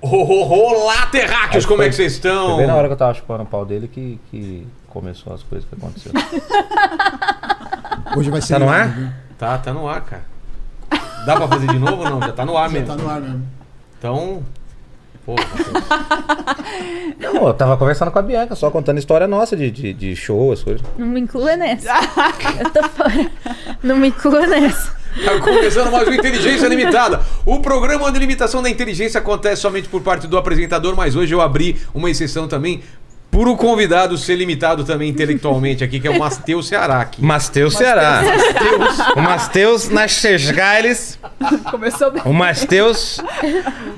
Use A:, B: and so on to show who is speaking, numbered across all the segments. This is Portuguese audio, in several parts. A: Olá, terráqueos,
B: Aí
A: como é
B: foi-
A: que vocês estão?
B: Foi bem na hora que eu tava chupando o pau dele que, que começou as coisas que aconteceram.
C: Hoje vai ser.
B: Tá no ar?
C: lindo, viu?
A: Tá, tá no ar, cara. Dá pra fazer de novo ou não? Já tá no ar
C: Já
A: mesmo.
C: tá no ar mesmo.
A: Então. Pô, tá
B: Não, eu tava conversando com a Bianca, só contando história nossa de, de, de show, as coisas.
D: Não me inclua nessa. Eu tô fora. Não me inclua nessa.
A: tá começando mais um Inteligência Limitada. O programa onde a limitação da inteligência acontece somente por parte do apresentador, mas hoje eu abri uma exceção também por o convidado ser limitado também intelectualmente aqui, que é o Matheus Cearac.
B: Masteus Ceará. O Masteus Nachesgales.
E: Começou bem.
B: O Masteus.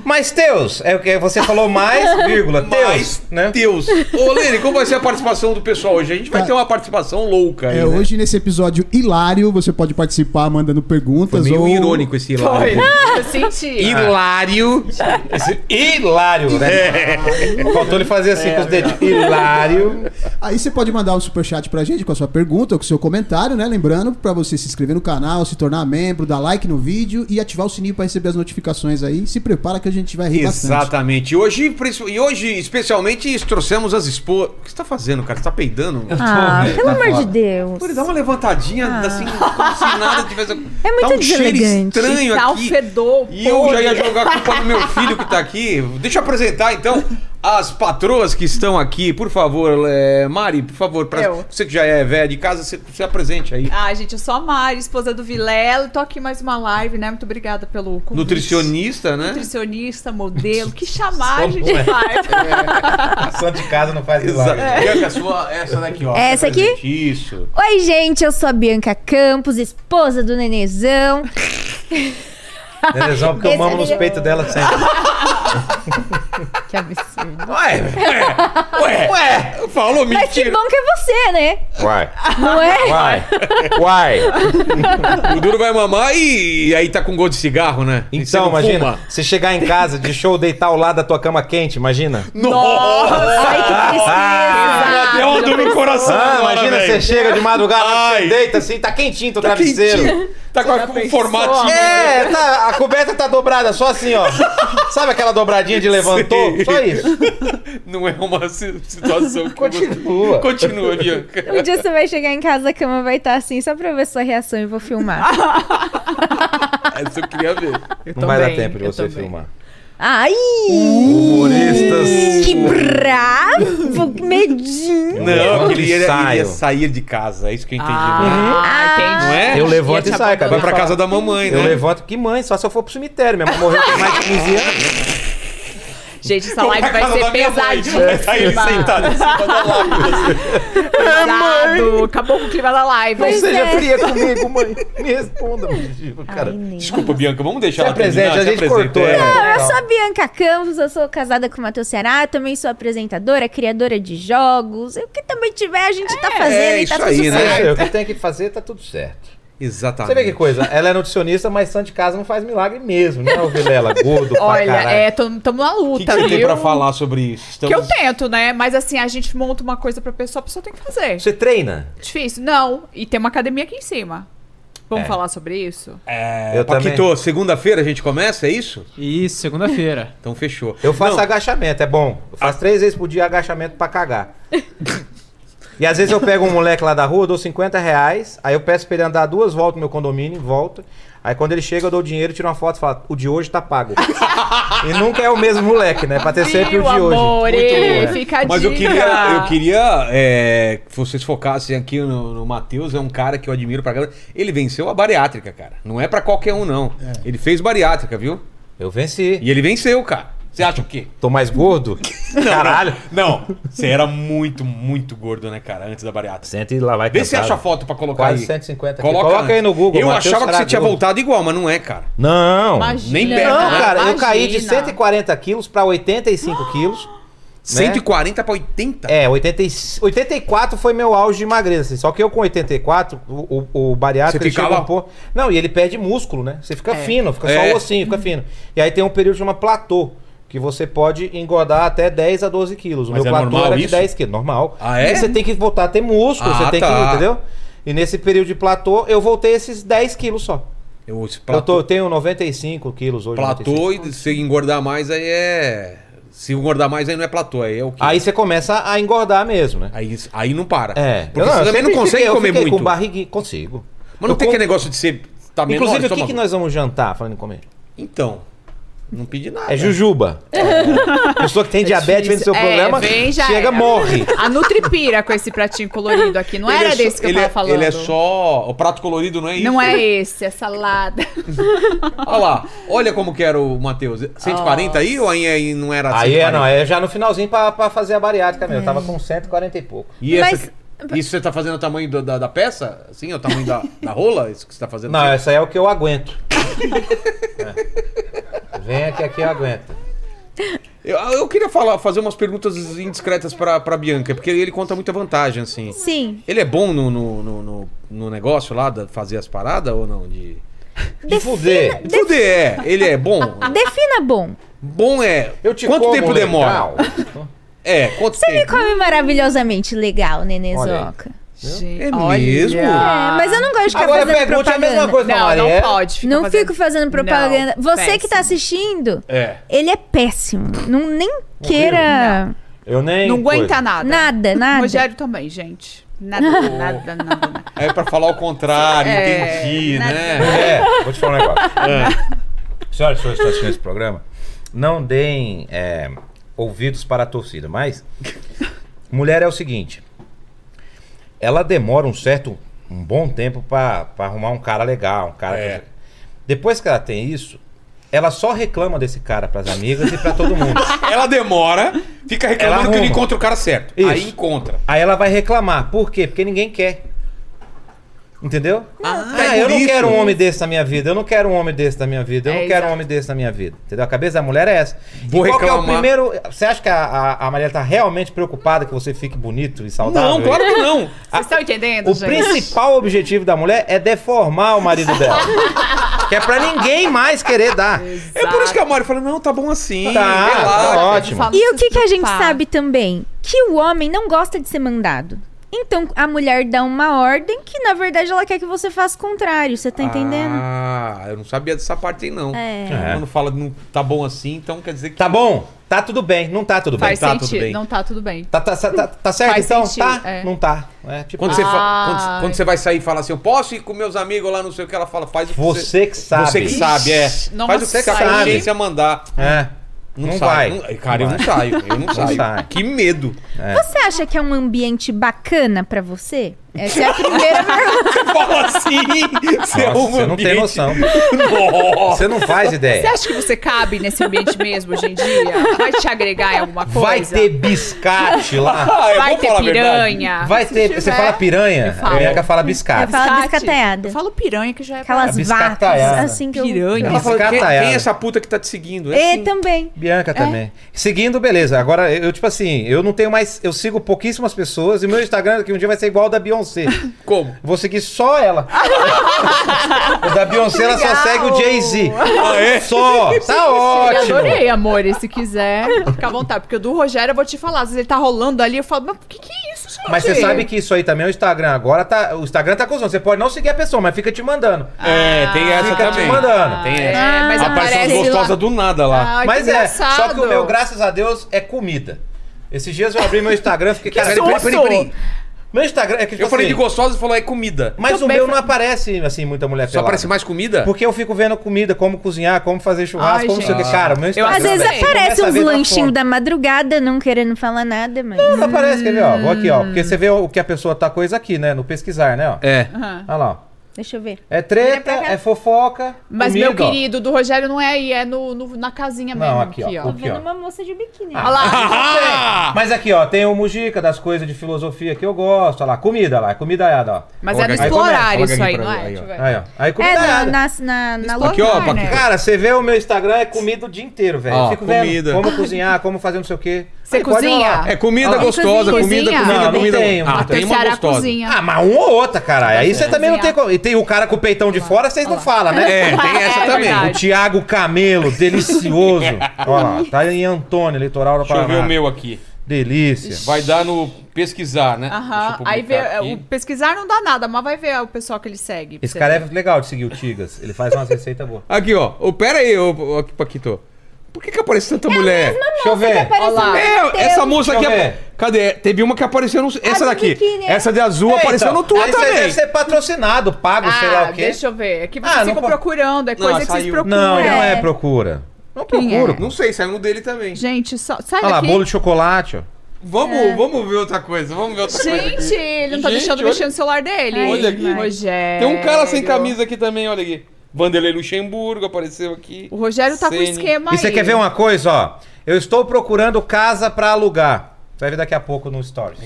B: Masteus! É o que você falou mais, vírgula,
A: Mas,
B: Teus, né?
A: Deus. Ô, Lene, como vai ser a participação do pessoal hoje? A gente vai
C: Tá.
A: ter uma participação louca aí,
C: É,
A: né?
C: hoje nesse episódio hilário, você pode participar mandando perguntas
A: Foi meio
C: ou.
A: irônico esse lá.
E: Eu senti.
B: Hilário. Esse É. hilário, né? Faltou ele fazer assim com os dedos. Hilário.
C: Aí você pode mandar um superchat pra gente com a sua pergunta ou com o seu comentário, né? Lembrando pra você se inscrever no canal, se tornar membro, dar like no vídeo e ativar o sininho pra receber as notificações aí. Se prepara que a gente vai rir bastante.
A: Exatamente. E hoje, princi- e hoje, especialmente, trouxemos as esposas. O que você tá fazendo, cara? Você tá peidando?
D: Ah, pelo amor de Deus.
A: Pô, ele dá uma levantadinha assim, como se nada tivesse. É
D: Ah. muito
A: tá um cheiro
D: deselegante.
A: estranho
E: Tá um
A: aqui.
E: fedor.
A: E eu já ia jogar a culpa no meu filho que tá aqui. Deixa eu apresentar então as patroas que estão aqui. Por favor, é, Mari, por favor, pra
E: Eu.
A: você que já é velha de casa, se, se apresente aí.
E: Ah, gente, eu sou a Mari, esposa do Vilela. Tô aqui mais uma live, né? Muito obrigada pelo convite.
A: Nutricionista, né?
E: Nutricionista, modelo. Que chamagem
B: Só
E: de faz.
B: Santo de casa não faz
A: Exato.
B: hilário.
E: É.
A: Bianca, sua- essa daqui, ó.
D: Essa aqui?
A: Apresente Isso.
D: Oi, gente, eu sou a Bianca Campos, esposa do Nenezão.
B: Nenezão, porque eu mamo nos peitos dela sempre.
D: Que absurdo.
A: Ué, ué, ué, falou
D: Mas que
A: mentira.
D: bom que é você, né?
B: Uai.
D: Não é?
B: Uai. Uai.
A: O duro vai mamar e aí tá com gol de cigarro, né? E você não
B: Então, imagina,
A: fuma.
B: você chegar em casa de show, deitar ao lado da tua cama quente, imagina.
A: Nossa!
D: Ai, que tristeza.
A: Ah, deu uma dor no coração.
B: Ah,
A: agora,
B: imagina,
A: velho.
B: você chega de madrugada,
A: Ai.
B: você deita assim, tá quentinho teu
A: Tá
B: travesseiro.
A: quentinho. Tá com a- com um
E: pensou?
A: formatinho.
B: É, tá, a coberta tá dobrada, só assim, ó. Sabe aquela dobradinha de levantou?
A: Sim.
B: Só isso.
A: Não é uma si- situação que
B: Continua.
A: Continua, Bianca.
D: Um dia você vai chegar em casa, a cama vai estar assim, só pra eu ver sua reação e vou filmar.
A: Essa eu queria ver.
B: Não vai dar
E: também,
B: tempo de
E: eu
B: você
E: também.
B: filmar.
D: Ai!
B: Humoristas.
D: Que bravo! Que medinho!
A: Não, eu queria, ele
B: Saio.
A: ia sair de casa. É isso que eu entendi. né?
E: Ah, entendi.
A: Não é?
B: Eu levanto
E: Ia
B: e
E: te
B: saio, acabei
A: Vai
B: de
A: pra
B: falar.
A: casa da mamãe,
B: Eu
A: né?
B: levanto, que mãe, só se eu for pro cemitério. Minha mãe morreu com mais de 15 anos.
E: Ah, Gente, essa
A: Vou pra
E: live É vai
A: casa é da
E: ser
A: minha mãe. Tá
E: pesadíssima.
A: Aí ele sentado em cima da lápide.
E: Pesado. Acabou com o clima da live.
B: Não
D: Pois
B: seja
D: é.
B: fria comigo, mãe. Me responda, meu cara.
A: Desculpa, Bianca, vamos deixar
B: Você
A: ela terminar,
B: apresenta, a
A: se
B: gente
A: apresenta,
B: cortou.
A: é.
B: né?
D: Eu sou a Bianca Campos, eu sou casada com o Matheus Ceará, também sou apresentadora, criadora de jogos. E O que também tiver, a gente tá fazendo
A: é
D: e tá
A: isso
D: tudo
A: aí, né?
D: certo.
B: É, O que tem que fazer, tá tudo certo.
A: Exatamente.
B: Você vê que coisa, ela é nutricionista, mas santo de casa não faz milagre mesmo, né, ô Vilela? Gordo pra
E: Olha,
B: caralho.
E: é, tamo tamo na
A: O que,
E: luta,
A: que você
E: viu?
A: tem pra falar sobre isso?
E: Que eu
A: Estamos-
E: tento, né? Mas assim, a gente monta uma coisa pra pessoa, a pessoa tem que fazer.
B: Você treina?
E: Difícil. Não. E tem uma academia aqui em cima. Vamos
B: É.
E: falar sobre isso?
A: É,
B: Eu também.
A: Paquito, segunda-feira a gente começa, é isso?
F: Isso, segunda-feira.
A: Então fechou.
B: Eu faço
A: Não, Ah.
B: agachamento, é bom. Eu faço três vezes por dia agachamento pra cagar. e às vezes eu pego um moleque lá da rua, dou 50 reais, aí eu peço pra ele andar duas voltas no meu condomínio, volta. Aí quando ele chega, eu dou o dinheiro, tiro uma foto e falo, o de hoje tá pago. e nunca é o mesmo moleque, né? Pra ter sempre o
E: Viu,
B: de hoje.
E: amor,
A: Muito bom.
E: fica a
A: Mas
E: dica.
A: eu queria, eu queria é, que vocês focassem aqui no, no Matheus, é um cara que eu admiro pra caramba. Ele venceu a bariátrica, cara. Não é pra qualquer um, não.
B: É.
A: Ele fez bariátrica, viu?
B: Eu venci.
A: E ele venceu, cara. Você acha o quê?
B: Tô mais gordo? Caralho.
A: Não, você era muito, muito gordo, né, cara, antes da bariátrica.
B: Senta e lá vai
A: é Vê se
B: cantar.
A: acha a foto pra colocar
B: Quase
A: aí.
B: 150 aqui.
A: Coloca,
B: Coloca aí no Google,
A: Eu
B: Matheus
A: achava que você
B: Saraguro.
A: tinha voltado igual, mas não é, cara.
B: Não.
E: Imagina.
A: nem perto,
B: Não,
A: né?
B: cara, eu caí de
E: Imagina. Ah.
B: 140 quilos pra 85 quilos.
A: 140 pra 80?
B: Né? É, 80, e- 84 foi meu auge de magreza. assim. Só que eu com 84, o, o, o bariátrico...
A: Você
B: ele
A: fica
B: chega
A: lá?
B: um pouco- Não, e ele perde músculo, né? Você fica fino, fica só
A: É.
B: o ossinho, fica fino. E aí tem um período que chama platô, que você pode engordar até 10 a 12 quilos. O
A: Mas
B: meu
A: é
B: platô
A: normal
B: era de
A: isso?
B: 10 quilos, normal.
A: Ah, é?
B: E você tem que voltar a ter músculo,
A: Ah,
B: você tem
A: tá.
B: que... Entendeu? E nesse período de platô, eu voltei esses 10 quilos só.
A: Eu, esse
B: Eu, tô-
A: platô,
B: eu tenho 95 quilos hoje. 95.
A: platô e se engordar mais aí é Se engordar mais, aí não é platô, aí é o quê?
B: Aí você começa a engordar mesmo, né?
A: Aí, aí não para.
B: É.
A: Porque você também não
B: sempre
A: consegue
B: fiquei- eu
A: comer
B: fiquei
A: muito.
B: com barriguinha. Consigo.
A: Mas não
B: Eu
A: tem
B: com-
A: aquele negócio de ser. Tá menor,
B: Inclusive, o que,
A: estômago?
B: que nós vamos jantar falando em comer?
A: Então. Não pedi nada.
B: É jujuba. Pessoa que tem diabetes, vem no seu
E: É,
B: programa,
E: vem, já
B: chega,
E: era.
B: morre.
E: A Nutripira com esse pratinho colorido aqui. Não
A: Ele
E: era
A: é só-
E: desse que eu
A: ele
E: tava
A: é-
E: falando.
A: Ele é só. O prato colorido não é isso.
E: Não é esse, é salada.
A: Olha lá. Olha como que era o Matheus. 140 aí ou aí, aí não era
B: Aí é,
A: 140?
B: não, é já no finalzinho pra, pra fazer a bariátrica
E: É.
B: mesmo. Eu tava com 140 e pouco.
A: E essa-
D: Mas-
A: Isso você tá fazendo o tamanho da, da, da peça? Assim, é o tamanho da, da rola? Isso que você tá fazendo?
B: Não,
A: assim?
B: essa é o que eu aguento. É. Vem aqui, aqui eu aguento.
A: Eu, ah, eu queria falar, fazer umas perguntas indiscretas pra, pra Bianca, porque ele conta muita vantagem, assim.
D: Sim.
A: Ele é bom no, no, no, no- no negócio lá, de fazer as paradas ou não? De.
B: De fuder.
A: Tudo é. Ele é bom.
D: Defina bom.
A: Bom é.
B: Eu te
A: quanto
B: como,
A: tempo demora?
B: legal.
A: É, quanto
D: Você me
A: tempo?
D: come maravilhosamente legal,
B: Olha aí.
D: Nenezoca.
E: Gente,
A: É
E: olha.
A: mesmo?
D: É, mas eu não gosto de ficar
B: Agora
D: fazendo
B: pergunte é a
D: propaganda.
B: mesma coisa pra
E: Não, não
B: Marielle.
E: pode. ficar
D: Não
E: fazendo-
D: fico fazendo propaganda.
E: Não,
D: Você que tá
E: péssimo.
D: assistindo,
A: É.
D: ele é péssimo. Não nem queira
B: Eu nem.
E: Não aguenta
B: coisa.
E: nada.
D: nada,
E: O
D: nada.
E: Rogério também, gente. Nada, nada, nada. nada.
A: É pra falar o contrário,
E: É,
A: entendi,
E: nada.
A: né?
B: É, vou te falar um negócio. Senhoras e senhores que estão assistindo esse programa, não deem é, ouvidos para a torcida, mas mulher é o seguinte: ela demora um certo, um bom tempo para arrumar um cara legal, um cara.
A: É.
B: que- Depois que ela tem isso, ela só reclama desse cara pras amigas e pra todo mundo.
A: Ela demora, fica reclamando
B: Ela
A: que não
B: arruma.
A: encontra o cara certo.
B: Isso.
A: Aí encontra.
B: Aí ela vai reclamar. Por quê? Porque ninguém quer. Entendeu? Ah,
A: é
B: eu
A: por
B: não
A: isso.
B: quero um homem desse na minha vida, eu não quero um homem desse na minha vida, eu
E: É,
B: não quero um
E: exato.
B: homem desse na minha vida. Entendeu? A cabeça da mulher é essa.
A: Vou
B: e qual que é o
A: reclamar.
B: primeiro. Você acha que a, a, a Maria tá realmente preocupada que você fique bonito e saudável?
A: Não, claro que não.
E: Vocês estão entendendo,
B: O
E: gente?
B: principal objetivo da mulher é deformar o marido dela. que é pra ninguém mais querer dar.
A: É por isso que a Mari fala, não, tá bom assim.
B: Tá,
A: relaxa.
B: tá
E: Ele
B: ótimo.
E: fala,
D: E
E: "Não
D: o que,
E: precisa
D: que a gente
E: preocupar."
D: sabe também? Que o homem não gosta de ser mandado. Então a mulher dá uma ordem que, na verdade, ela quer que você faça o contrário. Você tá entendendo?
A: Ah, eu não sabia dessa parte aí, não.
D: É.
A: Quando fala não tá bom assim, então quer dizer que.
B: Tá bom? Tá tudo bem. Não tá tudo bem.
E: Faz
A: Tá tudo
E: sentido.
A: bem.
E: Não tá tudo bem.
B: Tá, tá, tá, tá certo
E: Faz
B: então?
E: sentido,
B: tá?
E: é.
B: Não tá. É, tipo,
A: Quando, você fa-
E: Ai.
A: quando, quando você vai sair e fala assim, eu posso ir com meus amigos lá, não sei o que, ela fala, faz o que
B: Você que sabe.
A: Você que sabe, é.
E: Nossa,
A: faz o que você
E: aí-
A: consciência mandar.
B: É. Não, vai.
A: sai, não- é, cara, eu não saio. Eu não, saio.
B: sai.
A: Que medo.
D: Você acha que é um ambiente bacana pra você? Essa é a primeira pergunta.
A: Você fala assim. Você, é
B: Nossa,
A: um
B: você não tem
A: ambiente-
B: noção.
A: Nossa.
B: Você não faz
E: Você
B: ideia.
E: acha que você cabe nesse ambiente mesmo hoje em dia? Vai te agregar em alguma coisa?
B: Vai ter biscate lá.
A: Ah, eu
E: Vai
A: vou
E: ter
A: falar a verdade.
E: piranha.
B: Vai ter. Você fala piranha?
E: eu
B: A
E: falo.
B: Bianca fala biscate.
D: Eu falo- Fala
E: Biscate.
D: biscateada.
E: Eu falo piranha que já é pra-
D: Aquelas
B: É
D: vacas,
B: biscataiada.
D: assim que eu...
E: Piranha.
A: Ela fala, quem,
B: Biscataiada.
A: quem é essa puta que tá te seguindo? É
D: E
E: então-
A: assim.
D: também.
B: Bianca também. Seguindo, beleza. Agora, eu, tipo assim, eu não tenho mais. Eu sigo pouquíssimas pessoas e meu Instagram daqui um dia vai ser igual ao da Beyoncé.
A: Como?
B: Vou seguir só ela. o da Beyoncé, ela só
E: Legal.
B: segue o Jay-Z.
A: Ah, é?
B: Só. Tá
E: Eu
B: ótimo.
E: adorei, amor. E se quiser, fica à vontade. Porque o do Rogério, eu vou te falar. Às vezes ele tá rolando ali, eu falo, mas o que, que é isso, gente?
B: Mas você sabe que isso aí também é o Instagram. Agora tá. O Instagram tá com Você pode não seguir a pessoa, mas fica te mandando.
A: É, tem essa
B: Fica te
A: também.
B: mandando.
A: Tem
E: É,
A: essa.
E: mas
A: Aparece umas
E: aparece
A: gostosas
E: lá.
A: do nada lá.
E: Ai, que
B: Mas é,
E: engraçado.
B: só que o meu, graças a Deus, é comida. Esses dias eu abri meu Instagram e fiquei, cara,
E: susto!
B: peraí, peraí, peraí, peraí. Meu Instagram é que tipo
A: Eu falei de
B: assim,
A: gostosa e falou, é comida.
B: Mas o
E: bem,
B: meu
E: fa-
B: não aparece, assim, muita mulher
A: Só
B: pelada.
A: aparece mais comida?
B: Porque eu fico vendo comida, como cozinhar, como fazer churrasco,
E: Ai,
B: como não sei o que.
A: gente.
B: Cara, o meu Instagram...
E: Mas
D: Às vezes
E: também,
D: aparece
B: começa a
D: uns
B: ver tá na
D: lanchinhos
B: fome.
D: da madrugada, não querendo falar nada, mas...
B: Não, não aparece, quer ver, ó? Vou aqui, ó. Porque você vê o que a pessoa tá coisa aqui, né? No pesquisar, né, ó.
A: É.
E: Aham.
B: Olha lá, ó.
D: Deixa eu ver.
B: É
D: Vira
B: treta,
D: pra cá.
B: é fofoca,
E: Mas
B: comida,
E: meu
B: ó.
E: querido, do Rogério não é aí, é no, no- na casinha
B: Não,
E: mesmo.
B: aqui, ó.
E: aqui, ó.
D: Tô
B: Aqui,
D: vendo
B: ó.
D: uma moça de biquíni.
E: Olha lá.
A: Ah!
B: Mas aqui, ó, tem o Mujica das coisas de filosofia que eu gosto. Olha lá, comida lá, comida aí, ó.
A: Coloca
E: Mas é no
A: aqui.
E: explorar
A: Coloca
E: isso
A: aqui
E: aí,
A: pra
E: não
A: mim,
E: é?
A: aí, ó.
E: Deixa eu ver.
B: Aí, ó. Aí comida
D: É, na,
B: aiada.
D: na, na, na
E: Aqui,
A: ó,
D: lombada.
A: Paquito.
B: Cara, você vê o meu Instagram, é comida o dia inteiro, velho.
A: Ó,
B: eu fico
A: comida.
B: vendo como cozinhar, como fazer não sei o quê.
E: Você
B: Aí pode
E: cozinha?
B: rolar.
A: É comida
B: Ah,
A: gostosa,
E: cozinha,
A: comida,
E: cozinha.
A: comida,
B: Não, não
A: comida.
B: tem.
A: ah,
B: A
A: tem uma
E: Ceará
A: gostosa.
E: cozinha.
B: Ah, mas um ou outra, caralho. Aí você também não tem
E: Cozinhar.
B: como. E tem o cara com o peitão de fora, vocês não falam, né?
A: É, tem essa
E: É
A: também.
E: verdade.
B: O Thiago Camelo, delicioso. Ó lá, tá em Antônio, litoral da
A: Deixa eu ver
B: Paraná.
A: o meu aqui.
B: Delícia.
A: Vai dar no pesquisar, né?
E: Aham.
A: Deixa eu
E: Aí vê, é,
A: publicar aqui.
E: o pesquisar não dá nada, mas vai ver o pessoal que ele segue. pra
B: Esse
E: você
B: cara é
E: ver.
B: legal de seguir o Tigas. Ele faz umas receitas boas.
A: Aqui, ó. Ô, pera aí, ô, ô, aqui, Paquito. Por que, que aparece tanta mulher?
B: Deixa eu ver.
D: Parece
E: Olha lá.
D: um
A: É,
D: Mateus.
A: essa moça aqui.
B: Deixa eu
A: é-
B: ver.
A: Cadê? Teve uma que apareceu no. Essa
D: do
A: daqui.
D: biquíni, é.
A: Essa de azul
B: É,
A: apareceu
B: então,
A: no tua
B: aí você
A: também.
B: deve ser patrocinado, pago, sei lá
E: Ah,
B: o quê.
E: deixa eu ver. É que vocês
B: Ah, não
E: ficam
B: pode-
E: procurando, é
A: Não,
E: coisa que vocês
A: saiu.
E: procuram.
B: Não, não é
D: É.
B: procura. Não
E: Quem
B: procura.
E: é?
B: pô.
A: Não sei, saiu no dele também.
E: Gente, só- sai
B: Olha lá,
E: daqui.
B: bolo de chocolate, ó.
A: Vamos, vamos ver outra coisa. Vamos ver outra coisa.
E: É. Gente,
A: aqui.
E: ele não tá
A: Gente,
E: deixando
A: olha-
E: mexer no celular dele.
A: Olha aqui.
E: Rogério.
A: Tem um cara sem camisa aqui também, olha aqui. Vanderlei Luxemburgo apareceu aqui.
E: O Rogério tá com
A: Ceni.
E: esquema
B: E você
E: aí.
B: quer ver uma coisa, ó? Eu estou procurando casa pra alugar. Você vai ver daqui a pouco no Stories.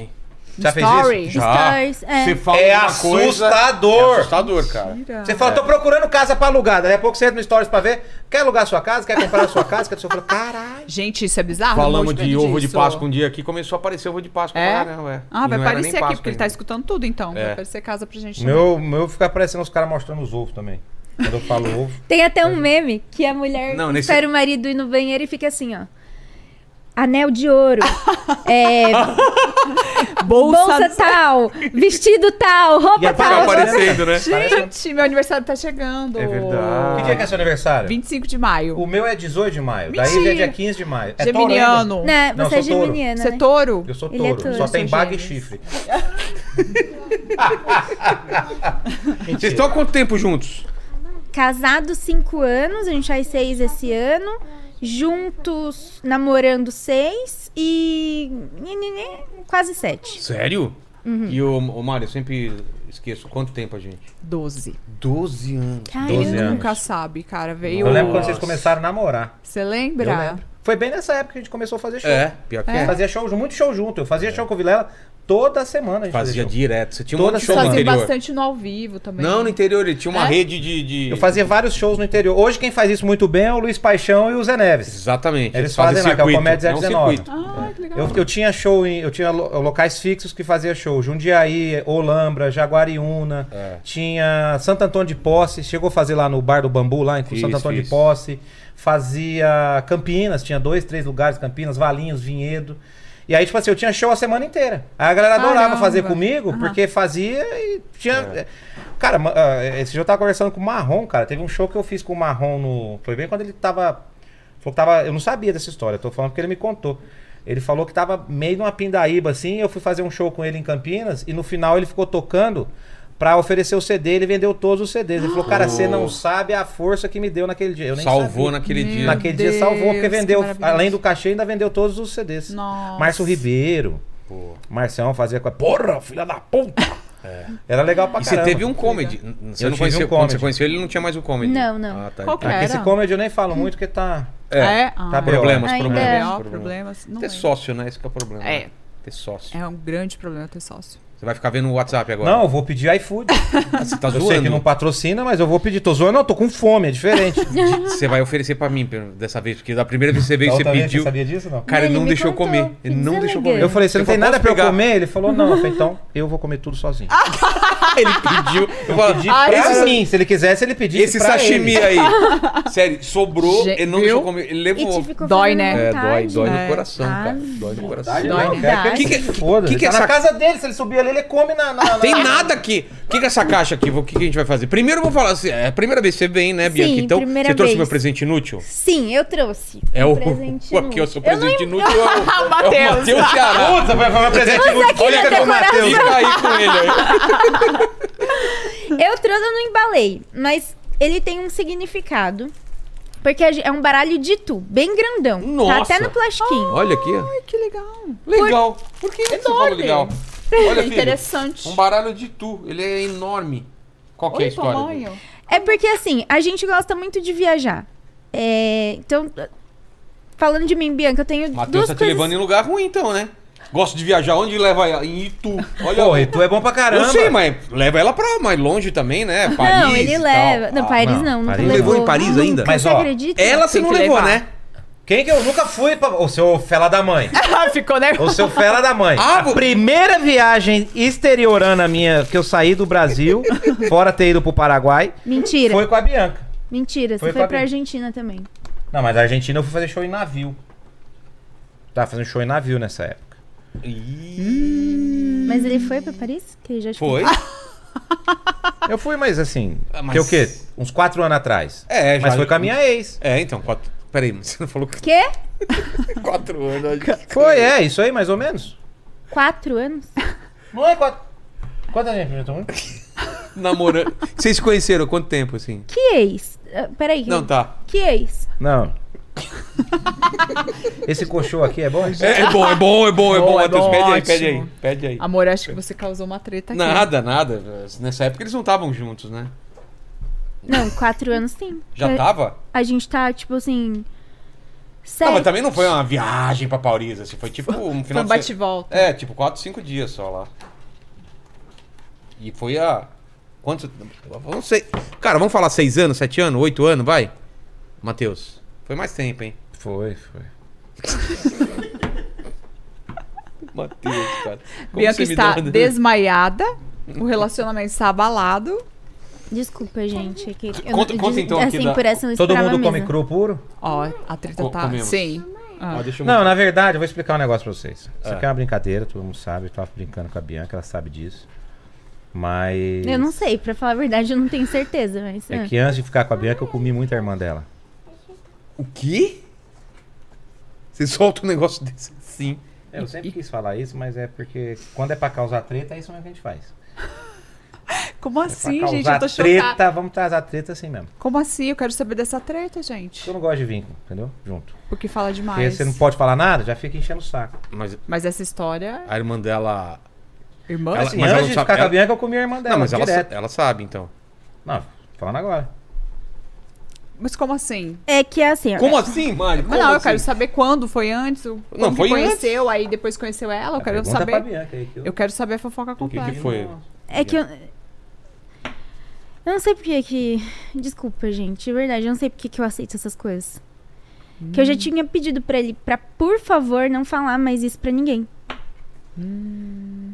B: Já fez
E: Story?
B: isso?
D: Stories,
E: né?
D: é.
A: Você fala
B: É
A: uma coisa-
B: assustador. É.
A: É assustador, cara.
B: Você fala, tô procurando casa pra alugar. Daqui a pouco você entra no Stories pra ver. Quer alugar sua casa? Quer comprar a sua casa? Quer sua... Caralho.
E: Gente, isso é bizarro.
A: Falamos
E: não
A: de
E: pode
A: ovo de
E: disso.
A: Páscoa um dia aqui, começou a aparecer ovo de Páscoa
E: É?
A: pra caramba, é.
E: Ah,
A: E
E: vai
A: não era
E: aparecer
A: nem
E: aqui,
A: Páscoa
E: porque ele
A: ainda.
E: tá escutando tudo, então.
A: É.
E: Vai aparecer casa pra gente.
B: Meu, meu fica aparecendo os caras mostrando os ovos também. Quando eu falo ovo.
D: Tem até um meme que a
A: É.
D: mulher
A: Não, nesse-
D: espera o marido ir no banheiro e fica assim, ó. Anel de ouro. é, bolsa, tá-
E: tá-
D: tal. Vestido tal.
B: E
D: Roupa
B: aí
A: Tá
D: tal.
A: aparecendo, né?
B: Tá
E: Gente, meu aniversário tá chegando.
A: É verdade.
B: Que dia que é seu aniversário?
E: 25 de maio.
B: O meu é 18 de maio. Daí
E: Mentira.
B: é dia 15 de maio. É touro ainda?
E: Geminiano.
D: Né,
B: Não,
D: você é
B: sou touro.
D: geminiana,
E: Você é
D: né?
E: touro?
B: Eu sou
D: Ele é
B: touro.
D: touro.
B: Só
D: Eu
E: sou
B: tem baga e
E: gêmeos.
B: chifre.
A: Vocês estão há quanto tempo juntos?
D: Casado cinco anos, a gente faz seis esse ano. Juntos, namorando seis e... Quase sete.
A: Sério?
E: Uhum.
A: E o, o Mário, eu sempre esqueço quanto tempo a gente.
E: 12.
A: 12 anos.
D: Cara,
B: Doze
E: Ele
B: anos.
E: nunca sabe, cara. Veio.
B: Eu lembro quando vocês
A: Nossa.
B: começaram a namorar.
E: Você
B: Eu
E: lembra?
B: lembro. Foi bem nessa época que a gente começou a fazer show.
A: É, pior que
B: A gente
A: é.
B: Fazia show, muito show junto. Eu fazia show com o Vilela toda semana. A gente
A: Fazia
B: show.
A: direto. Você tinha um
B: Toda
A: monte de show
B: semana.
A: no
E: Fazia
A: interior.
E: bastante no ao vivo também.
A: Não, no interior ele tinha uma
E: É?
A: rede de, de-
B: Eu fazia vários shows no interior. Hoje quem faz isso muito bem é o Luiz Paixão e o Zé Neves.
A: Exatamente.
B: Eles fazem lá, que é o
A: circuito,
B: Comédia
A: um
B: 19.
A: circuito.
E: Ah, que legal.
B: Eu, eu tinha show em, eu tinha lo- locais fixos que fazia show. Jundiaí, Olambra, Jaguariúna,
A: É.
B: tinha Santo Antônio de Posse, chegou a fazer lá no Bar do Bambu, lá em
A: Fiz,
B: Santo Antônio
A: fiz.
B: de Posse. Fazia Campinas, tinha dois, três lugares, Campinas, Valinhos, Vinhedo. E aí, tipo assim, eu tinha show a semana inteira. Aí a galera adorava
E: Caramba.
B: fazer comigo,
E: Aham.
B: porque fazia e
A: É.
B: tinha. Cara, ma- ah, esse dia eu tava conversando com o Marrom, cara. Teve um show que eu fiz com o Marrom no. Foi bem quando ele tava. Falou que tava. Eu não sabia dessa história, eu tô falando porque ele me contou. Ele falou que tava meio numa pindaíba assim. Eu fui fazer um show com ele em Campinas e no final ele ficou tocando pra oferecer o CD. Ele vendeu todos os CDs. Ele falou, cara, você não sabe a força que me deu naquele dia. Eu nem
A: Salvou
B: sabia. Hum.
A: naquele dia.
B: Naquele
E: Deus,
B: dia salvou, porque
E: que
B: vendeu,
E: maravilhoso.
B: além do cachê, ainda vendeu todos os CDs.
E: Nossa.
B: Márcio Ribeiro. Marcião fazia com a. Porra, filha da puta! Era legal pra
A: É. E você
B: caramba.
A: teve um comedy. Você
B: Eu
A: não
B: tive
A: conheceu,
B: um
A: quando
B: comedy.
A: você conheceu ele, não tinha mais o comedy.
D: Não, não.
A: Ah, tá.
E: Qual que
A: Então,
E: era?
B: Esse comedy eu nem falo muito porque tá.
A: É.
E: É? Ah,
B: Tá bem.
A: Problemas,
D: Ainda.
A: problemas.
E: BO,
A: problemas.
E: problemas. Não
A: Ter
E: lembro.
A: sócio, né? Esse que é o problema.
E: É.
A: né? Ter sócio.
E: É um grande problema ter sócio.
A: Você vai ficar vendo o WhatsApp agora.
B: Não, eu vou pedir iFood.
A: Ah, você tá
B: eu sei que não
A: zoando.
B: patrocina, mas eu vou pedir. Tô zoando, não, tô com fome, é diferente.
A: Você vai oferecer pra mim pelo- dessa vez, porque da primeira vez que você veio,
B: Da
A: você
B: outra vez,
A: pediu.
B: Você sabia disso, não?
A: Cara, ele
D: Ele
A: não
D: me
A: deixou eu
D: contou,
A: comer. Ele
D: que
A: não deixou eu comer.
D: deselegante.
B: Eu falei, você não
A: Você
B: tem
A: falou,
B: nada
A: "Posso
B: pra eu
A: pegar?" Ah,
B: comer? Ele falou, não. Eu falei, então, eu vou comer tudo sozinho.
A: Ele pediu. Eu falo,
B: Pedi
E: Ah,
B: pra
E: esse-
B: mim, se ele quisesse, ele pedisse
A: esse
B: pra
A: sashimi é- aí.
B: ele.
A: Sério, sobrou,
E: Gente,
A: ele não deixou eu
E: viu?
A: comer. Ele
D: E
A: levou.
D: te ficou
E: Dói,
D: fazendo
E: né?
A: É, dói,
D: vontade.
A: dói no
E: É.
A: coração, cara.
D: Ah,
A: Dói no coração.
B: Dói,
E: Dói,
B: não,
E: né?
B: quero
A: Que que-
B: ele se
A: que-
B: foda.
A: que que
B: tá
A: essa-
B: na casa dele, se ele subir ali, ele come na... na- na-
A: Tem nada aqui. O que, que é essa caixa aqui? O que, que a gente vai fazer? Primeiro eu vou falar assim: é a primeira vez que você vem, né, Bianca?
D: Sim,
A: então,
D: primeira
A: você trouxe
D: vez.
A: meu presente inútil?
D: Sim, eu trouxe. um
A: É o.
D: presente
A: o aqui, ó,
D: inútil.
A: seu
D: Eu não
A: presente inútil é o.
E: Ah,
A: É o
E: Matheus.
A: Matheus Ceará.
B: Puta, vai fazer presente muito.
A: Olha é que
D: na
A: eu Matheus. Fica aí com ele aí.
D: Eu trouxe, eu não embalei, mas ele tem um significado. Porque a gen- é um baralho de tu, bem grandão.
A: Nossa.
D: Tá até no plastiquinho.
A: Olha aqui, ó.
E: Ai, que legal.
A: Legal. Por que você falou legal? Olha,
E: É
A: filho,
E: interessante.
A: um baralho de tu. Ele é enorme. Qual que é
E: Olha
A: a
E: o
A: história?
E: tamanho.
D: É porque assim, a gente gosta muito de viajar. É, então, falando de mim, Bianca, eu tenho
A: Matheus
D: duas
A: tá te
D: coisas.
A: levando em lugar ruim, então, né? Gosto de viajar. Onde leva ela? Em Itu. Olha
B: Pô, e tu é bom pra caramba.
A: Eu sei, mas leva ela pra mais longe também, né? Paris.
D: não, ele
A: e tal.
D: leva.
A: Ah,
D: Não, Paris
B: não,
D: não, nunca
B: Paris
A: não.
D: levou.
A: Levou em Paris ainda?
D: Mas,
B: Mas,
D: você
B: ó,
D: acredita?
A: Ela você
E: Tem
A: não
E: que
A: levou,
E: levar.
A: né?
B: Quem que eu nunca fui pra... Ô, seu fela da mãe.
E: Ficou, né?
B: Ô, seu fela da mãe.
A: Ah, vo-
B: a primeira viagem exteriorana minha que eu saí do Brasil, fora ter ido pro Paraguai,
D: Mentira.
B: foi com a Bianca.
D: Mentira,
B: Foi
D: você foi
B: pra
D: pra
B: mim.
D: Argentina também.
B: Não, mas na Argentina eu fui fazer show em navio. Tava fazendo show em navio nessa época.
D: Mas ele foi pra Paris? Que ele já te
A: Foi?
B: Eu fui, mas assim.
A: Ah, mas-
B: Que o quê? Uns quatro anos atrás.
A: É, já-
B: Mas foi com a minha ex.
A: É, então, quatro, Peraí, mas você não falou que
D: Quê?
A: quatro anos. acho que-
B: Foi, é, isso aí, mais ou menos.
D: Quatro anos?
B: Não é quatro. Quantas gente eu tô
A: Namorando. Vocês se conheceram há quanto tempo, assim?
D: Que ex? Ah, Peraí.
A: Não, tá.
D: Que ex?
B: Não. Esse coxô aqui é bom?
A: É, é bom, é bom, é bom, é bom.
E: Bom, é
A: Matheus,
E: bom,
A: pede aí,
E: ótimo.
A: pede aí, pede aí.
E: Amor, acho que você causou uma treta aqui.
A: Nada, nada. Nessa época eles não estavam juntos, né?
D: Não, quatro anos sim.
A: Já
D: É,
A: tava?
D: A gente tá, tipo assim.
A: Não,
D: Sete.
A: mas também não foi uma viagem pra Paulista, assim, foi tipo um
E: Foi
A: final
E: um
A: de
E: bate e
A: se-
E: volta.
A: É, tipo 4, 5 dias só lá. E foi a. Quanto. eu Não sei. Cara, vamos falar 6 anos, 7 anos, 8 anos, vai? Matheus. Foi mais tempo, hein?
B: Foi, foi.
A: Matheus, cara. É, Como
E: Bianca
A: você me
E: está
A: dá uma-
E: desmaiada, o relacionamento está abalado.
D: Desculpa, gente. é que eu
A: Conta-
D: não-
A: conta
D: de-
A: então aqui
D: assim,
A: da-
D: por essa eu não
B: Todo
D: esperava
B: mundo come
D: mesmo.
B: cru puro?
E: Ó, a treta
A: Co-
E: tá.
A: comemos.
E: Sim. Ah.
A: Ó, deixa eu
B: Não,
A: mostrar.
B: na verdade, eu vou explicar um negócio pra vocês. Isso
A: Ah.
B: aqui é uma brincadeira, todo mundo sabe. Eu tava brincando com a Bianca, ela sabe disso. Mas.
D: Eu não sei, pra falar a verdade, eu não tenho certeza, mas.
B: É
D: ah.
B: que antes de ficar com a Bianca, eu comi muita irmã dela.
A: O quê? Você solta um negócio desse assim.
B: É, Eu sempre quis falar isso, mas é porque quando é pra causar treta, é isso mesmo que a gente faz.
E: Como
B: É Pra
E: assim,
B: causar
E: gente? Eu tô
B: treta,
E: chocada.
B: vamos trazer treta assim mesmo.
E: Como assim? Eu quero saber dessa treta,
B: Porque eu
E: gente.
B: não gosto de vínculo, entendeu? Junto.
E: Porque fala
B: Porque
E: demais.
B: você não pode falar nada, já fica enchendo o saco.
A: Mas
E: Mas essa história,
A: a irmã dela.
E: irmã,
A: Ela-
E: assim,
B: Assim,
A: mas ela
B: antes
A: não
B: de
A: sabe-
B: ficar com
A: ela-
B: a Bianca, eu comi a irmã dela.
A: Não, mas ela, sa-
B: direto.
A: ela sabe, então.
B: Não, falando agora.
E: mas como assim?
D: É que é assim. ó.
A: Como assim, Mário?
E: Mas
A: Como
E: não, eu
A: assim?
E: quero saber quando foi antes, o- quando
A: Não,
E: que
A: foi
E: conheceu, aí depois conheceu ela, eu quero
B: Pergunta é pra
E: saber.
B: Bianca aí, que eu-
E: Eu quero saber a fofoca
A: O que,
E: completa.
A: que foi?
D: É que eu. Eu não sei porque que. Desculpa, gente. De verdade, eu não sei porque que eu aceito essas coisas. Que eu
B: Hum.
D: já tinha pedido pra ele pra, por favor, não falar mais isso pra ninguém.
B: Hum.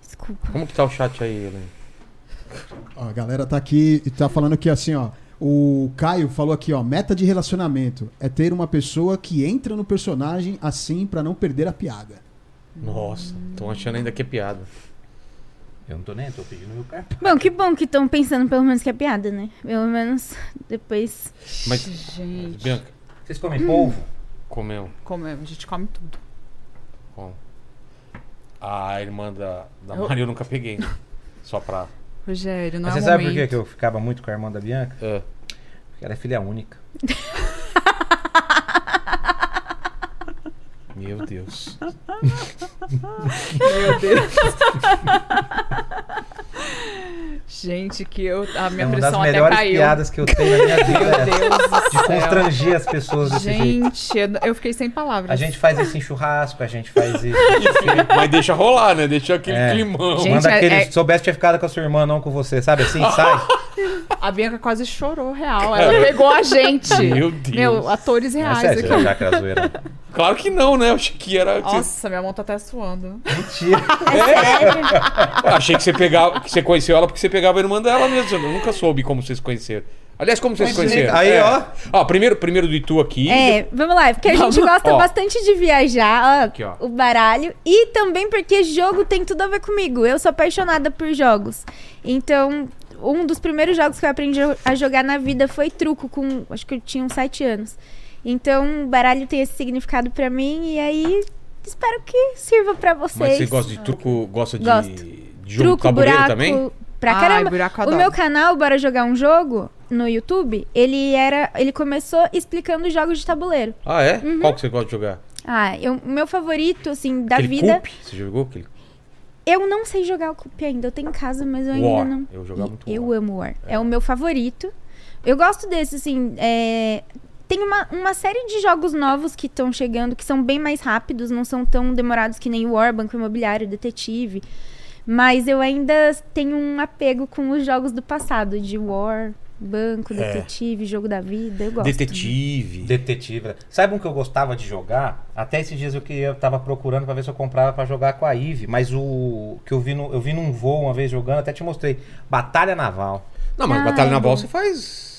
D: Desculpa.
A: Como que tá o chat aí, Helen?
C: Ó, a galera tá aqui e tá falando aqui assim, ó. O Caio falou aqui, ó, meta de relacionamento é ter uma pessoa que entra no personagem assim pra não perder a piada.
A: Nossa, estão achando ainda que é piada.
B: Eu não tô nem, tô pedindo meu cartão.
D: Bom, que bom que estão pensando pelo menos que é piada, né? Pelo menos depois.
A: Mas,
E: Gente,
A: Bianca,
B: Vocês comem polvo?
A: comeu.
E: como é? a gente come tudo.
A: Bom. A irmã da, da
E: Eu-
A: Maria eu nunca peguei. né? Só pra.
E: Rogério, não
B: Mas
E: é
B: você
E: o
B: sabe por que
E: momento.
B: que eu ficava muito com a irmã da Bianca?
A: É.
B: Porque ela é filha única.
A: Meu Deus.
E: Meu Deus. gente, que eu, a minha
B: é uma das
E: pressão até
B: melhores
E: caiu.
B: piadas que eu tenho na minha vida.
E: Meu
B: é
E: Deus do
B: de
E: céu.
B: constranger as pessoas desse jeito.
E: Gente, eu, eu fiquei sem palavras.
B: A gente faz isso em churrasco, a gente faz isso.
A: Mas deixa rolar, né? Deixa aquele
B: É.
A: climão.
E: Gente,
B: Manda
E: é-
B: aquele.
E: é-
B: Se soubesse tinha ficado com a sua irmã, não com você, sabe assim? Sai.
E: A Bianca quase chorou, real. Ela pegou a gente.
A: Meu Deus.
E: Meu, atores
B: Não é
E: reais
B: sério, você
E: aqui.
B: já que era zoeira.
A: Claro que não, né? Eu achei que era.
E: Nossa, minha mão tá até suando.
B: Mentira.
A: Achei que você pegava. Que você conheceu ela porque você pegava a irmã dela mesmo. Eu nunca soube como vocês se conheceram. Aliás, como vocês se conheceram?
B: Aí,
A: É.
B: ó.
A: Ó, primeiro, primeiro do Itu aqui.
D: É, vamos lá, porque a gente gosta
A: Ó.
D: bastante de viajar, ó,
A: Aqui, ó.
D: o baralho, e também porque jogo tem tudo a ver comigo. Eu sou apaixonada por jogos. Então, um dos primeiros jogos que eu aprendi a jogar na vida foi truco, com acho que eu tinha uns 7 anos. Então, baralho tem esse significado pra mim e aí espero que sirva pra vocês.
A: Mas você gosta de truco, gosta de,
D: Gosto.
A: de jogo tabuleiro também?
D: Pra
E: Ai,
D: caramba.
E: buraco eu
D: o
E: adoro.
D: meu canal, Bora Jogar um Jogo, no YouTube, ele era. Ele começou explicando jogos de tabuleiro.
A: Ah, é? Qual que você gosta de jogar?
D: Ah, eu- o meu favorito, assim, Uhum. da
A: aquele
D: vida.
A: Coupe? Você jogou aquele?
D: Eu não sei jogar o Coupe ainda. Eu tenho em casa, mas eu ainda
A: War.
D: não.
A: Eu jogava
D: E
A: muito
D: Eu
A: War.
D: amo War. É. o meu favorito. Eu gosto desse, assim. é, Tem uma, uma série de jogos novos que estão chegando, que são bem mais rápidos, não são tão demorados que nem War, Banco Imobiliário, Detetive. Mas eu ainda tenho um apego com os jogos do passado, de War, Banco, Detetive, Jogo da Vida. Eu gosto.
A: É. Detetive.
B: Detetive. Sabe um que eu gostava de jogar? Até esses dias eu queria, eu tava procurando pra ver se eu comprava pra jogar com a Ive, mas o que eu vi no, eu vi num voo uma vez jogando, até te mostrei. Batalha Naval.
A: Não, mas
D: Ah,
A: Batalha
D: é
A: Naval
D: bom.
A: você faz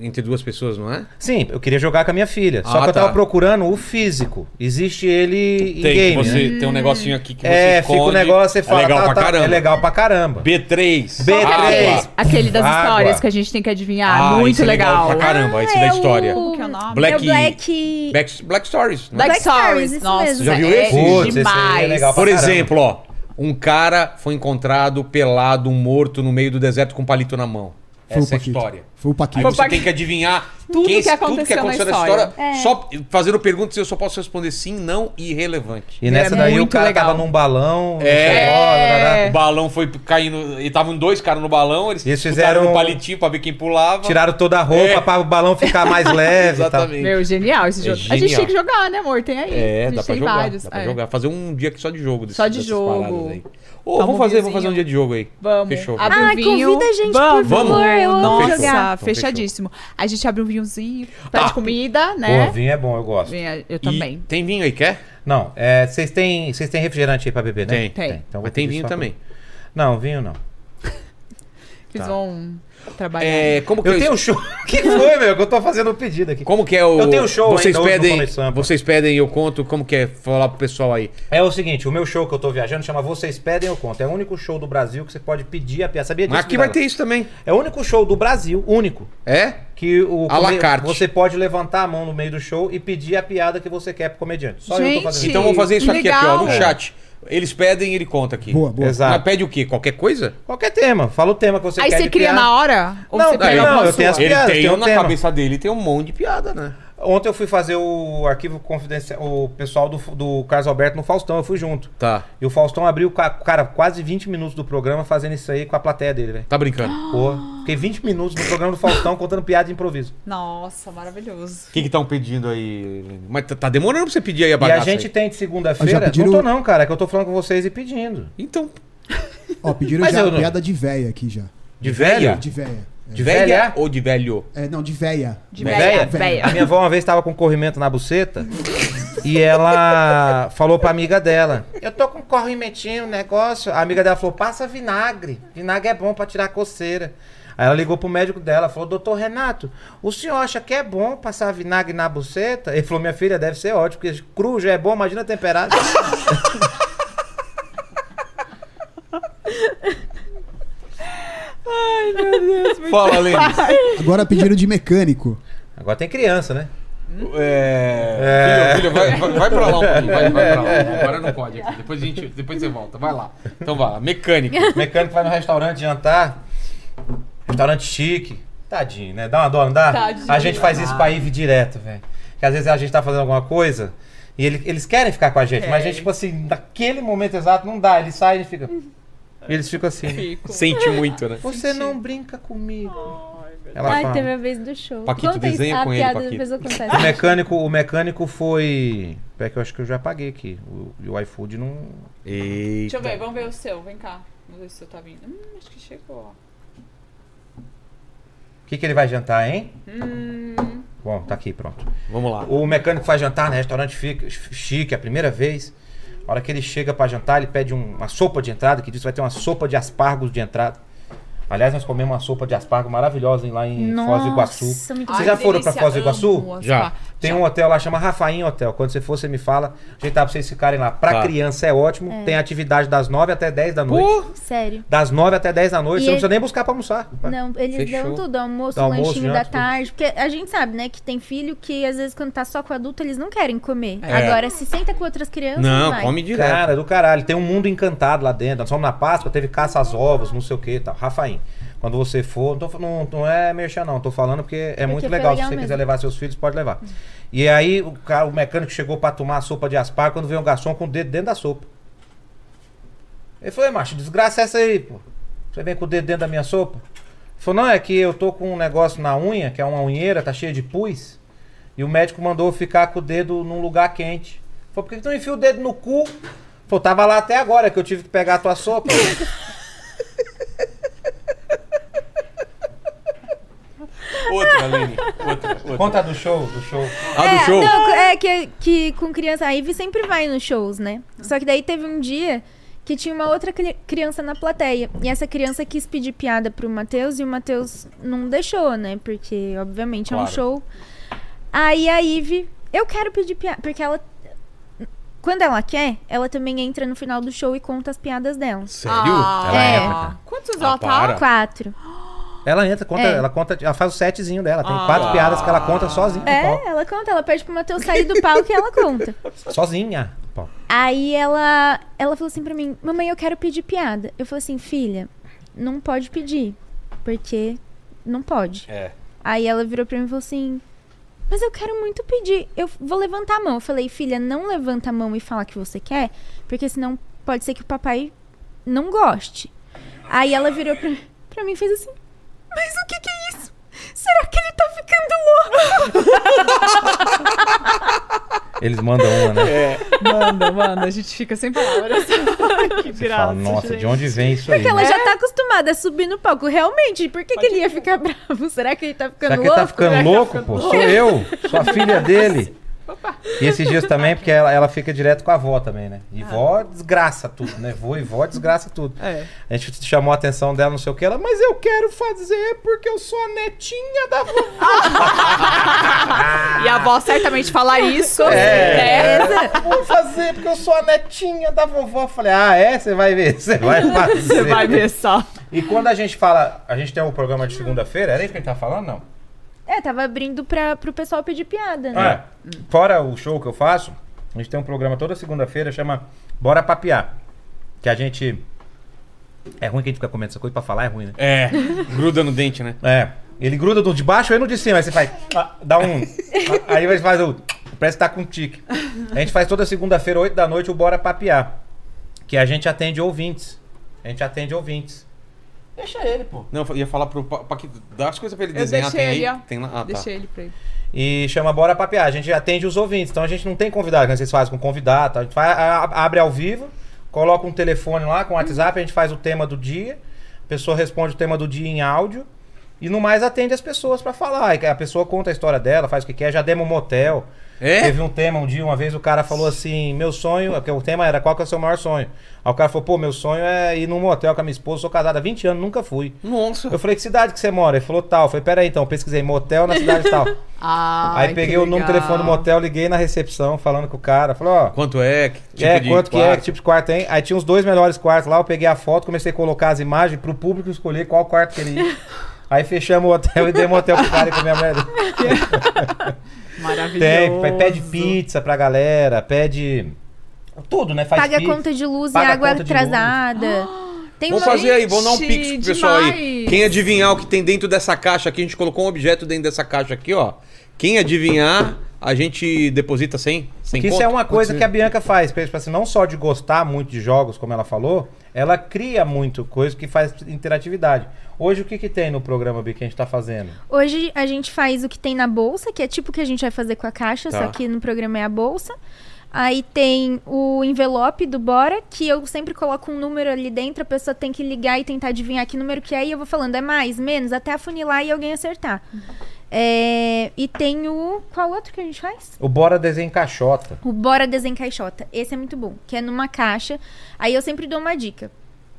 A: entre duas pessoas, não é?
B: Sim, eu queria jogar com a minha filha. Só
A: Ah,
B: que eu tava
A: tá.
B: procurando o físico. Existe ele
G: Tem,
B: em
G: que
B: game, né?
G: você, tem um negocinho aqui que você
B: É, fica o
G: esconde,
B: negócio, você fala,
G: é legal
B: tá,
G: pra
B: tá,
G: caramba.
B: é legal pra caramba.
G: B3.
B: B3.
G: água.
E: Aquele, aquele das
B: Água.
E: histórias que a gente tem que adivinhar.
G: Ah,
E: Muito
G: esse é
E: legal.
G: pra caramba, esse da
D: é
G: história.
D: o-
E: Como que é o nome?
D: É o
G: Black-
D: Black...
A: Black, Black Stories. né?
E: Black,
D: Black Stories,
E: Stories,
D: isso
E: nossa.
D: mesmo. Já
A: viu
E: é
A: esse?
B: Putz, esse aí é
E: demais.
B: legal pra
A: Por
B: caramba.
A: exemplo, ó, um cara foi encontrado pelado, morto no meio do deserto com um palito na mão.
C: Foi o
A: Essa é a
C: Paquito.
A: história.
C: Foi um o
A: Aí
C: Paquito.
A: você tem que adivinhar
E: Tudo
A: quem-
E: que aconteceu
A: tudo que
E: na
A: aconteceu nessa história,
E: história.
A: só fazendo perguntas eu só posso responder sim, não e irrelevante.
B: E nessa
E: É
B: daí o
E: muito
B: cara
E: legal.
B: tava num balão.
A: É.
B: chegou,
E: É.
A: O balão foi caindo. E estavam dois caras no balão, eles,
B: Eles
A: botaram
B: fizeram-
A: um palitinho pra ver quem pulava.
B: Tiraram toda a roupa
A: É.
B: pra o balão ficar mais leve e tal.
A: Exatamente.
E: Meu, genial esse
A: É
E: jogo. A gente
A: genial.
E: tem que jogar, né, amor? Tem aí. a
A: É,
E: gente
A: dá pra
E: tem
A: jogar.
E: vários.
A: Dá pra
E: é.
A: jogar. Fazer um dia aqui só de jogo.
E: Só de
A: dessas
E: jogo.
A: paradas aí. Ô,
E: Toma um
A: vamos fazer, vamos fazer
E: vinhozinho.
A: um dia de jogo aí.
E: Vamos.
A: Fechou.
E: Abre um
D: Ai,
E: vinho.
D: convida a gente,
E: Vamos.
D: por favor. Eu amo
E: Nossa,
D: jogar.
A: Então,
E: fechadíssimo. A gente abre um vinhozinho, pede comida, né?
B: Pô, vinho é bom, eu gosto.
E: Vinha- Eu
A: E
E: também.
A: tem vinho aí, quer?
B: Não, é, vocês têm, vocês têm refrigerante aí pra beber, né?
A: Tem.
E: Tem.
B: Então vou
A: Mas tem
B: pedir
A: vinho
B: só pra-
A: também.
B: Não, vinho não.
E: Fiz
B: Tá.
E: um trabalho.
A: É, como que
B: Eu
A: é
B: tenho
A: isso?
B: show. que foi, meu? Que eu tô fazendo um pedido aqui.
A: Como que é o.
B: Eu tenho um show
A: vocês
B: ainda hoje no
A: pedem,
B: Comedy Sampa.
A: Vocês pedem e eu conto. Como que é? Falar pro pessoal aí.
B: É o seguinte, o meu show que eu tô viajando chama Vocês Pedem Eu Conto. É o único show do Brasil que você pode pedir a piada. Sabia disso?
A: Mas Ah, aqui vai
B: Vilela?
A: ter isso também.
B: É o único show do Brasil, único,
A: É?
B: que o
A: À la
B: come-
A: carte.
B: você pode levantar a mão no meio do show e pedir a piada que você quer pro comediante. Só eu tô
E: Gente.
B: fazendo isso.
A: Então vamos fazer isso aqui, aqui, ó, no
E: Legal.
A: chat. Eles pedem e ele conta aqui.
C: Boa, boa.
B: Exato.
A: Mas pede o quê? Qualquer coisa?
B: Qualquer tema, fala o tema que você
E: Aí
B: quer.
E: você
B: de
E: cria
B: piada.
E: na hora? Ou
B: Não,
E: você
B: não,
E: pega
B: não,
E: uma
B: eu tenho as
E: sua?
A: Ele
B: piadas,
A: tem,
B: tem um
A: na
B: tema.
A: cabeça dele, tem um monte de piada, né?
B: Ontem eu fui fazer o arquivo confidencial, o pessoal do, do Carlos Alberto no Faustão, eu fui junto.
A: Tá.
B: E o Faustão abriu, ca- cara, quase 20 minutos do programa fazendo isso aí com a plateia dele, velho.
A: Tá brincando.
B: Porra, fiquei 20 minutos no programa do Faustão contando piada de improviso.
E: Nossa, maravilhoso.
A: O que estão pedindo aí? Mas tá, tá demorando pra você pedir aí a tá-
B: E a
A: bagaça.
B: gente
A: aí.
B: tem de
C: Ah, já
B: segunda-feira.
C: pediram-
B: Não tô, não, cara. É que eu tô falando com vocês e pedindo.
A: Então,
C: Ó, pediram
B: Mas
C: já
B: eu
C: a
B: não-
C: piada de véia aqui já.
B: De velha?
C: De véia. É.
A: de velha ou de velho?
C: É, não, de véia.
E: De
B: Véia?
E: véia,
B: A
E: véia.
B: minha avó uma vez tava com um corrimento na buceta e ela falou pra amiga dela: Eu tô com corrimentinho, um negócio. A amiga dela falou: Passa vinagre. Vinagre é bom pra tirar coceira. Aí ela ligou pro médico dela, falou: Doutor Renato, o senhor acha que é bom passar vinagre na buceta? Ele falou: Minha filha, deve ser ótimo, porque cru já é bom, imagina temperado.
A: Fala, Lênis.
C: Agora pediram de mecânico.
B: Agora tem criança, né?
A: É. Filho, filho, vai, vai, vai pra lá um pouquinho, vai, vai pra lá. Agora não pode aqui. Depois, a gente, depois você volta, vai lá. Então vai lá, mecânica.
B: Mecânico vai no restaurante jantar. Restaurante chique. Tadinho, né? Dá uma dó, não dá?
E: Tadinho.
B: A gente faz isso pra IV direto, velho. Porque às vezes a gente tá fazendo alguma coisa e ele- eles querem ficar com a gente, mas a
D: É.
B: gente, tipo assim, naquele momento exato, não dá. Ele sai e fica. Eles ficam assim.
E: Fico.
A: Sente muito, né?
B: Você não brinca comigo. Ela
D: Ai,
B: fala.
D: teve a vez do show.
A: Paquito,
D: Conta isso,
A: desenha
D: a
A: com ele,
D: piada,
A: Paquito.
D: depois eu conto
B: O
D: essa.
B: mecânico, o mecânico foi. Pera que eu acho que eu já paguei aqui. O, o iFood não.
A: Eita.
E: Deixa eu ver, vamos ver o seu. Vem cá. Vamos ver se o seu tá vindo. Hum, acho que chegou.
B: O que, que ele vai jantar, hein?
E: Hum.
B: Bom, tá aqui, pronto.
A: Vamos lá.
B: O mecânico faz jantar no restaurante fica chique a primeira vez. A hora que ele chega pra jantar, ele pede um- uma sopa de entrada, que diz que vai ter uma sopa de aspargos de entrada. Aliás, nós comemos uma sopa de aspargos maravilhosa lá em Foz do Iguaçu.
D: muito
B: Vocês
E: Ai,
B: já
E: que
B: foram pra
E: delícia,
B: Foz do Iguaçu?
E: amo as
A: Já.
E: pa-
B: Tem um hotel lá, chama Rafaim Hotel. Quando você for, você me fala. Ajeitar pra vocês ficarem lá. Pra
A: Tá.
B: criança é ótimo. Tem atividade das 9 até 10 da noite.
D: Sério.
B: Das 9 até 10 da noite.
D: E
B: você não
D: ele-
B: precisa nem buscar pra almoçar.
D: Não, eles dão
A: Ah, Fechou.
D: tudo, almoço,
B: Dá almoço,
D: lanchinho
A: tipo-
B: janta,
D: da
B: tudo.
D: tarde. Porque a gente sabe, né, que tem filho que às vezes quando tá só com adulto, eles não querem comer.
A: É.
D: Agora, se senta com outras crianças,
A: Não,
D: vai.
A: come direto.
B: Cara, do caralho. Tem um mundo encantado lá dentro. Nós fomos na Páscoa, teve caça às ovas, não sei o que e tal. Rafaim, quando você for, não, tô- não, não é merchan não, tô falando porque é muito
D: foi
B: legal.
D: legal
B: Se você
D: mesmo. Hum.
B: quiser levar seus filhos, pode levar. E aí o, cara, o mecânico chegou pra tomar a sopa de aspar, quando veio um garçom com o dedo dentro da sopa. Ele falou, "Ei, macho, desgraça é essa aí, pô. Você vem com o dedo dentro da minha sopa? Ele falou, não, é que eu tô com um negócio na unha, que é uma unheira, tá cheia de pus. E o médico mandou eu ficar com o dedo num lugar quente. Falou, por que que tu não enfia o dedo no cu? Falou, tava lá até agora, que eu tive que pegar a tua sopa.
A: Outra, Lênis. Outra, outra.
B: Conta do show, do show.
A: A do
D: é,
A: show.
D: não, é que, que com criança. A Ivy sempre vai nos shows, né? Só que daí teve um dia que tinha uma outra cri- criança na plateia. E essa criança quis pedir piada pro Matheus e o Matheus não deixou, né? Porque, obviamente, é um
A: Claro.
D: show. Aí a Ive, eu quero pedir piada. Porque ela. Quando ela quer, ela também entra no final do show e conta as piadas dela.
H: Sério?
E: Ah,
B: Ela
D: é.
B: entra, cara.
E: Quantos anos
A: Ah,
E: ela
A: para.
E: tá?
D: Quatro.
B: Ela entra, conta,
D: É.
B: ela conta, ela faz o setzinho dela. Tem
E: Ah.
B: quatro piadas que ela conta sozinha no palco.
D: É, ela conta, ela pede pro Matheus sair do palco e ela conta.
B: Sozinha. no palco.
D: Aí ela, ela falou assim pra mim: Mamãe, eu quero pedir piada. Eu falei assim: Filha, não pode pedir, porque não pode.
A: É.
D: Aí ela virou pra mim e falou assim: Mas eu quero muito pedir. Eu vou levantar a mão. Eu falei: Filha, não levanta a mão e fala que você quer, porque senão pode ser que o papai não goste. Aí ela virou pra, pra mim e fez assim: Mas o que, que é isso? Será que ele tá ficando louco?
B: Eles mandam uma, né?
E: Manda, manda, a gente fica sem palavras. que
B: Você fala,
E: graça,
B: nossa,
E: gente.
B: de onde vem isso aí?
D: Porque ela
B: né?
D: já tá acostumada a subir no palco. Realmente, por que, que ele ia ficar bravo? Será que ele tá ficando
B: Será que ele
D: louco?
B: tá ficando louco, pô? Sou eu, sou a filha dele. E esses dias também, porque ela, ela fica direto com a avó também, né?
D: Ah.
B: E vó desgraça tudo, né? Vô e vó desgraça tudo.
E: É.
B: A gente chamou a atenção dela, não sei o que, ela, mas eu quero fazer porque eu sou a netinha da vó.
E: E a avó certamente fala isso. né?
B: Vou É. fazer porque eu sou a netinha da vovó. Eu Falei, ah, é? Você vai ver, você vai fazer.
E: Você vai ver só.
B: E quando a gente fala, a gente tem o programa de segunda-feira, era isso que a gente tá falando? Não.
D: É, tava abrindo pra, pro pessoal pedir piada, né?
B: É. Fora o show que eu faço, a gente tem um programa toda segunda-feira, chama Bora Papear. Que a gente. É ruim que a gente fica comendo essa coisa pra falar, é ruim, né?
A: É, gruda no dente, né?
B: É. Ele gruda do de baixo e no de cima. Aí você faz. ah, Dá um. ah, Aí você faz o. Parece que tá com tique. A gente faz toda segunda-feira, 8 da noite, o Bora Papear. Que a gente atende ouvintes. A gente atende ouvintes. Deixa ele, pô.
H: Não, eu ia falar pro Pa- Paquito. Dá as coisas pra ele
E: Eu
H: desenhar.
E: deixei
H: Tem aí.
E: ele, ó.
H: Tem lá. Ah, tá.
E: Deixa ele pra ele.
B: E chama Bora Papear. A gente atende os ouvintes. Então a gente não tem convidado, né? Vocês fazem com convidado. tá? A gente faz- a- a- abre ao vivo, coloca um telefone lá com o WhatsApp, a gente faz o tema do dia. A pessoa responde o tema do dia em áudio. E no mais atende as pessoas pra falar. E A pessoa conta a história dela, faz o que quer, já demo um motel.
H: É?
B: Teve um tema um dia, uma vez o cara falou assim: Meu sonho, porque o tema era qual que é o seu maior sonho? Aí o cara falou: Pô, meu sonho é ir num motel com a minha esposa, sou casada há 20 anos, nunca fui.
H: Nossa.
B: Eu falei: Que cidade que você mora? Ele falou: Tal. Eu falei: Pera aí então, pesquisei motel na cidade tal.
E: Ah,
B: Aí peguei o número do telefone do motel, liguei na recepção falando com o cara. Falei, ó,
H: Quanto é? Que tipo
B: é,
H: de
B: quanto que é, que
H: quarto?
B: tipo de quarto tem? Aí tinha os dois melhores quartos lá, eu peguei a foto, comecei a colocar as imagens pro público escolher qual quarto que ele ia. Aí fechamos o hotel e demos o hotel pro cara e com a minha mulher. dele.
E: Maravilhoso.
B: Tem, vai- pede pizza pra galera, pede tudo, né? Faz
D: Paga
B: pizza.
D: conta de luz
B: paga
D: e água
B: conta de luz.
D: atrasada. Tem
H: Vamos
D: uma-
H: fazer aí, vamos dar um
E: Gente,
H: pix pro pessoal aí.
E: demais.
H: Quem adivinhar o que tem dentro dessa caixa aqui, a gente colocou um objeto dentro dessa caixa aqui, ó. Quem adivinhar, a gente deposita 100? 100
B: Que isso
H: conto?
B: é uma coisa que a Bianca faz, tipo assim, não só de gostar muito de jogos, como ela falou, ela cria muito coisa que faz interatividade. Hoje o que que tem no programa Bi que a gente tá fazendo?
D: Hoje a gente faz o que tem na bolsa, que é tipo o que a gente vai fazer com a caixa,
H: Tá.
D: só que no programa é a bolsa. Aí tem o envelope do Bora, que eu sempre coloco um número ali dentro, a pessoa tem que ligar e tentar adivinhar que número que é, e eu vou falando, é mais, menos, até afunilar e alguém acertar. É, e tem o. Qual outro que a gente faz?
B: O Bora Desencaixota.
D: O Bora Desencaixota. Esse é muito bom, que é numa caixa. Aí eu sempre dou uma dica.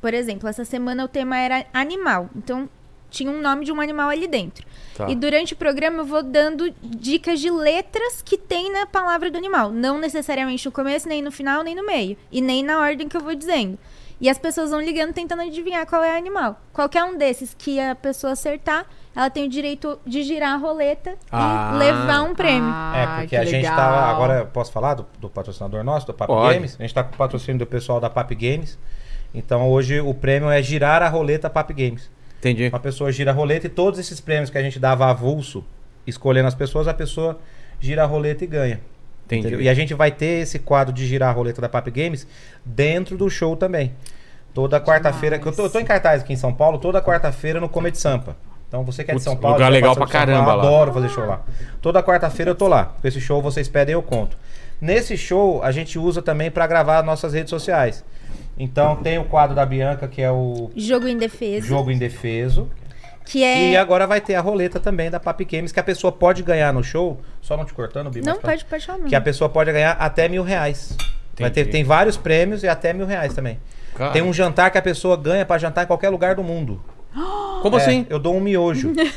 D: Por exemplo, essa semana o tema era animal. Então tinha um nome de um animal ali dentro. E durante o programa eu vou dando dicas de letras que tem na palavra do animal. Não necessariamente no começo, nem no final, nem no meio. E nem na ordem que eu vou dizendo. E as pessoas vão ligando tentando adivinhar qual é o animal. Qualquer um desses que a pessoa acertar, ela tem o direito de girar a roleta
H: Ah.
D: e levar um prêmio.
E: Ah.
B: É, porque a gente tá. Agora eu posso falar do, do patrocinador nosso, do Pap
H: Pode.
B: Games? A gente tá com o patrocínio do pessoal da Pap Games. Então hoje o prêmio é girar a roleta Pap Games.
H: Entendi.
B: Uma pessoa gira a roleta e todos esses prêmios que a gente dava avulso, escolhendo as pessoas, a pessoa gira a roleta e ganha.
H: Entendi.
B: Entendeu? E a gente vai ter esse quadro de girar a roleta da Pap Games dentro do show também. Toda quarta-feira. que Eu tô, eu tô em cartaz aqui em São Paulo, toda quarta-feira no Comedy Sampa. Então você que é de
A: Putz,
B: São Paulo.
A: lugar
B: você
A: legal
B: gosta de
A: pra
B: São Paulo,
A: caramba
B: eu
A: lá.
B: Adoro fazer show lá. Toda quarta-feira eu tô lá. Com esse show vocês pedem eu conto. Nesse show a gente usa também pra gravar nossas redes sociais. Então tem o quadro da Bianca que é o
D: Jogo indefeso.
B: jogo indefeso.
D: Que é.
B: E agora vai ter a roleta também da Pap Games que a pessoa pode ganhar no show. Só não te cortando, Bianca.
D: Não, pode, pode falar.
B: Que a pessoa pode ganhar até mil reais. Vai ter,
I: Entendi.
B: tem vários prêmios e até mil reais também.
A: Cara.
B: Tem um jantar que a pessoa ganha pra jantar em qualquer lugar do mundo.
A: Como
B: É,
A: assim?
B: Eu dou um miojo.
E: Gente,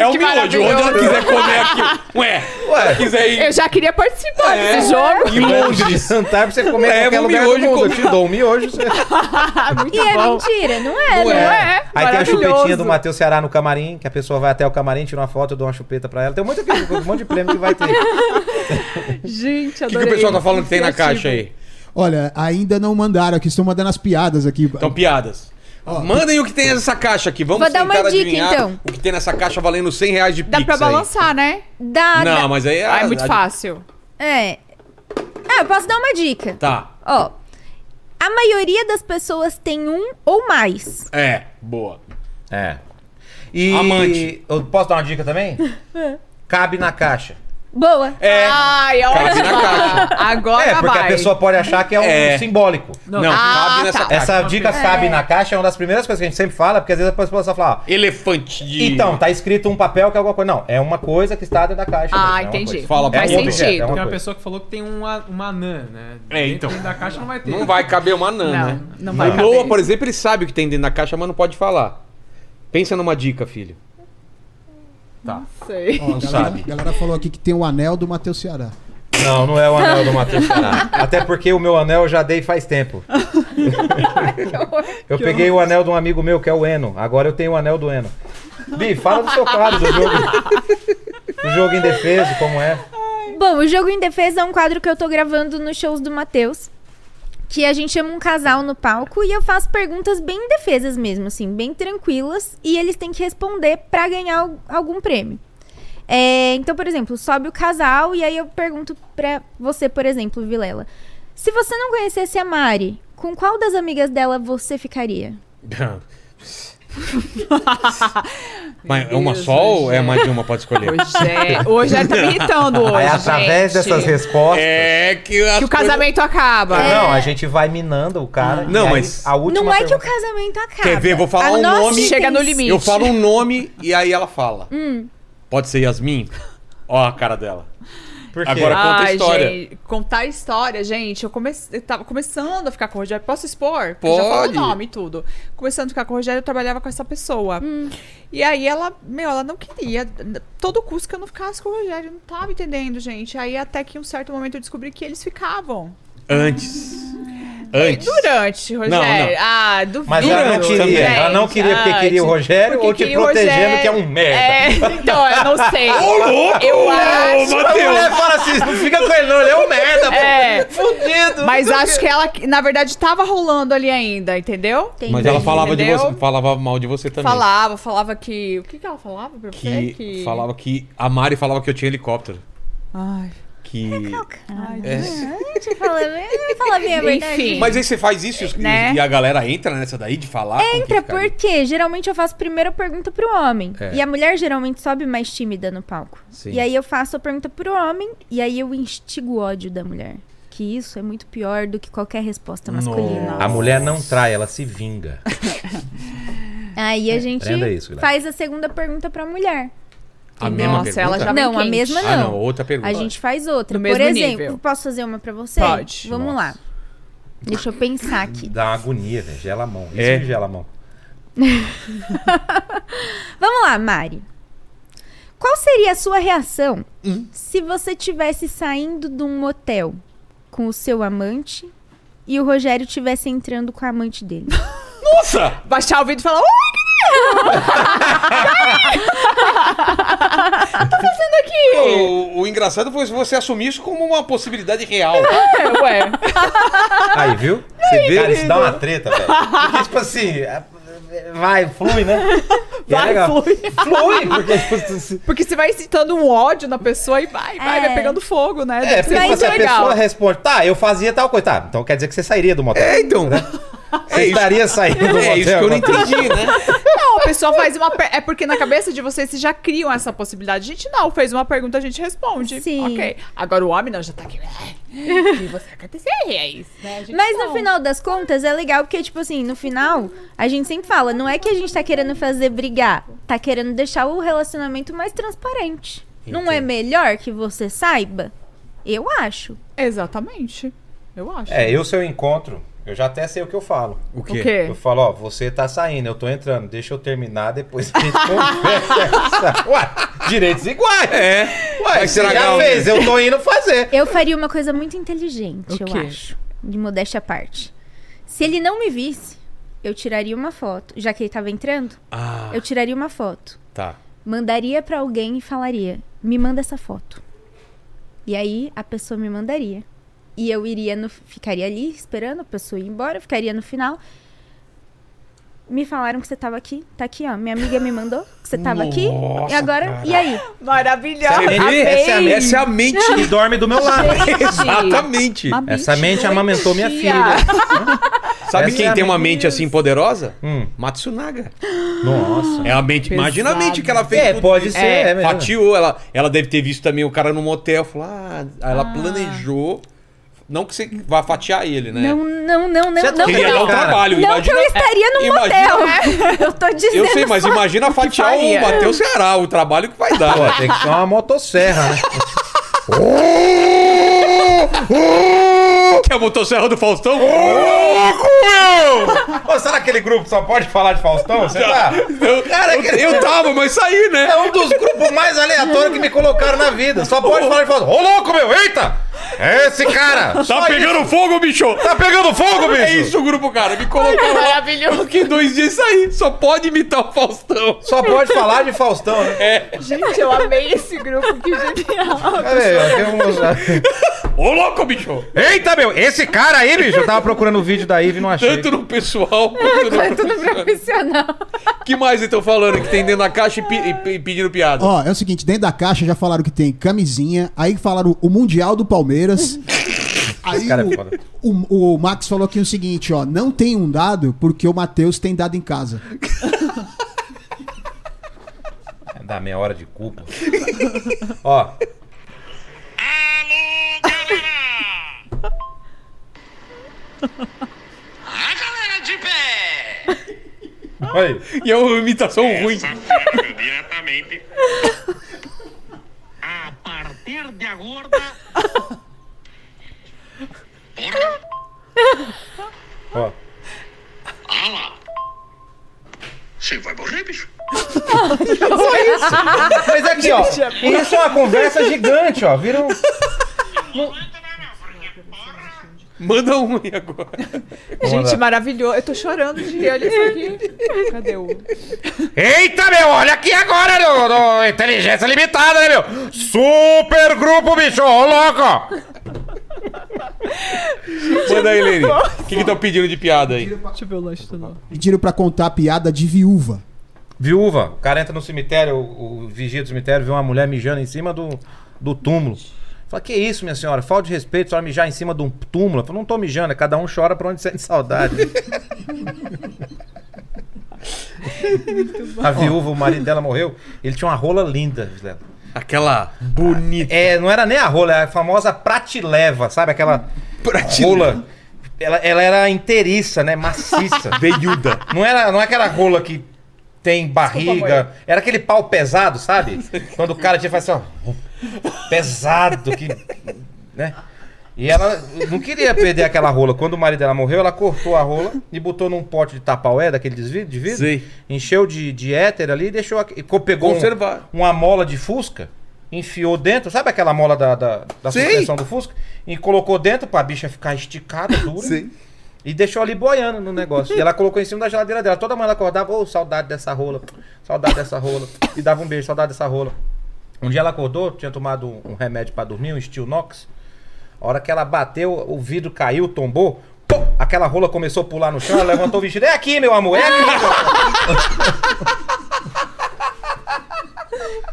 A: É o miojo, onde
E: que maravilhoso.
A: ela quiser comer aqui. Ué,
B: Ué,
A: quiser ir
E: Eu já queria participar
A: É.
E: desse jogo.
A: em Londres.
B: jantar pra você comer
A: Leva
B: em qualquer
A: um
B: lugar do
A: miojo
B: mundo.
A: com-
B: Eu te dou um miojo. Você...
E: Ah, Muito
D: E é
E: bom.
D: mentira, não é,
A: Tá Não
D: não
A: é.
D: é?
E: É,
B: Aí tem a
E: maravilhoso.
B: chupetinha do Matheus Ceará no camarim, que a pessoa vai até o camarim, tira uma foto, eu dou uma chupeta pra ela. Tem um monte de, um monte de prêmio que vai ter.
E: Gente,
A: O que,
E: adorei.
A: que o pessoal tá falando que tem na caixa aí?
C: Olha, ainda não mandaram aqui, estão mandando as piadas aqui.
A: Então, piadas. Mandem o que tem nessa caixa aqui. Vamos
D: Vou dar
A: tentar
D: uma dica,
A: adivinhar
D: então.
A: o que tem nessa caixa valendo 100 reais de pizza.
E: Dá pra balançar, né?
D: Dá,
A: Aí. Não,
D: dá-
A: mas aí é...
E: Ah, é muito
A: a-
E: fácil.
D: É. Ah, eu posso dar uma dica.
A: Tá.
D: Ó, a maioria das pessoas tem um ou mais.
A: É, boa.
B: É. E
A: Amante.
B: eu posso dar uma dica também?
E: É.
B: Cabe na caixa.
D: Boa.
A: É.
E: Ai,
A: Cabe na caixa.
E: Agora
B: é, porque
E: vai.
B: a pessoa pode achar que é um
A: É.
B: simbólico.
A: Não,
E: Ah,
A: cabe nessa
E: tá.
A: caixa.
B: Essa dica cabe na caixa é uma das primeiras coisas que a gente sempre fala, porque às vezes a pessoa só fala, ó,
A: Elefante de...
B: então, tá escrito um papel que é alguma coisa. Não, é uma coisa que está dentro da caixa.
E: Ah,
B: mesmo, é uma
E: entendi.
B: coisa.
A: Fala pra
E: Faz
A: mim.
E: sentido.
B: É uma
F: Tem uma
B: coisa.
F: pessoa que falou que tem uma, uma anã, né?
A: É, então.
F: Dentro da caixa não vai ter.
A: Não vai caber uma anã,
E: Não,
A: né?
E: não vai
A: o Noah,
E: caber.
A: por exemplo, ele sabe o que tem dentro da caixa, mas não pode falar. Pensa numa dica, filho.
E: Sei.
C: Ó, a galera,
A: sabe.
C: galera falou aqui que tem o anel do Matheus Ceará.
B: Não, não é o anel do Matheus Ceará. Até porque o meu anel eu já dei faz tempo. eu peguei o anel de um amigo meu, que é o Eno. Agora eu tenho o anel do Eno. Bi, fala do seu quadro, do jogo. do jogo indefeso, como é.
D: Bom, o jogo em defesa é um quadro que eu tô gravando nos shows do Matheus. Que a gente chama um casal no palco e eu faço perguntas bem defesas mesmo, assim, bem tranquilas. E eles têm que responder pra ganhar al- algum prêmio. É, então, por exemplo, sobe o casal e aí eu pergunto pra você, por exemplo, Vilela. Se você não conhecesse a Mari, com qual das amigas dela você ficaria?
A: mas é uma
E: Deus,
A: só ou é
E: Rogério.
A: mais de uma pode escolher?
E: Hoje é. Hoje é tá me irritando hoje.
B: Aí, através
E: gente.
B: dessas respostas.
A: É que,
E: Que o casamento acaba.
A: É.
B: Não, a gente vai minando o cara.
A: Não,
B: e aí
A: mas-
B: A última
D: É. não é que o
B: pergunta-
D: casamento acaba.
A: Quer ver? Vou falar
D: A
A: um
D: nossa
A: nome.
E: Chega no
D: intenção-
E: limite.
A: Eu falo um nome e aí ela fala. Pode ser Yasmin? Ó a cara dela.
B: Por quê?
A: Agora- conta a história.
E: Gente, contar a história, gente. Eu, comecei, eu tava começando a ficar com o Rogério. Posso expor? Porque Já falou o
A: Pode.
E: nome e tudo. Começando a ficar com o Rogério, eu trabalhava com essa pessoa. E aí ela, meu, ela não queria. n- Todo custo que eu não ficasse com o Rogério. Eu não tava entendendo, gente. Aí até que em um certo momento eu descobri que eles ficavam.
A: Antes. Antes.
E: Durante, Rogério.
A: não.
E: Ah, duvido.
B: Mas ela não queria.
A: Também.
B: Ela não queria porque
E: Ai,
B: queria o Rogério
E: tipo, porque
B: ou te
E: queria o
B: protegendo,
E: Rogério.
B: que é um merda.
E: É, então, eu não sei. Eu acho.
B: A mulher fala assim, não fica com ele não, ele é um merda, pô.
E: É.
B: Fudido.
E: Mas acho que ela, na verdade, tava rolando ali ainda, entendeu?
D: Entendi.
A: Mas ela falava
E: Entendeu?
A: de você, falava mal de você também.
E: Falava, é falava que. O que, que ela falava pra você?
A: Que, falava que a Mari falava que eu tinha helicóptero.
E: Ai.
A: Que
E: Ai,
B: É.
D: Deixa eu falar, eu vou falar bem a verdade.
E: Enfim.
A: Mas aí você faz isso e os-
E: Né?
A: e a galera entra nessa daí de falar? com quem
D: Entra,
A: fica ali?
D: porque geralmente eu faço primeiro a pergunta pro homem.
A: É.
D: E a mulher geralmente sobe mais tímida no palco.
A: Sim.
D: E aí eu faço a pergunta pro homem, e aí eu instigo o ódio da mulher. Que isso é muito pior do que qualquer resposta masculina.
B: A mulher não trai, ela se vinga.
D: Aí a gente
B: É, aprenda isso, Guilherme.
D: faz a segunda pergunta pra mulher.
A: A mesma
E: Nossa, ela
A: pergunta?
E: já-
D: não, a
E: quente.
D: mesma não.
A: Ah, não, outra pergunta.
D: A gente faz outra.
E: Do
D: Por
E: mesmo
D: exemplo,
E: nível.
D: posso fazer uma pra você?
E: Pode.
D: Vamos lá. Deixa eu pensar aqui.
B: Dá uma agonia, velho. Gela a mão. Isso
A: É.
B: que gela a mão.
D: Vamos lá, Mari. Qual seria a sua reação se você tivesse saindo de um motel com o seu amante e o Rogério tivesse entrando com a amante dele?
A: Nossa!
E: Baixar o vídeo e falar. Ui,
A: O, o engraçado foi você assumir isso como uma possibilidade real.
E: que- Ué.
B: Aí, viu? Você vê, cara, isso dá uma treta, velho. Porque, tipo assim, é- vai, flui, né? E é
E: Vai,
B: legal.
E: flui.
B: Flui, porque, tipo assim...
E: Porque você vai incitando um ódio na pessoa e vai, vai,
D: É.
E: vai pegando fogo, né?
B: É,
E: Deve ser
B: porque
E: muito
B: se a
E: legal.
B: pessoa responde, tá, eu fazia tal coisa. Tá, então quer dizer que você sairia do motel. né?
A: É, então.
B: você
A: isso.
B: estaria saindo do motel.
A: É isso que eu não entendi, né?
E: Não, a pessoa faz uma. per- É porque na cabeça de vocês, vocês já criam essa possibilidade. A gente não, fez uma pergunta, a gente responde.
D: Sim.
E: Ok. Agora o homem não, já tá aqui. O que você aconteceria? É isso, né? A gente
D: Mas no
E: não.
D: final das contas é legal porque, tipo assim, no final a gente sempre fala, não é que a gente tá querendo fazer brigar, tá querendo deixar o relacionamento mais transparente. Não é melhor que você saiba? Eu acho.
E: Exatamente. Eu acho.
B: É, eu se eu encontro, eu já até sei o que eu falo.
A: O
E: O
A: quê?
E: quê?
B: Eu falo, ó, você tá saindo, eu tô entrando, deixa eu terminar, depois a gente conversa. Ué, direitos iguais.
A: É. Ué,
B: Mas você já fez, eu tô indo fazer.
D: Eu faria uma coisa muito inteligente,
E: O
D: eu
E: quê?
D: acho. De modéstia à parte. Se ele não me visse, eu tiraria uma foto. Já que ele tava entrando,
A: Ah,
D: eu tiraria uma foto.
A: tá.
D: Mandaria pra alguém e falaria: me manda essa foto. E aí a pessoa me mandaria. E eu iria no. Ficaria ali esperando a pessoa ir embora, ficaria no final. Me falaram que você tava aqui. Tá aqui, ó. Minha amiga me mandou que você tava aqui. E
A: Nossa,
D: agora,
A: cara.
D: e aí?
E: Maravilhosa.
A: Você vê? Essa, é a, essa é a mente.
B: E dorme do meu lado.
A: Exatamente.
E: Uma
B: Essa mente
E: doentia.
B: amamentou minha filha.
A: Sabe
B: Essa
A: quem
B: é a
A: tem uma
E: mente-
A: mente assim poderosa?
B: Hum.
A: Matsunaga.
B: Nossa.
A: É a mente. Imagina a
E: Pesado.
A: mente que ela fez.
B: É,
A: tudo
B: pode
A: isso.
B: ser, é, mesmo.
A: Fatiou, ela, ela deve ter visto também o cara no motel. Falou, ah, aí ela planejou. Não que você vá fatiar ele, né?
D: Não, não, não, não,
B: Você
D: não.
A: Queria dar
D: não.
A: um trabalho.
D: Não que eu estaria num
A: imagina- É.
D: motel. Eu tô dizendo.
A: Eu sei, mas imagina fatiar o
E: faria.
A: Matheus Ceará, o trabalho que vai dar.
B: Pô, tem que ser uma motosserra, né?
A: Que é a motosserra do Faustão?
B: Ô, será que aquele grupo só pode falar de Faustão? Você tá?
A: Eu,
B: Cara,
A: eu,
B: que-
A: eu tava, mas saí, né?
B: É um dos grupos mais aleatórios que me colocaram na vida. Só pode falar de Faustão. Ô, louco, meu! Eita! É esse cara!
A: Tá pegando fogo, bicho!
B: Tá pegando fogo, bicho!
A: É isso o grupo, cara. Me colocou lá. Eu
E: Maravilhoso.
A: fiquei dois dias sair. Só pode imitar o Faustão.
B: Só pode falar de Faustão, né?
E: Gente, eu amei esse grupo, que genial.
B: Cadê? Eu tenho um-
A: Ô, louco, bicho!
B: Eita, meu! Esse cara aí, bicho! Eu tava procurando o vídeo da Ive e não achei.
A: Tanto no pessoal quanto no
D: Quanto no
A: profissional.
D: profissional.
A: que mais eles estão falando que tem dentro da caixa e, pe- e pe- pedindo piada?
C: Ó, é o seguinte, dentro da caixa já falaram que tem camisinha, aí falaram o Mundial do Palmeiras. Aí
B: cara é foda.
C: o, o, o Max falou aqui o seguinte, ó, não tem um dado porque o Matheus tem dado em casa.
B: Dá meia hora de culpa. Ó,
J: Alô, galera! A galera de pé!
B: olha aí.
A: E é uma imitação ruim.
J: Essa fera diretamente. A partir de agora. Porra!
B: Ó.
J: Ala! Você vai morrer, bicho?
B: Mas aqui, ó. Isso é uma conversa gigante, ó. Vira um.
J: Não entra não, porque porra!
A: Manda um aí agora.
E: Gente,
B: Vamos lá.
E: maravilhoso. Eu tô chorando de rir, olha isso aqui. Cadê o...
B: Eita, meu, olha aqui agora, meu, do Inteligência Limitada, né, meu? Super grupo, bicho, ô louco!
A: Manda aí, Lene. O que estão pedindo de piada aí?
E: Deixa eu ver o lanche do novo.
C: Pediram pra contar a piada de viúva.
B: Viúva, o cara entra no cemitério, o, o vigia do cemitério vê uma mulher mijando em cima do, do túmulo. Fala, que isso, minha senhora? Falta de respeito, a senhora mijar em cima de um túmulo. Eu falo, não tô mijando, é cada um chora pra onde sente saudade. a viúva, o marido dela morreu, ele tinha uma rola linda, Vilela.
A: Aquela bonita.
B: É, não era nem a rola, era a famosa pratileva, sabe? Aquela rola. Ela, ela era inteiriça, né? Maciça.
A: Veiuda.
B: não, era, não é aquela rola que tem barriga. era aquele pau pesado, sabe? Quando o cara tinha que fazer assim, ó. Pesado, que. Né? E ela não queria perder aquela rola. Quando o marido dela morreu, ela cortou a rola e botou num pote de tapaué, daquele desvio de vidro.
A: Sei.
B: Encheu de, de éter ali e deixou. aqui- e co- Pegou um-
A: Conservar.
B: uma mola de fusca, enfiou dentro, sabe aquela mola da, da, da
A: Sei.
B: suspensão do fusca? E colocou dentro pra bicha ficar esticada, dura.
A: Sei.
B: E deixou ali boiando no negócio. E ela colocou em cima da geladeira dela. Toda manhã ela acordava, ô, saudade dessa rola, saudade dessa rola. E dava um beijo, saudade dessa rola. Um dia ela acordou, tinha tomado um, um remédio pra dormir, um Steel Nox. A hora que ela bateu, o vidro caiu, tombou. pô, aquela rola começou a pular no chão, ela levantou o vestido. É aqui, meu amor, é aqui. meu amor."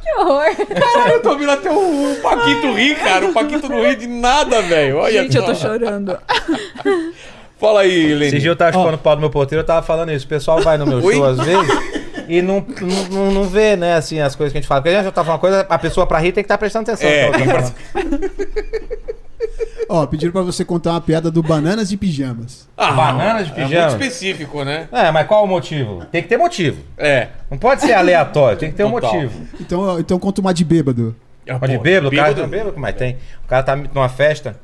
D: Que horror.
A: Caralho, eu tô ouvindo até o, o Paquito rir, cara. O Paquito não ri de nada, velho. Olha
E: Gente, eu tô
A: só.
E: chorando.
A: Fala aí,
B: Esse dia
A: Lene.
B: eu tava chupando o pau do meu porteiro, eu tava falando isso. O pessoal vai no meu
A: Oi?
B: show às vezes e não, não, não- não vê, né, assim, as coisas que a gente fala. Porque a gente tá falando uma coisa, a pessoa pra rir tem que estar prestando atenção.
A: É,
B: no que ela tá falando.
C: Ó, pediram pra você contar uma piada do bananas de pijamas.
A: Ah,
B: Banana de
A: É
B: pijama.
A: muito específico, né?
B: É, mas qual o motivo? Tem que ter motivo.
A: É.
B: Não pode ser aleatório, tem que ter um
A: Total.
B: motivo.
C: Então, ó, então conta uma de bêbado.
A: Ah,
B: Pode
A: pô,
B: bêbado, o cara
A: bêbado.
B: tá bêbado, mas tem. O cara tá numa festa,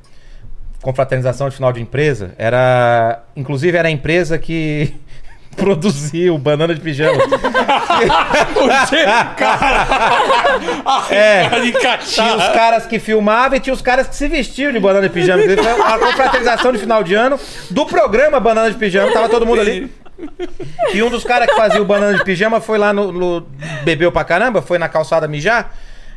B: confraternização de final de empresa, era. Inclusive era a empresa que produziu banana de pijama. é.
A: Cara de
B: Tinha
A: caixinha.
B: os caras que filmavam e tinha os caras que se vestiam de banana de pijama. Inclusive, Foi uma confraternização de final de ano do programa Banana de Pijama, tava todo mundo ali. E um dos caras que fazia o banana de pijama foi lá no, no- Bebeu pra caramba, foi na calçada mijar,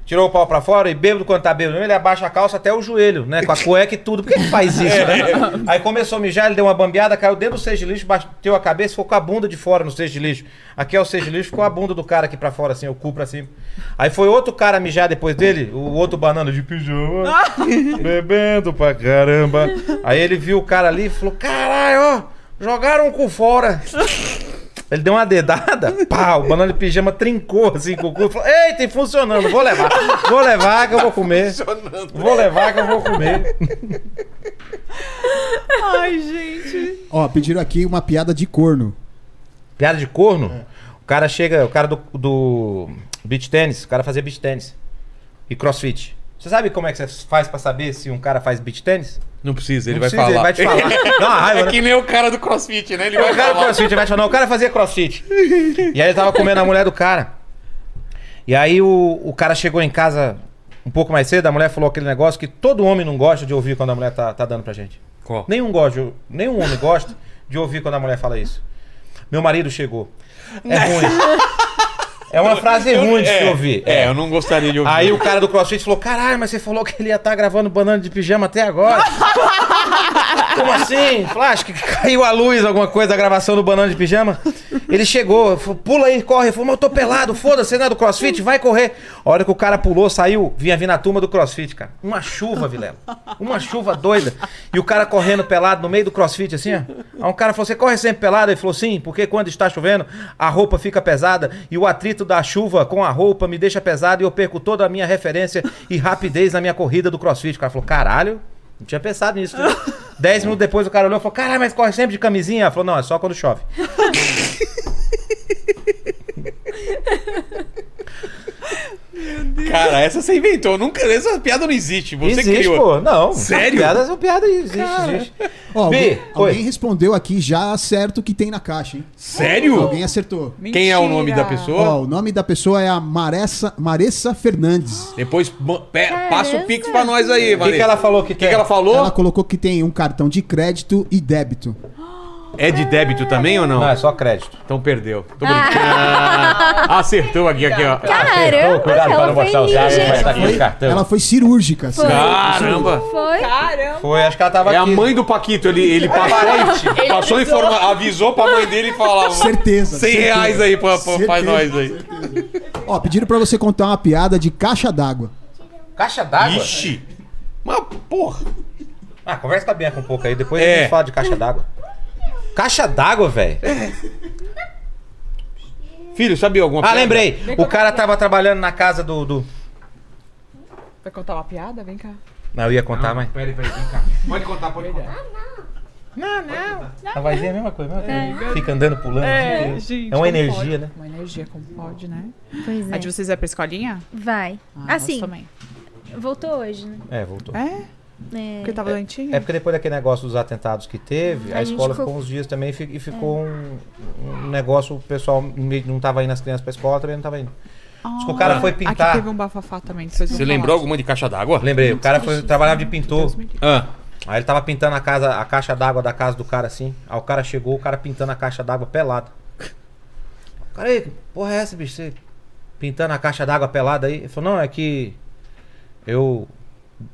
B: tirou o pau pra fora e bêbado quando tá bêbado, ele abaixa a calça até o joelho, né? Com a cueca e tudo. Por que ele faz isso, né? Aí começou a mijar, ele deu uma bambeada, caiu dentro do cesto de lixo, bateu a cabeça, ficou com a bunda de fora no cesto de lixo. Aqui é o cesto de lixo, ficou a bunda do cara aqui pra fora, assim, o cu pra cima. Aí foi outro cara mijar depois dele, o outro banana de pijama, bebendo pra caramba. Aí ele viu o cara ali e falou: caralho, ó, jogaram o cu fora. Ele deu uma dedada, pá, o banana de pijama trincou assim com o cu. Falou, Eita, e funcionando, vou levar. Vou levar que eu vou comer. Vou levar que eu vou comer.
E: Ai, gente.
C: Ó, pediram aqui uma piada de corno.
B: Piada de corno? O cara chega, o cara do, do beach tênis, o cara fazia beach tênis e crossfit. Você sabe como é que você faz pra saber se um cara faz beach tênis?
H: Não precisa, ele
B: Não
H: vai
B: precisa,
H: falar.
B: Ele vai te falar. Dá uma raiva,
A: É
B: né?
A: que nem o cara do crossfit, né? Ele
B: O
A: vai
B: cara
A: falar.
B: crossfit, ele vai te falar, não, o cara fazia crossfit. E aí ele tava comendo a mulher do cara. E aí o, o cara chegou em casa um pouco mais cedo, a mulher falou aquele negócio que todo homem não gosta de ouvir quando a mulher tá, tá dando pra gente.
H: Qual?
B: Nenhum, gosta, nenhum homem gosta de ouvir quando a mulher fala isso. Meu marido chegou. É ruim. É uma frase ruim de se ouvir.
A: É, eu não gostaria de ouvir.
B: Aí o cara do CrossFit falou: Caralho, mas você falou que ele ia estar gravando banana de pijama até agora. Como assim? Falou, "Ah, acho que caiu a luz, alguma coisa da gravação do banana de pijama. Ele chegou, falou, pula aí, corre. Ele Falou, mas eu tô pelado, foda-se, você não é do CrossFit, vai correr. A hora que o cara pulou, saiu, vinha vindo a turma do CrossFit, cara. Uma chuva, Vilela. Uma chuva doida. E o cara correndo pelado no meio do CrossFit, assim, ó. Aí um cara falou, você corre sempre pelado? Ele falou, sim, porque quando está chovendo, a roupa fica pesada e o atrito da chuva com a roupa me deixa pesado e eu perco toda a minha referência e rapidez na minha corrida do CrossFit. O cara falou, caralho. Não tinha pensado nisso. né? Dez minutos depois o cara olhou e falou: Caralho, mas corre sempre de camisinha? Ela falou: Não, é só quando chove.
A: Cara, essa você inventou. Nunca... Essa piada não existe. Você
B: existe,
A: criou.
B: pô. Não.
A: Sério?
B: Piada, essa piada existe, existe.
C: Ó,
B: Bi,
C: alguém,
B: oi.
C: alguém respondeu aqui já certo o que tem na caixa, hein?
A: Sério?
C: Alguém acertou.
A: Quem é o nome da
E: Mentira.
A: pessoa?
C: Ó, o nome da pessoa é a Maressa, Maressa Fernandes.
H: Depois mo- pe- passa o Pix
D: Caramba.
H: pra nós aí,
B: O é que,
H: Vanessa.
B: que ela falou que
H: O que que ela falou?
C: Ela colocou que tem um cartão de crédito e débito.
H: É de débito também ou não?
B: Não, é só crédito.
H: Então perdeu. Tô
A: Ah,
H: brincando. Acertou aqui, aqui, ó.
D: Caramba,
B: Ô, cuidado pra
D: ela
B: não
D: foi
B: mostrar os dados, vai
D: inteligente.
B: tá- estar aqui no cartão.
C: Ela foi cirúrgica. assim.
H: Caramba!
D: Foi?
E: Tá. Caramba.
B: Foi, acho que ela tava
H: É a
B: aqui.
H: mãe do Paquito, ele, ele passou, passou informa, avisou pra mãe dele e falou:
C: Certeza.
H: 100
C: certeza.
H: reais aí pra, pra, pra
C: Certeza.
H: nós aí.
C: Ó, pediram pra você contar uma piada de caixa d'água.
B: Caixa d'água?
H: Ixi! Mas, porra!
B: Ah, conversa com a Bianca um pouco aí, depois
H: É.
B: a gente fala de caixa d'água. Caixa d'água, velho.
H: Filho, sabia alguma
B: Ah,
H: piada?
B: lembrei. O cara tava trabalhando na casa do. do...
E: Vai contar uma piada? Vem cá.
B: Não, eu ia contar, mas.
K: Peraí, peraí, vem cá. Pode contar, pode contar.
B: Não, não. A vozinha é a mesma coisa, né? Fica andando, pulando. assim,
E: gente.
B: É uma
E: como
B: energia,
E: pode.
B: né?
E: Uma energia, como pode, né?
D: Pois
E: A de
D: é.
E: vocês vai pra escolinha?
D: Vai.
E: Ah, nós
D: Assim,
E: também.
D: voltou hoje, né?
B: É, voltou.
E: É?
D: É.
E: Porque tava doentinho?
B: É porque depois daquele negócio dos atentados que teve, a,
D: A gente
B: escola
D: ficou-
B: ficou uns dias também e fi- e ficou um, um negócio, o pessoal meio- não tava indo as crianças pra escola, também não tava indo. Diz que o cara foi pintar.
E: Aqui teve um bafafá também. Vocês vão
A: Você
E: falar.
A: lembrou alguma de caixa d'água?
B: Lembrei, o cara foi, trabalhava de pintor.
E: Deus me livre.
A: Ah,
B: Aí ele tava pintando a casa, a caixa d'água da casa do cara assim. Aí o cara chegou, o cara pintando a caixa d'água pelado. O cara, aí, que porra é essa, bicho? Você pintando a caixa d'água pelada aí? Ele falou, não, é que eu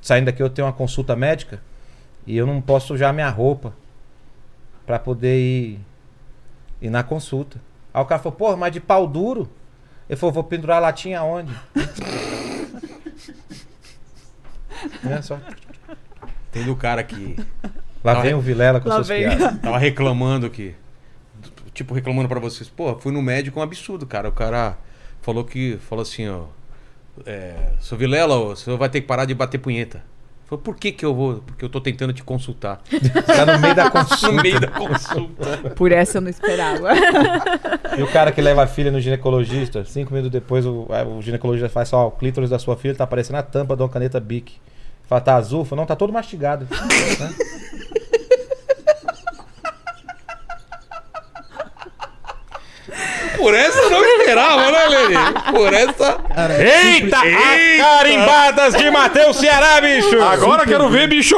B: saindo daqui eu tenho uma consulta médica e eu não posso sujar minha roupa pra poder ir, ir na consulta. Aí o cara falou, porra, mas de pau duro? Ele falou, vou pendurar a latinha onde? né, só.
H: Tem do cara que
B: é Lá vem o Vilela com
E: Lá
B: suas
E: vem.
B: piadas.
H: tava reclamando que. Tipo, reclamando pra vocês. Pô, fui no médico, um absurdo, cara. O cara falou que. Falou assim, ó. É, seu Vilela, ó, o senhor vai ter que parar de bater punheta.
A: Falei, por que que eu vou? Porque eu tô tentando te consultar.
B: Tá no meio da consulta.
A: No meio da consulta.
E: Por essa eu não esperava.
B: E o cara que leva a filha no ginecologista, cinco minutos depois o, aí o ginecologista faz só, ó, o clítoris da sua filha tá aparecendo a tampa de uma caneta Bic. Fala, tá azul? Fala, não, tá todo mastigado. Né?
A: Por essa eu não esperava, né, Lene? Por essa.
B: Eita, a carimbadas de Matheus Ceará, bicho!
L: Agora quero ver, bicho.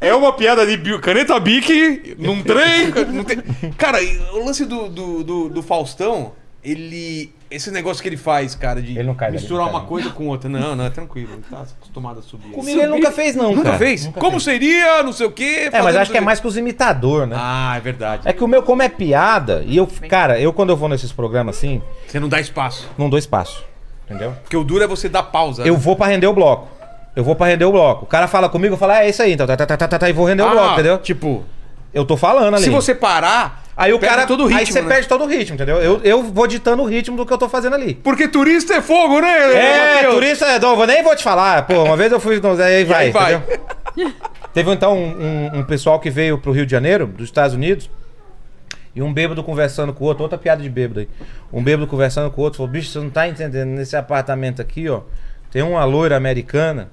L: É uma piada de bi- caneta bique num trem. Não tem...
A: Cara, e o lance do, do, do- do Faustão, ele. Esse negócio que ele faz, cara, de
B: Ele não cai dali,
A: misturar
B: não cai
A: uma coisa com outra. Não, não, é tranquilo. Ele tá acostumado a subir.
B: Comigo ele É, nunca fez, não.
A: Nunca
B: cara.
A: fez? Como seria, não sei o quê.
B: É, mas
A: fazendo
B: acho que é
A: tudo
B: mais com os imitador,
A: isso.
B: né?
A: Ah, é verdade.
B: É que o meu, como é piada, e eu, cara, eu quando eu vou nesses programas assim,
A: Você não dá espaço.
B: não dou espaço. Entendeu?
A: Porque o duro é você dar pausa.
B: Eu vou pra render o bloco. Eu vou pra render o bloco. O cara fala comigo, eu falo, ah, é isso aí, então, tá, tá, tá, tá, tá, tá, e vou render o bloco, entendeu?
A: Tipo,
B: Eu tô falando ali.
A: se você parar,
B: Aí o
A: perde
B: cara.
A: todo o ritmo.
B: aí você
A: né?
B: perde todo o ritmo, entendeu? Eu, eu vou ditando o ritmo do que eu tô fazendo ali.
A: Porque turista é fogo, né?
B: É,
A: Matheus?
B: turista, é, não, eu nem vou te falar. Pô, uma vez eu fui. não, Aí vai,
A: aí vai.
B: entendeu? Teve então um, um- um pessoal que veio pro Rio de Janeiro, dos Estados Unidos, e um bêbado conversando com o outro, outra piada de bêbado aí. Um bêbado conversando com o outro, falou: bicho, você não tá entendendo, nesse apartamento aqui, ó, tem uma loira americana,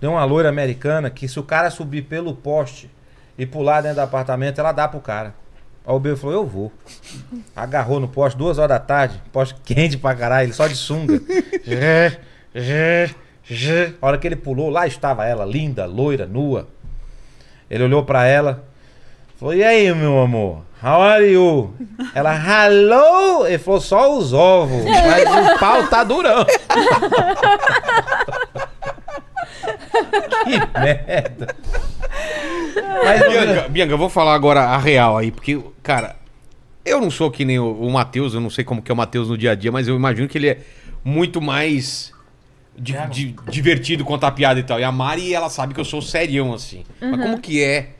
B: tem uma loira americana que se o cara subir pelo poste e pular dentro do apartamento, ela dá pro cara. Aí o bêbado falou: eu vou. Agarrou no poste, duas horas da tarde, poste quente pra caralho, ele só de sunga. Jé, jé, jé. A hora que ele pulou, lá estava ela, linda, loira, nua. Ele olhou pra ela, falou: E aí, meu amor? How are you? Ela, hello! Ele falou: Só os ovos, mas o pau tá durão. que merda. Mas,
A: Bianca, Bianca, eu vou falar agora a real aí, porque, cara, eu não sou que nem o, o Matheus, eu não sei como que é o Matheus no dia a dia, mas eu imagino que ele é muito mais di- di- divertido contar piada e tal. E a Mari, ela sabe que eu sou serião, assim.
D: Uhum.
A: Mas como que é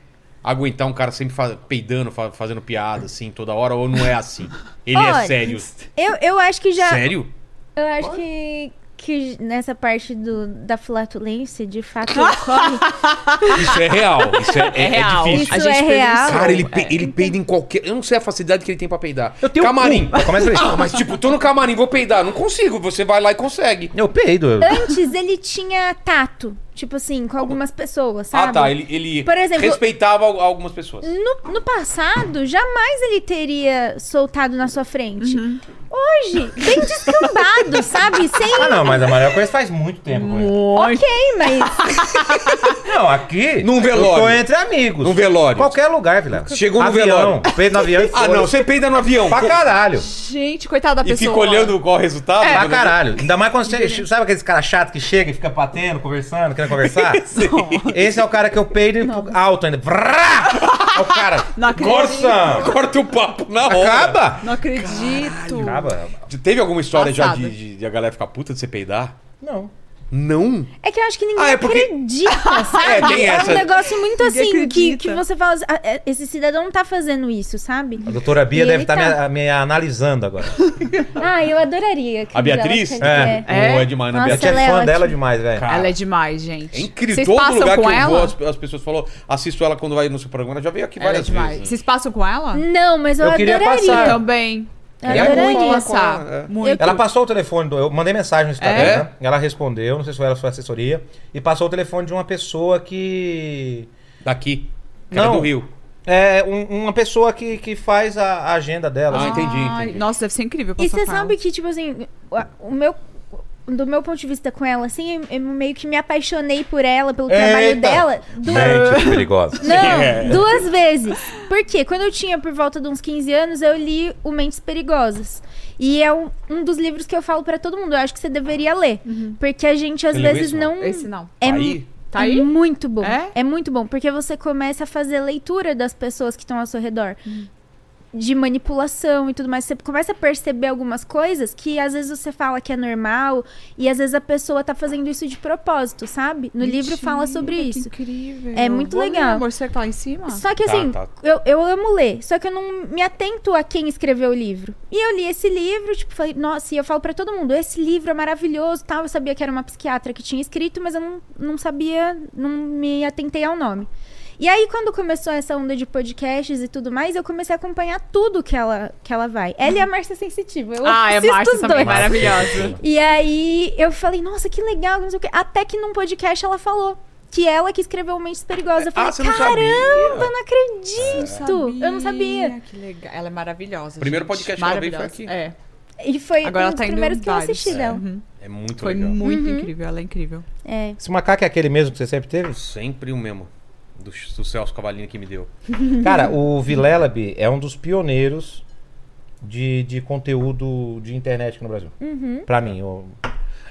A: aguentar um cara sempre fa- peidando, fa- fazendo piada, assim, toda hora, ou não é assim? Ele é
D: Olha,
A: sério.
D: Eu, eu acho que já.
A: Sério?
D: Eu acho que, que nessa parte do, da flatulência, de fato, ocorre.
A: Isso é real. Isso é, é- é difícil.
D: Isso é real.
E: Ah,
A: Cara, ele, pe- ele peida em qualquer. Eu não sei a facilidade que ele tem pra peidar.
B: Eu tenho
A: camarim.
B: cu. Começa por isso.
A: Ah, mas tipo, tô no camarim, vou peidar. Não consigo. Você vai lá e consegue.
B: eu peido. eu-
D: Antes ele tinha tato, tipo assim, com algumas pessoas, sabe?
A: Ah, tá. Ele, ele
D: Por exemplo-
A: respeitava al- algumas pessoas.
D: No, no passado, jamais ele teria soltado na sua frente.
E: Uhum.
D: Hoje, bem descambado, sabe? Sem.
B: Ah, não, mas a maior coisa faz muito tempo. Coisa.
D: Ok, mas.
B: Não, aqui.
A: Num velório.
B: Eu tô entre amigos.
A: Num velório.
B: Qualquer lugar, filha.
A: Chegou no
B: avião,
A: velório.
B: Peito no avião e
A: Ah, não.
B: foda-se.
A: Você peida no avião.
B: Pra
A: Pô,
B: caralho.
E: Gente, coitada da
A: E
E: pessoa.
A: fica olhando qual o resultado.
E: É,
A: né?
B: Pra caralho. Ainda mais quando você. Sabe aqueles caras chatos que chegam e ficam batendo, conversando, querendo conversar? Esse é o cara que eu peido e pu- alto ainda. Vrá! É o cara.
E: Não acredito.
B: Nossa!
A: Corta o papo na hora.
B: Acaba!
E: Não acredito.
B: Acaba.
A: Teve alguma história já
E: Passada.
A: de, de- de a galera ficar puta de você peidar?
B: Não.
A: Não.
D: É que eu acho que ninguém
A: Ah, é porque-
D: acredita,
A: É,
D: sabe?
A: tem
D: É,
A: essa.
D: um negócio muito
E: Ninguém
D: assim que,
E: acredita.
D: que você fala. assim, "Ah, é, Esse cidadão não tá fazendo isso, sabe?
B: A doutora Bia
D: E
B: deve
D: ele
B: estar
D: tá.
B: me, me analisando agora.
D: Ah, eu adoraria. que
A: A Beatriz?
D: ela tivesse-
E: É.
A: Pô, é demais, né,
D: Nossa,
B: Eu
A: Beatriz?
B: tinha
D: ela é
B: fã
D: ótima.
B: dela demais, velho.
A: Cara,
E: Ela é demais, gente.
A: É incrível.
E: Vocês
A: Todo
E: passam
A: lugar
E: com
A: que eu
E: ela?
A: vou, as, as pessoas falam, assisto ela quando vai no seu programa. Ela já veio aqui
E: Ela é
A: várias
E: demais.
A: vezes. né?
E: Vocês passam com ela?
D: Não, mas eu,
B: Eu queria
D: adoraria.
B: passar.
E: Também.
D: Eu
A: Queria muito
D: adoraria.
A: falar com
E: Passar.
A: ela, é.
E: Muito.
B: Ela passou o telefone do. Eu mandei mensagem no Instagram.
A: É?
B: né? Ela respondeu, não sei se foi ela sua assessoria. E passou o telefone de uma pessoa que.
A: Daqui. Cara
B: Não.
A: do Rio.
B: É um- uma pessoa que, que faz a, a agenda dela.
A: Ah,
B: assim.
A: entendi,
E: Ai,
A: entendi.
E: Nossa, deve ser incrível.
D: E
E: passar
D: você
E: com ela.
D: sabe que, tipo assim, o o meu. Do meu ponto de vista com ela, assim, eu- eu meio que me apaixonei por ela, pelo trabalho
B: Eita.
D: dela. Du-
B: Gente, perigosa.
D: Não,
A: É.
D: duas vezes. Por quê? Quando eu tinha por volta de uns 15 anos, eu li O Mentes Perigosas. E é um, um dos livros que eu falo pra todo mundo. Eu acho que você deveria ler. Porque a gente, às
A: Você leu
D: vezes,
A: esse,
D: não.
E: Uhum. Esse não.
D: É
A: Aí?
E: Tá
D: é
E: aí?
D: muito bom.
E: É? Uhum.
D: É? muito bom, porque você começa a fazer leitura das pessoas que estão ao seu redor. de manipulação e tudo mais. Você começa a perceber algumas coisas que às vezes você fala que é normal e às vezes a pessoa tá fazendo isso de propósito, sabe? No livro fala sobre
E: Mentira, que
D: isso.
E: Incrível.
D: É muito
E: Vou ler,
D: legal.
E: Amor, será que tá lá em cima?
F: Ah.
D: Só que
B: Tá,
D: assim,
B: tá.
D: Eu, eu amo ler, só que eu não me atento a quem escreveu o livro. E eu li esse livro, tipo, falei, nossa, e eu falo pra todo mundo, esse livro é maravilhoso, tal, eu sabia que era uma psiquiatra que tinha escrito, mas eu não, não sabia, não me atentei ao nome. E aí, quando começou essa onda de podcasts e tudo mais, eu comecei a acompanhar tudo que ela, que ela vai. Ela e a Márcia Sensitiva. Eu
F: Ah, é
D: assisto
F: Márcia
D: os
F: também,
D: dois.
F: maravilhosa.
D: E aí eu falei, nossa, que legal, não sei o quê. Até que num podcast ela falou que ela que escreveu Mentes Perigosas. Eu falei,
H: Ah, você não
D: caramba,
H: sabia.
D: eu não acredito. Eu não sabia.
E: Que legal. Ela é maravilhosa.
H: Primeiro
E: gente.
H: podcast que ela veio foi
E: Maravilhosa.
H: aqui.
E: É.
D: E foi
E: Agora
D: um
E: ela
D: dos
E: tá indo em
D: primeiros que eu
E: vários.
D: assisti Uhum.
E: É.
D: dela.
E: Uhum.
H: É muito
E: Foi
H: legal. Tá
E: muito incrível, ela é incrível.
D: É.
B: Esse macaco é aquele mesmo que você sempre teve?
H: Sempre o mesmo. Do, do Celso Cavalini que me deu.
B: Cara, o Vilelab é um dos pioneiros de, de conteúdo de internet aqui no Brasil. Pra mim. eu-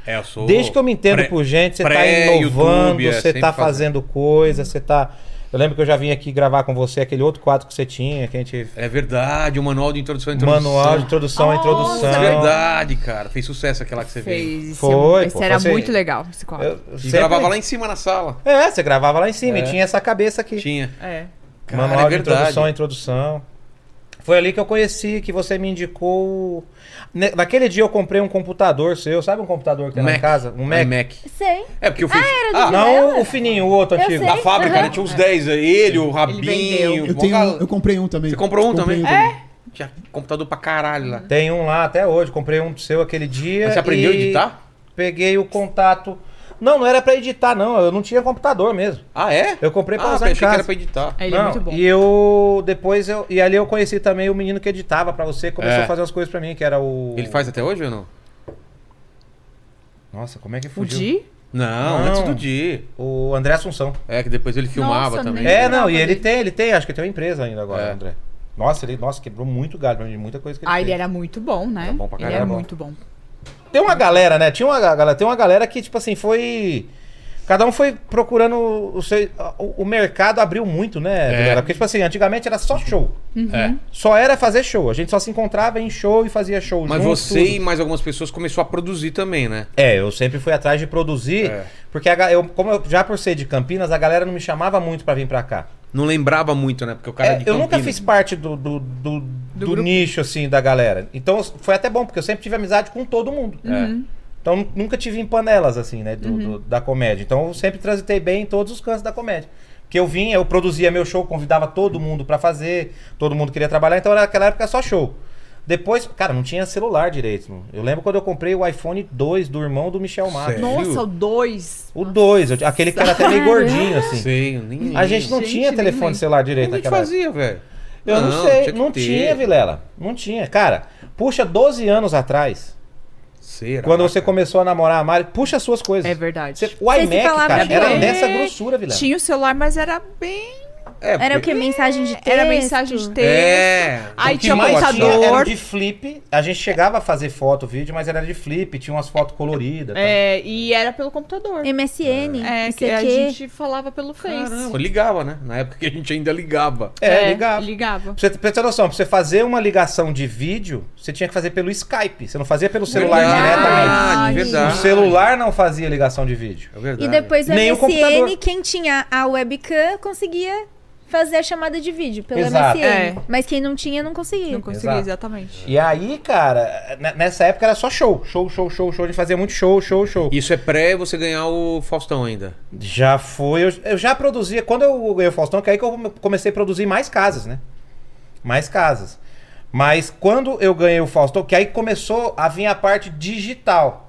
H: É, eu sou.
B: Desde que eu me entendo
H: pré-
B: por gente, você tá
H: pré-YouTube,
B: inovando,
H: é,
B: você
H: sempre
B: tá
H: fazendo.
B: fazendo coisa, você tá. Eu lembro que eu já vim aqui gravar com você aquele outro quadro que você tinha, que a gente.
H: É verdade, o manual de introdução e introdução.
B: Manual de introdução à introdução.
H: É verdade, cara. Fez sucesso aquela que você veio.
E: Fez. esse-
B: Foi,
E: Esse
B: pô,
E: era
B: você-
E: muito legal, esse quadro.
B: Eu
H: E
B: sempre-
H: gravava lá em cima na sala.
B: É, você gravava lá em cima
H: É.
B: e tinha essa cabeça aqui.
H: Tinha.
E: É.
H: Cara,
B: Manual
H: é
B: de
H: verdade.
B: introdução, introdução. Foi ali que eu conheci, que você me indicou. Ne- Naquele dia eu comprei um computador seu, sabe um computador que tem lá em
H: Mac.
B: casa? Um Mac.
H: É, Mac.
D: Sei.
H: É, porque eu fiz.
D: do
H: Ah,
D: Mac.
B: Não
D: Dela?
B: o fininho, o outro
D: Eu
B: antigo.
D: sei.
H: na fábrica, né? Tinha uns 10 aí. Ele, o
E: vendeu.
H: Rabinho.
C: Eu,
H: mó
C: tenho,
H: gal-
C: eu comprei um também.
H: Você comprou um
C: Comprei
H: também?
A: É?
C: também.
H: Tinha computador pra caralho lá.
B: Tem um lá até hoje, comprei um seu aquele dia.
H: Mas você aprendeu a
B: e
H: editar?
B: Peguei o contato. Não, não era pra editar, não. Eu não tinha computador mesmo.
H: Ah, é?
B: Eu comprei pra
H: ah,
B: usar em
H: achei que era
B: casa.
H: pra editar.
E: Ele é
B: Não,
E: muito bom.
B: E eu depois eu. E ali eu conheci também o menino que editava pra você, começou
H: É.
B: a fazer umas coisas pra mim, que era o.
H: Ele faz até hoje ou não?
B: Nossa, como é que
E: O
B: fugiu?
E: Di?
H: Não,
B: Não.
H: antes do dia.
B: O André Assunção.
H: É, que depois ele filmava
E: Nossa,
H: também.
E: nem-
B: É, não,
E: lembrava
B: e ele
E: dele.
B: tem, ele tem, acho que tem uma empresa ainda agora,
H: É.
B: André. Nossa, ele nossa, quebrou muito galho pra mim, muita coisa que ele,
E: Ah, ele
B: fez.
E: era muito bom, né?
H: Era bom pra
E: ele
H: caramba.
E: era muito bom.
B: Tem uma galera, né? Tinha uma galera, tem uma galera que tipo assim foi Cada um foi procurando o seu. O o mercado abriu muito, né?
H: É.
B: galera? Porque, tipo assim, antigamente era só show.
E: Uhum.
H: É.
B: Só era fazer show. A gente só se encontrava em show e fazia show.
H: Mas
B: junto,
H: você
B: tudo.
H: e mais algumas pessoas começou a produzir também, né?
B: É, eu sempre fui atrás de produzir.
H: É.
B: Porque, a ga- eu, como eu, já por ser de Campinas, a galera não me chamava muito pra vir pra cá.
H: Não lembrava muito, né? Porque o cara
B: É,
H: de
B: eu nunca
H: Campinas.
B: fiz parte do, do, do, do
E: grupo.
B: nicho, assim, da galera. Então eu- foi até bom, porque eu sempre tive amizade com todo mundo.
H: Uhum.
B: Então nu- nunca tive em panelas, assim, né, do- do- da comédia. Então eu sempre transitei bem em todos os cantos da comédia. Porque eu vinha, eu produzia meu show, convidava todo mundo pra fazer, todo mundo queria trabalhar, então era naquela época só show. Depois, cara, não tinha celular direito. não. Eu lembro quando eu comprei o iPhone 2 do irmão do Michel Matos.
H: Sério?
E: Nossa, o dois.
B: O 2, eu- aquele que era até meio gordinho, assim.
H: Sei, eu nem.
B: A gente não
E: Gente,
B: tinha
E: nem
B: telefone
E: lembro.
B: celular direito
H: Como a gente
B: naquela época.
H: fazia, velho?
B: Eu não, sei,
H: que
B: não
H: ter.
B: tinha, Vilela. Não tinha. Cara, puxa 12 anos atrás,
H: Será,
B: quando você
H: cara?
B: começou a namorar a Mari, puxa as suas coisas.
F: É verdade.
B: Você- o
D: Vocês se
B: iMac,
D: falavam
B: cara,
D: de
B: era
D: quê?
B: nessa grossura, Vilela.
E: Tinha o celular, mas era bem.
H: É,
D: Era o
H: porque-
D: que? Mensagem de texto?
E: Era mensagem de texto.
H: É.
E: Aí
H: Não
E: tinha
H: tinha
B: mais tinha era
E: computador.
B: de flip. A gente chegava a fazer foto, vídeo, mas era de flip, tinha umas fotos coloridas. tá?
E: É, e era pelo computador.
D: MSN,
E: É,
D: não
E: que
D: sei o
E: a
D: quê.
E: gente falava pelo Face.
H: Caramba, ligava, né? Na época que a gente ainda ligava.
B: É, ligava.
E: Ligava.
B: Pra você, pra você ter noção, pra você fazer uma ligação de vídeo, você tinha que fazer pelo Skype. Você não fazia pelo celular diretamente.
H: verdade,
E: diretamente.
B: O
A: Ah.
H: verdade.
B: celular não fazia ligação de vídeo.
H: É verdade.
D: E depois o
B: Nem o
D: MSN,
B: computador.
D: quem tinha a webcam conseguia fazer a chamada de vídeo pelo
B: Exato.
D: MSN.
E: É.
D: Mas quem não tinha, não conseguia.
E: Não conseguia,
B: Exato.
E: exatamente.
B: E aí, cara, n- nessa época era só show. Show, show, show, show. A gente fazia muito show, show, show.
H: Isso é pré você ganhar o Faustão ainda.
B: Já foi. Eu, eu já produzia. Quando eu ganhei o Faustão, que é aí que eu come- comecei a produzir mais casas, né? Mais casas. Mas quando eu ganhei o Faustão, que aí começou a vir a parte digital.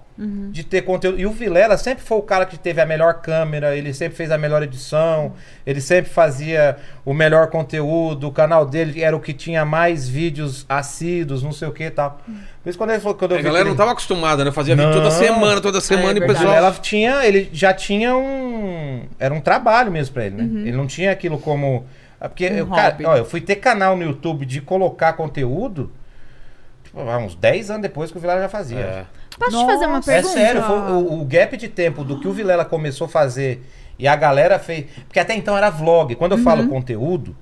B: De ter conteúdo. E o Vilela sempre foi o cara que teve a melhor câmera, ele sempre fez a melhor edição, ele sempre fazia o melhor conteúdo, o canal dele era o que tinha mais vídeos assíduos, não sei o que e tal. Por isso quando ele falou
A: Então,
B: quando eu
H: A
B: vi
H: galera
B: que
H: não
B: ele-
H: tava acostumada, né? Fazia vídeo
B: Não.
H: toda semana, toda semana e o
E: verdade.
H: pessoal.
B: Ela tinha, ele já tinha um, era um trabalho mesmo pra ele, né? Ele não tinha aquilo como, ah, porque
E: Uhum. Um
B: eu, cara,
E: hobby.
B: ó, eu fui ter canal no YouTube de colocar conteúdo tipo, há uns 10 anos depois que o Vilela já fazia.
H: É.
D: Posso te fazer uma
E: Nossa.
B: É
D: pergunta?
B: sério, foi o, o gap de tempo do que o Vilela começou a fazer e a galera
E: Uhum.
B: fez. Porque até então era vlog. Quando eu falo conteúdo,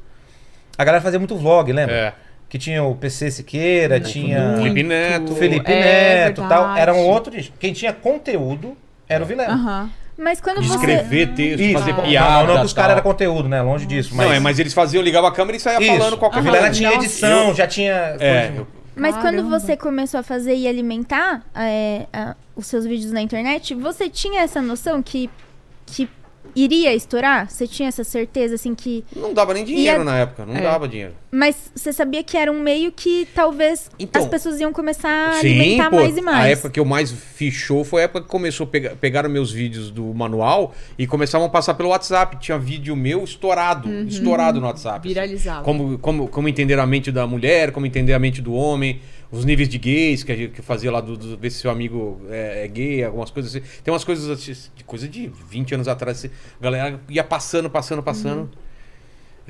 B: a galera fazia muito vlog, lembra?
H: É.
B: que tinha o PC Siqueira, tinha
A: É. Felipe Neto.
B: o Felipe
E: É
B: Neto e tal.
E: verdade.
B: Era um outro disco. Quem tinha conteúdo era o Vilela.
E: Aham.
D: Mas quando
A: De
D: você.
A: escrever texto,
B: Isso,
A: fazer
B: não,
A: piada.
B: Não, não que os
A: tal.
B: caras eram conteúdo, né? Longe disso. Mas...
A: Não, é, mas eles faziam, ligavam a câmera e saia
B: Isso.
A: falando qualquer
B: O
A: coisa.
B: Vilela tinha
E: Nossa.
B: edição, já tinha.
A: É, eu-
D: Mas quando
E: Caramba.
D: você começou a fazer e alimentar é, a- os seus vídeos na internet, você tinha essa noção que, que iria estourar? Você tinha essa certeza, assim, que.
A: não dava nem dinheiro
D: E a-
A: na época, não
E: É.
A: dava dinheiro.
D: Mas você sabia que era um meio que talvez
A: Então-
D: as pessoas iam começar a
A: Sim,
D: Ah, alimentar
A: pô,
D: mais e mais.
A: a época que eu mais fichou foi a época que começou a pegar, pegaram meus vídeos do manual e começavam a passar pelo WhatsApp. Tinha vídeo meu estourado,
D: Uhum.
A: estourado no WhatsApp.
E: Viralizado.
A: Como, como, como entender a mente da mulher, como entender a mente do homem, os níveis de gays que, a gente- que eu fazia lá, do, do- ver se seu amigo é, é gay, algumas coisas assim. Tem umas coisas assim, de coisa de 20 anos atrás, assim, a galera ia passando, passando, passando.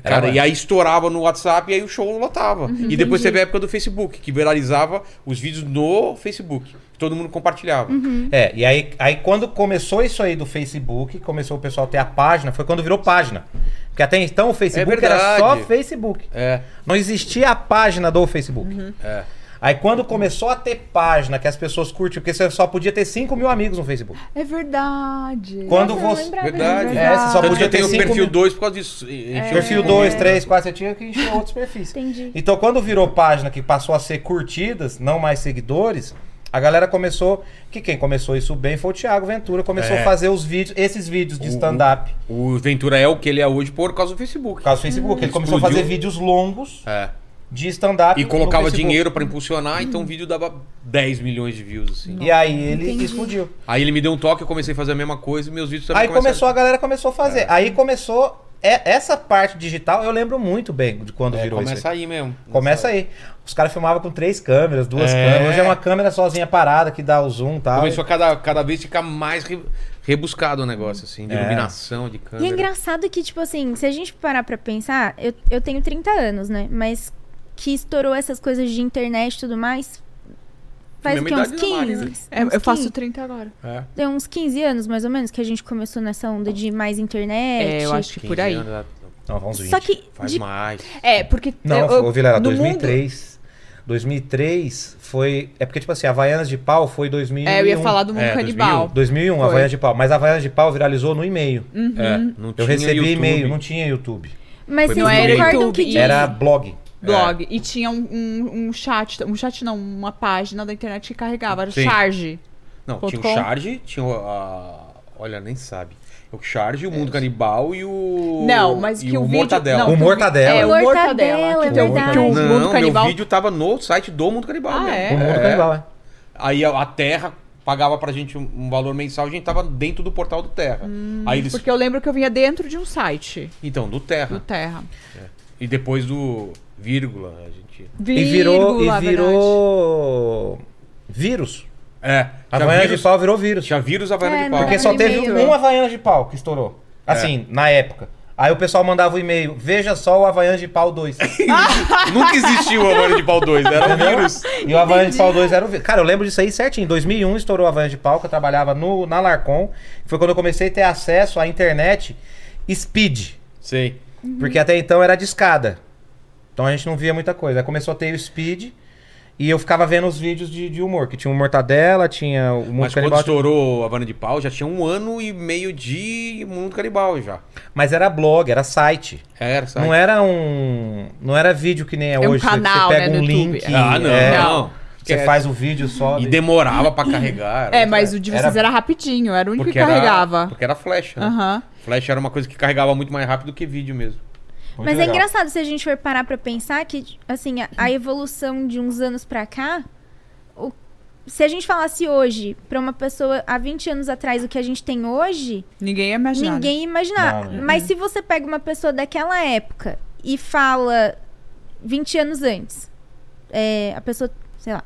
A: Cara,
B: Era,
A: e aí estourava no WhatsApp e aí o show lotava. e depois teve a época do Facebook, que viralizava os vídeos no Facebook. que Todo mundo compartilhava.
B: É, e aí, aí quando começou isso aí do Facebook, começou o pessoal ter a página, foi quando virou página. Porque até então o Facebook era
A: verdade.
B: só Facebook.
A: É. Uhum.
B: Não existia a página do Facebook. É. Aí quando começou a ter página que as pessoas curtiam, porque você só podia ter 5 mil amigos no Facebook.
E: É verdade.
B: Quando
D: Nossa, eu não
B: você.
D: lembrava
A: Verdade.
D: disso.
B: É, você só
A: Tanto que
B: podia
A: eu
B: ter
A: tenho o
B: 5
A: perfil
B: mil.
A: 2 por causa disso. Encheu
B: Perfil tá.
A: com-
B: 2, 3, 4, você tinha que encher outros perfis.
D: Entendi.
B: Então, quando virou página que passou a ser curtidas, não mais seguidores, a galera começou. Que quem começou isso bem foi o Thiago Ventura, começou
A: É.
B: a fazer os vídeos, esses vídeos de
A: O-
B: stand-up.
A: O Ventura é o que ele é hoje por causa do Facebook.
B: Por causa do
D: Hum.
B: Facebook. Ele começou a
A: Explodiu.
B: fazer vídeos longos
A: É.
B: de stand-up.
A: E
B: no
A: colocava
B: Facebook.
A: dinheiro pra impulsionar, então o vídeo dava 10 milhões de views, assim.
B: E aí ele
D: Entendi.
B: explodiu.
A: Aí ele me deu um toque, eu comecei a fazer a mesma coisa e meus vídeos também É.
B: Aí começou,
A: começaram-
B: a galera começou a fazer. Aí começou. é- essa parte digital eu lembro muito bem de quando
A: É,
B: virou isso.
A: começa
B: aí.
A: aí mesmo.
B: Começa aí. Os caras filmavam com três câmeras, duas
A: É.
B: câmeras. Hoje é uma câmera sozinha parada que dá o zoom e tal.
A: Começou a cada, cada vez ficar mais re- rebuscado o negócio, assim, de
B: É.
A: iluminação, de
D: E
A: câmera.
D: é engraçado que, tipo assim, se a gente parar pra pensar, eu, eu tenho 30 anos, né? Mas que estourou essas coisas de internet e tudo mais. Faz o
A: Mesma
D: quê? Uns
A: idade da Mari,
D: 15?
A: né?
E: É,
D: uns
E: eu faço
D: 15?
E: 30 agora.
D: Tem uns 15 anos, mais ou menos, que a gente começou nessa onda de mais internet.
E: É, eu acho que por
A: 15
E: aí.
A: anos,
B: Não, vamos
D: Só que
A: ah, Faz
D: de-
A: mais.
E: É, porque.
B: Não,
E: eu,
B: eu, Vilela,
E: no
B: 2003. 2003 foi. É porque, tipo assim, a Havaianas de Pau foi 2001.
E: Mundo, é, eu ia falar do mundo
A: É,
E: canibal.
B: 2001,
E: Foi.
B: Havaianas de Pau. Mas a Havaianas de Pau viralizou no e-mail.
A: É, não
B: Eu
A: tinha
B: recebi
A: YouTube.
B: e-mail, não tinha YouTube.
D: Mas
A: Foi
D: vocês
A: bem no
D: concordam
E: é YouTube, né?
D: que de...
E: Isso.
B: Era blog.
E: Blog. E tinha um, um, um chat. Um chat não, uma página da internet que carregava. Era o
A: Sim.
E: Charge.
A: Não,
E: Ponto
A: tinha o
E: com.
A: Charge, tinha o. a- Olha, nem sabe. É O Charge, o Mundo Canibal e o.
E: Não, mas
A: e
E: que o
A: o
E: vídeo-
A: Mortadela.
E: não,
B: o
E: tu-
B: Mortadela.
E: É, o
D: Mortadela,
E: Mortadela.
D: é
E: que tem o-
D: verdade.
E: que o
A: Não,
E: mundo canibal.
A: meu vídeo tava no site do Mundo Canibal
E: Ah,
A: mesmo.
E: é?
B: O mundo canibal, é.
A: Aí a, a Terra pagava pra gente um, um valor mensal, a gente tava dentro do portal do Terra. Aí eles.
E: Hum, Porque eu lembro que eu vinha dentro de um site
A: Então, do
E: do
A: Terra.
E: Terra.
A: E depois do vírgula, a gente.
B: E virou.
E: Vírgula,
B: E virou. Vírus.
A: É.
B: A
A: Tinha
B: Havaianas
A: vírus,
B: de Pau virou vírus.
A: tinha vírus a
D: É,
A: Havaiana de
D: não
A: pau.
B: Porque
D: Era
B: só
D: no
B: teve
D: e-mail.
B: um Havaianas de Pau que estourou. Assim,
A: É.
B: na época. Aí o pessoal mandava o e-mail, veja só o Havaianas de Pau 2.
E: né?
A: Nunca existiu a Havaiana de pau 2, era um vírus.
B: E o Havaianas de Pau 2 era o... vi- Cara, eu lembro disso aí certinho. Em 2001 estourou o Havaianas de Pau, que eu trabalhava no, na Larcon. Foi quando eu comecei a ter acesso à internet speed.
A: Sei.
E: Uhum.
B: Porque até então era discada. Então a gente não via muita coisa. Aí começou a ter o speed... E eu ficava vendo os vídeos de, de humor, que tinha o Mortadela, tinha o Mundo
A: Mas quando
B: Canibal.
A: estourou a Havana de Pau, já tinha um ano e meio de Mundo Canibal já.
B: Mas era blog, era site.
A: Era, sabe?
B: Não É, era um. Não era vídeo que nem é,
E: um
B: hoje. que
E: canal,
B: você pega
E: né,
B: um
E: no
B: link.
E: YouTube.
A: Ah, não.
B: é,
A: não.
B: Você
A: Esquece.
B: faz o vídeo só.
A: E demorava pra carregar. era
E: É,
A: outra
E: mas
A: época.
E: o de vocês era, rapidinho, era o único que
A: era-
E: carregava.
A: porque era flash, né?
E: Aham.
A: Flash era uma coisa que carregava muito mais rápido que vídeo mesmo.
D: Mas é engraçado se a gente for parar pra pensar que, assim, a, a evolução de uns anos pra cá. o- se a gente falasse hoje pra uma pessoa há 20 anos atrás o que a gente tem hoje,
E: Ninguém ia imaginar.
D: ninguém ia imaginar.
B: Não, não.
D: Mas se você pega uma pessoa daquela época e fala 20 anos antes, é, a pessoa, sei lá,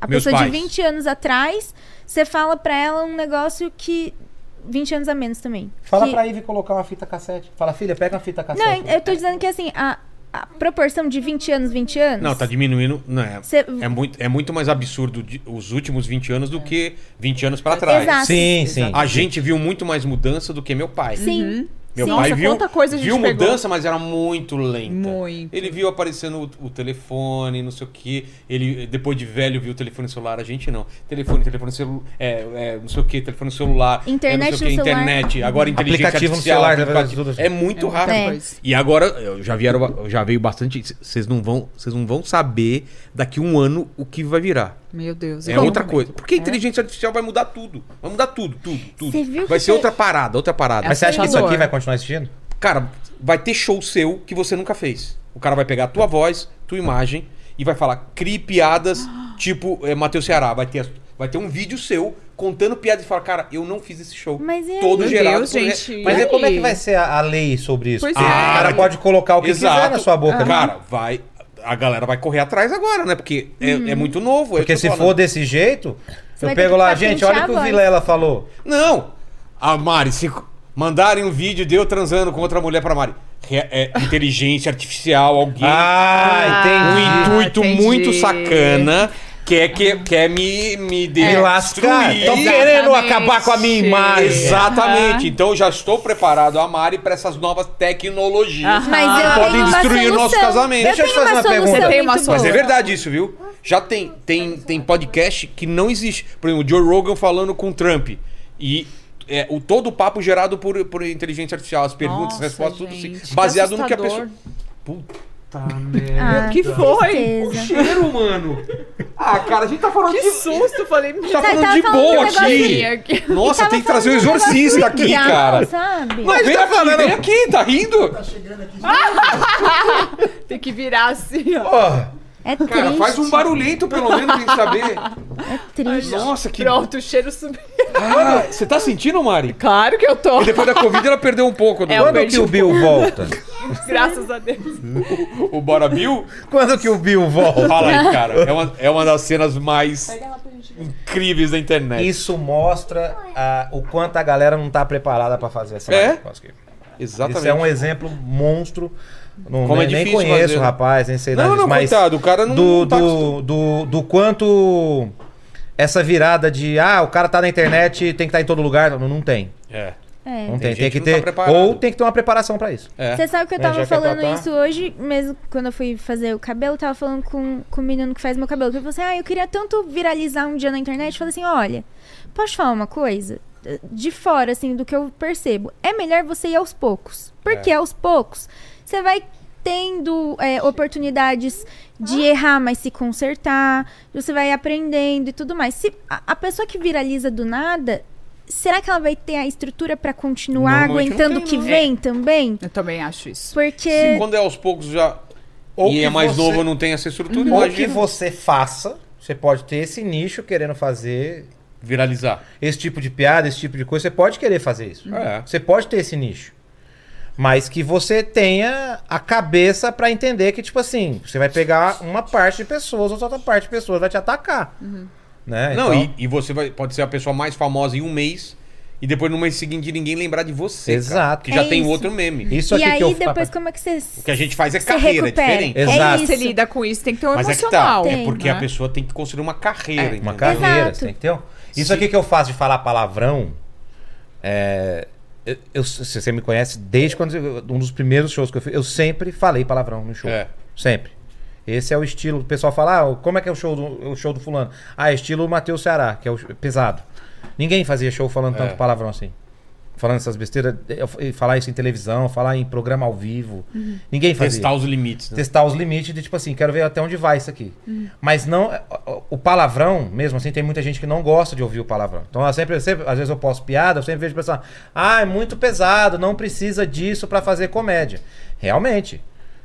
D: a
A: Meus
D: pessoa de
A: pais.
D: 20 anos atrás, você fala pra ela um negócio que 20 anos a menos também.
B: Fala
D: que,
B: pra Ivy colocar uma fita cassete. Fala, filha, pega uma fita
A: Tá
B: cassete.
D: Não, eu tô dizendo que assim, a, a proporção de 20 anos, 20 anos.
A: Não, tá diminuindo. Não é.
D: Cê-
A: É muito, é muito mais absurdo de- os últimos 20 anos do que 20 anos pra trás.
D: Exato.
B: Sim, sim.
A: A gente viu muito mais mudança do que meu pai.
D: Sim.
A: Meu
D: Sim.
A: pai
E: Nossa,
A: viu,
E: quanta coisa a gente
A: viu
E: pegou.
A: mudança, mas era muito lenta.
E: Muito.
A: Ele viu aparecendo o, o telefone, não sei o que. Ele, depois de velho, viu o telefone celular. A gente não. Telefone, telefone celular, é, é, não sei o que, telefone celular. é,
D: Internet
A: não sei o que,
D: no celular.
A: internet. Agora inteligência
B: Aplicativo no
A: artificial.
B: celular, né,
A: aplicativo.
B: tudo. assim.
A: É muito
E: muita
A: rápido.
E: coisa.
A: E agora, eu já vieram, já veio bastante. c- Vocês não vão, vocês não vão saber daqui um ano o que vai virar.
E: Meu Deus.
A: É
E: eu-
A: outra coisa. Porque a inteligência artificial vai mudar tudo. Vai mudar tudo, tudo, tudo.
D: Cê viu
A: vai
D: que
A: ser
D: tem-
A: outra parada, outra parada.
B: Mas você acha que isso
E: assustador.
B: aqui vai continuar existindo?
A: Cara, vai ter show seu que você nunca fez. O cara vai pegar a tua voz, tua imagem e vai falar, crie piadas, tipo é, Matheus Ceará. Vai ter, as- vai ter um vídeo seu contando piadas e falar, cara, eu não fiz esse show.
D: Mas e aí?
A: Todo
E: Meu
A: gerado.
E: Deus,
A: todo re-
E: gente.
B: Mas
E: E
B: é como é que
E: aí?
B: vai ser a, a lei sobre isso?
E: Pois
B: o
E: é.
A: Ah,
B: cara pode colocar o que quiser na sua boca. né?
A: Cara, vai. A galera vai correr atrás agora, né? Porque é, é
D: Uhum.
A: muito novo. é o que
B: Porque
A: eu tô
B: se
A: falando.
B: for desse jeito, eu
D: vai ter
B: pego
D: que
B: lá, gente, olha o que o
D: patentear a
B: Vilela falou.
A: Não! A Mari, se mandarem um vídeo de eu transando com outra mulher pra Mari. Re- é, inteligência artificial, alguém.
B: Ah,
A: um
B: entendi.
A: intuito
E: entendi.
A: muito sacana. Quer, que quer me, me
B: Me
A: É. destruir.
B: lascar. Estão querendo
E: Exatamente.
B: acabar com a minha imagem.
A: Exatamente. Então eu já estou preparado, a Mari, pra essas novas tecnologias.
E: Aham.
D: Mas eu
A: que Ah, podem
D: tenho uma
A: destruir o
D: solução.
A: nosso casamento.
D: Eu
B: Deixa eu te
D: tenho
B: fazer
D: uma
B: uma pergunta.
D: solução
E: Você tem uma
D: muito
A: Mas
E: solução?
A: é
D: boa.
A: verdade isso, viu? Já tem, tem, tem podcast que não existe. Por exemplo, o Joe Rogan falando com o Trump. E é, o todo o papo gerado por, por inteligência artificial. As perguntas,
E: Nossa,
A: respostas, tudo
E: gente,
A: assim, baseado no que a
E: assustador.
A: pessoa.
D: Ah,
E: que foi?
D: certeza.
A: Cheiro, mano! Ah, cara, a gente tá falando
E: Que susto, eu falei.
A: tá
D: Tá-
A: falando
D: tava
A: de
D: falando de um
A: boa
D: negocinho
A: aqui. Nossa,
D: Tava
A: tem que trazer o
D: falando de um
A: exorcista
D: negócio
A: aqui,
D: legal,
A: cara.
D: Sabe?
A: Não, vem aqui, vem aqui, tá rindo?
E: Tem que virar assim, ó.
A: Ah.
B: Porra.
D: É triste.
A: Cara, faz um barulhento pelo menos pra gente saber.
D: É triste.
A: Nossa, que.
E: Pronto, o cheiro subiu.
A: Ah, você tá sentindo, Mari?
E: Claro que eu tô.
A: E depois da Covid ela perdeu um pouco. do-
E: É, eu
B: Quando
E: perdi
B: que o
E: um
B: Bill volta?
E: Graças a Deus.
A: O Bora Bill?
B: Quando que o Bill volta?
A: Fala aí, cara. É uma, é uma das cenas mais incríveis da internet.
B: Isso mostra ah, o quanto a galera não tá preparada pra fazer essa
A: É?
B: live de cosplay.
A: Exatamente.
B: Isso é um exemplo monstro. Não,
A: Como
B: nem,
A: é
B: nem
A: difícil
B: conheço
A: fazer,
B: o
A: né?
B: rapaz, nem sei
A: Não,
B: nada
A: não,
B: disso, mas
A: coitado, o cara não-
B: do,
A: não tá
B: do, do, do quanto essa virada de ah, o cara tá na internet, tem que estar em todo lugar, não, não tem.
A: É.
D: É.
B: Não tem,
A: gente
B: tem
A: que
B: que
A: não
B: ter
A: tá preparado.
B: ou tem que ter uma preparação pra isso.
A: É.
D: Você sabe que eu
B: É,
D: tava
B: já que é
D: falando
B: pra tá.
D: isso hoje, mesmo quando eu fui fazer o cabelo, eu tava falando com, com o menino que faz meu cabelo. Que ele falou assim: Ah, eu queria tanto viralizar um dia na internet. Eu falei assim: Olha, posso te falar uma coisa? De fora, assim, do que eu percebo, é melhor você ir aos poucos.
B: É.
D: Porque aos poucos, você vai tendo é, oportunidades de errar, mas se consertar. Você vai aprendendo e tudo mais. Se a, a pessoa que viraliza do nada. Será que ela vai ter a estrutura pra continuar
A: Normalmente não
D: aguentando o
A: tem,
D: que
A: não. É.
D: vem também?
E: Eu também acho isso.
A: Se
D: Porque.
A: quando é aos poucos já.
B: Ou
A: e
B: que
A: é mais
B: você-
A: novo, não tem essa estrutura,
B: Ou que
A: imagina.
B: você faça, você pode ter esse nicho querendo fazer
A: Viralizar.
B: esse tipo de piada, esse tipo de coisa, você pode querer fazer isso.
A: É.
B: Você pode ter esse nicho. Mas que você tenha a cabeça pra entender que, tipo assim, você vai pegar uma parte de pessoas, outra outra parte de pessoas vai te atacar.
D: Uhum.
B: Né?
A: Não,
B: Então-
A: e, e você vai, pode ser a pessoa mais famosa em um mês e depois no mês seguinte ninguém lembrar de você. cara.
B: Exato.
A: Porque já
D: É
A: tem
D: isso.
A: outro meme.
B: Isso
D: e
B: aqui
D: aí,
B: que eu
D: depois, como é que você.
A: O que a gente faz é
D: Se
A: carreira,
D: recupera.
A: diferente.
B: Exato.
E: É isso. Você lida com isso, tem que ter um
A: Mas é que tá.
E: emocional.
A: É
D: Tem.
A: porque a
E: né?
A: pessoa tem que construir uma carreira. entendeu?
B: É, Uma carreira,
D: Exato.
B: você tem que ter um- Isso
A: Se-
B: aqui que eu faço de falar palavrão. é, eu- eu- se você me conhece desde quando eu- um dos primeiros shows que eu fiz, eu sempre falei palavrão no show.
A: É.
B: Sempre. Esse é o estilo. O pessoal fala, ah, como é que é o show do, o show do fulano? Ah, é estilo Matheus Ceará, que é o sh- pesado. Ninguém fazia show falando tanto
A: É.
B: palavrão assim. Falando essas besteiras, eu- eu- falar isso em televisão, falar em programa ao vivo. Ninguém fazia
A: Testar os limites. Né?
B: testar os limites de tipo assim, quero ver até onde vai isso aqui.
E: Hum.
B: Mas não o palavrão, mesmo assim, tem muita gente que não gosta de ouvir o palavrão. Então, eu sempre, sempre- às vezes eu posto piada, eu sempre vejo pessoal, ah, é muito pesado, não precisa disso pra fazer comédia. Realmente.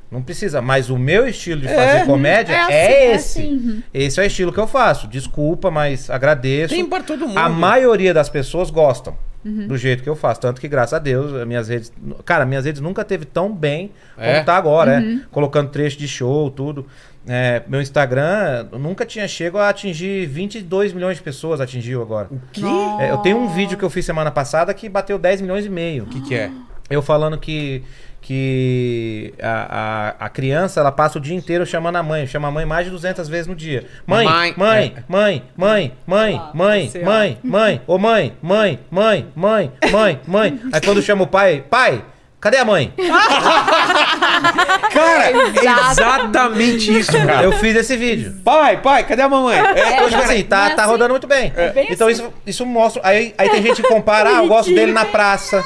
B: Não precisa, mas o meu estilo de fazer comédia é,
E: É assim, é
B: esse. Esse é o estilo que eu faço. Desculpa, mas agradeço.
A: Tem pra todo mundo.
B: A maioria das pessoas gostam do jeito que eu faço. Tanto que, graças a Deus, as minhas redes. Cara, minhas redes nunca teve tão bem
A: É?
B: como tá agora,
A: Uhum.
B: é. Colocando trecho de show, tudo. É, meu Instagram nunca tinha chego a atingir 22 milhões de pessoas, atingiu agora.
A: que?
B: É, eu tenho um vídeo que eu fiz semana passada que bateu 10 milhões e meio.
A: O que, que é?
B: Eu falando que, que a, a, a criança ela passa o dia inteiro chamando a mãe, chama a mãe mais de 200 vezes no dia. Mãe,
A: Mãe.
B: mãe, mãe, mãe, mãe, mãe, mãe,
E: você, ó.
B: mãe, mãe, ô mãe, mãe, mãe, mãe, mãe, mãe. Aí quando chama o pai, pai, Cadê a mãe?
A: Cara,
E: né?
A: é exatamente isso, cara.
B: Eu fiz esse vídeo.
A: Pai, pai, cadê a mamãe? É,
B: Então, tipo assim, tá,
F: não é
B: tá
F: assim.
B: rodando muito bem.
E: bem
B: Então isso, isso mostra. Aí, aí tem gente que compara, ah, eu gosto dele na praça.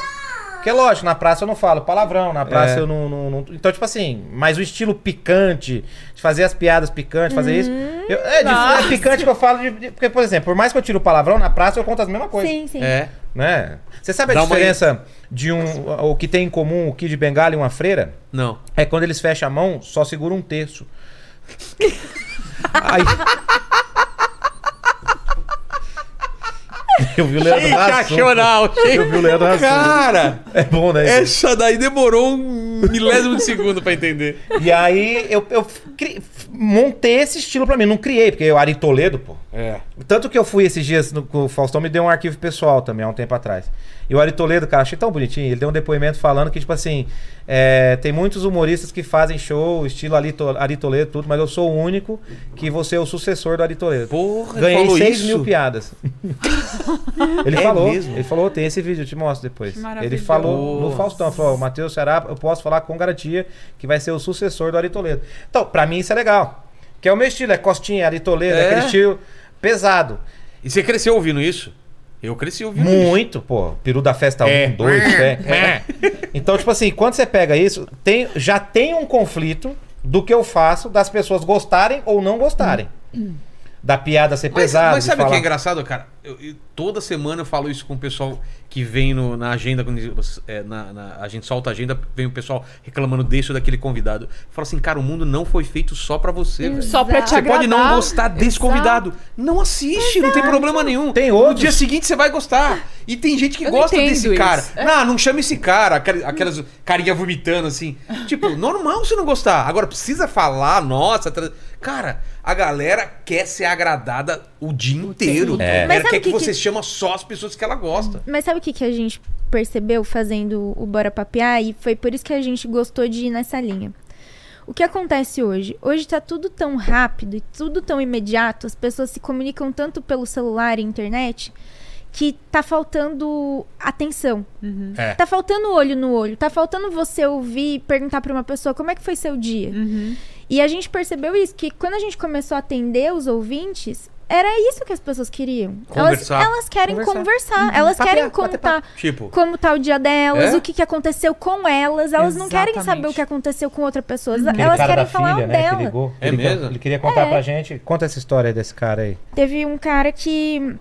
B: Porque é lógico, na praça eu não falo palavrão, na praça
A: É.
B: eu não, não- não- Então, tipo assim, mas o estilo picante, de fazer as piadas picantes, fazer isso.
F: Hum,
B: eu- é, de- é picante que eu falo de, de- Porque, por exemplo, por mais que eu tire o palavrão, na praça eu conto as mesmas coisas.
D: Sim, sim.
A: é.
B: Né? Você sabe a
A: Dá uma-
B: diferença de um. O que tem em comum o Kid de Bengala e uma freira?
A: Não.
B: É quando eles fecham a mão, só segura um terço. Aí. Eu vi o Leandro Hassum.
A: Sensacional,
B: Tá Eu vi o Leandro Hassum.
A: Cara,
B: É bom, né?
A: essa daí demorou um milésimo de segundo pra entender.
B: E aí eu, eu cri- montei esse estilo pra mim. Não criei, porque eu era em Toledo, pô.
A: É.
B: Tanto que eu fui esses dias no, com o Faustão, me deu um arquivo pessoal também, há um tempo atrás. E o Ari Toledo, cara, achei tão bonitinho. Ele deu um depoimento falando que, tipo assim, é, tem muitos humoristas que fazem show, estilo Ari, To- Ari Toledo, tudo, mas eu sou o único que você é o sucessor do Ari Toledo.
A: Porra, ele
B: Ganhei
A: falou
B: 6
A: isso?
B: mil piadas. ele
A: É
B: falou,
A: mesmo?
B: ele falou, tem esse vídeo, eu te mostro depois.
E: Que
B: Ele
E: maravilhoso.
B: falou no Faustão, falou, Matheus Ceará, eu posso falar com garantia que vai ser o sucessor do Ari Toledo. Então, pra mim isso é legal. Que é o meu estilo, é Costinha, Ari Toledo, é
A: É?
B: aquele estilo pesado.
A: E você cresceu ouvindo isso? Eu cresci ouvindo isso.
B: Muito, pô. Peru da festa 1, 2, é. Então, tipo assim, quando você pega isso, tem, já tem um conflito do que eu faço, das pessoas gostarem ou não gostarem. Da piada ser
A: Mas,
B: pesada.
A: mas
B: de
A: sabe o que é
B: falar-
A: engraçado, cara? Eu- eu- toda semana eu falo isso com o pessoal que vem no- na agenda, quando é, na- na- a gente solta a agenda, vem o pessoal reclamando desse ou daquele convidado. Fala assim, cara, o mundo não foi feito só pra você, velho.
E: Só pra te
A: Você
E: agradar.
A: pode não gostar desse convidado. Não assiste, não tem problema nenhum.
B: Tem
A: No
B: outros.
A: dia seguinte você vai gostar. E tem gente que
E: Eu não
A: gosta
E: entendo
A: desse
E: isso.
A: cara. É. Não, não chama esse cara. aquel- Aquelas carinha vomitando assim. Tipo, normal você não gostar. Agora precisa falar, nossa. tra- Cara, a galera quer ser agradada o dia inteiro.
B: É.
A: A
D: Mas
A: galera
D: sabe
A: quer
D: o
A: que,
D: que
A: você chama só as pessoas que ela gosta.
D: Mas sabe o que, que a gente percebeu fazendo o Bora Papear? E foi por isso que a gente gostou de ir nessa linha. O que acontece hoje? Hoje tá tudo tão rápido e tudo tão imediato, as pessoas se comunicam tanto pelo celular e internet que tá faltando atenção.
A: É.
D: Tá faltando olho no olho, tá faltando você ouvir e perguntar pra uma pessoa como é que foi seu dia.
E: Uhum.
D: E a gente percebeu isso, que quando a gente começou a atender os ouvintes, era isso que as pessoas queriam. Elas,
A: Conversar.
D: elas querem
B: Conversar.
D: conversar, elas
B: Papear,
D: querem
B: bater
D: contar
A: Tipo,
D: como tá o dia delas,
A: É?
D: o que, que aconteceu com elas. Elas não querem saber
E: Exatamente.
D: o que aconteceu com outra pessoa,
B: Aquele
D: elas
B: cara
D: querem
B: da
D: falar
B: filha,
D: o
B: né,
D: dela.
B: Que ligou.
A: É
B: ele,
A: mesmo?
B: Ele queria contar
D: É.
B: pra gente. Conta essa história aí desse cara aí.
D: Teve um cara que.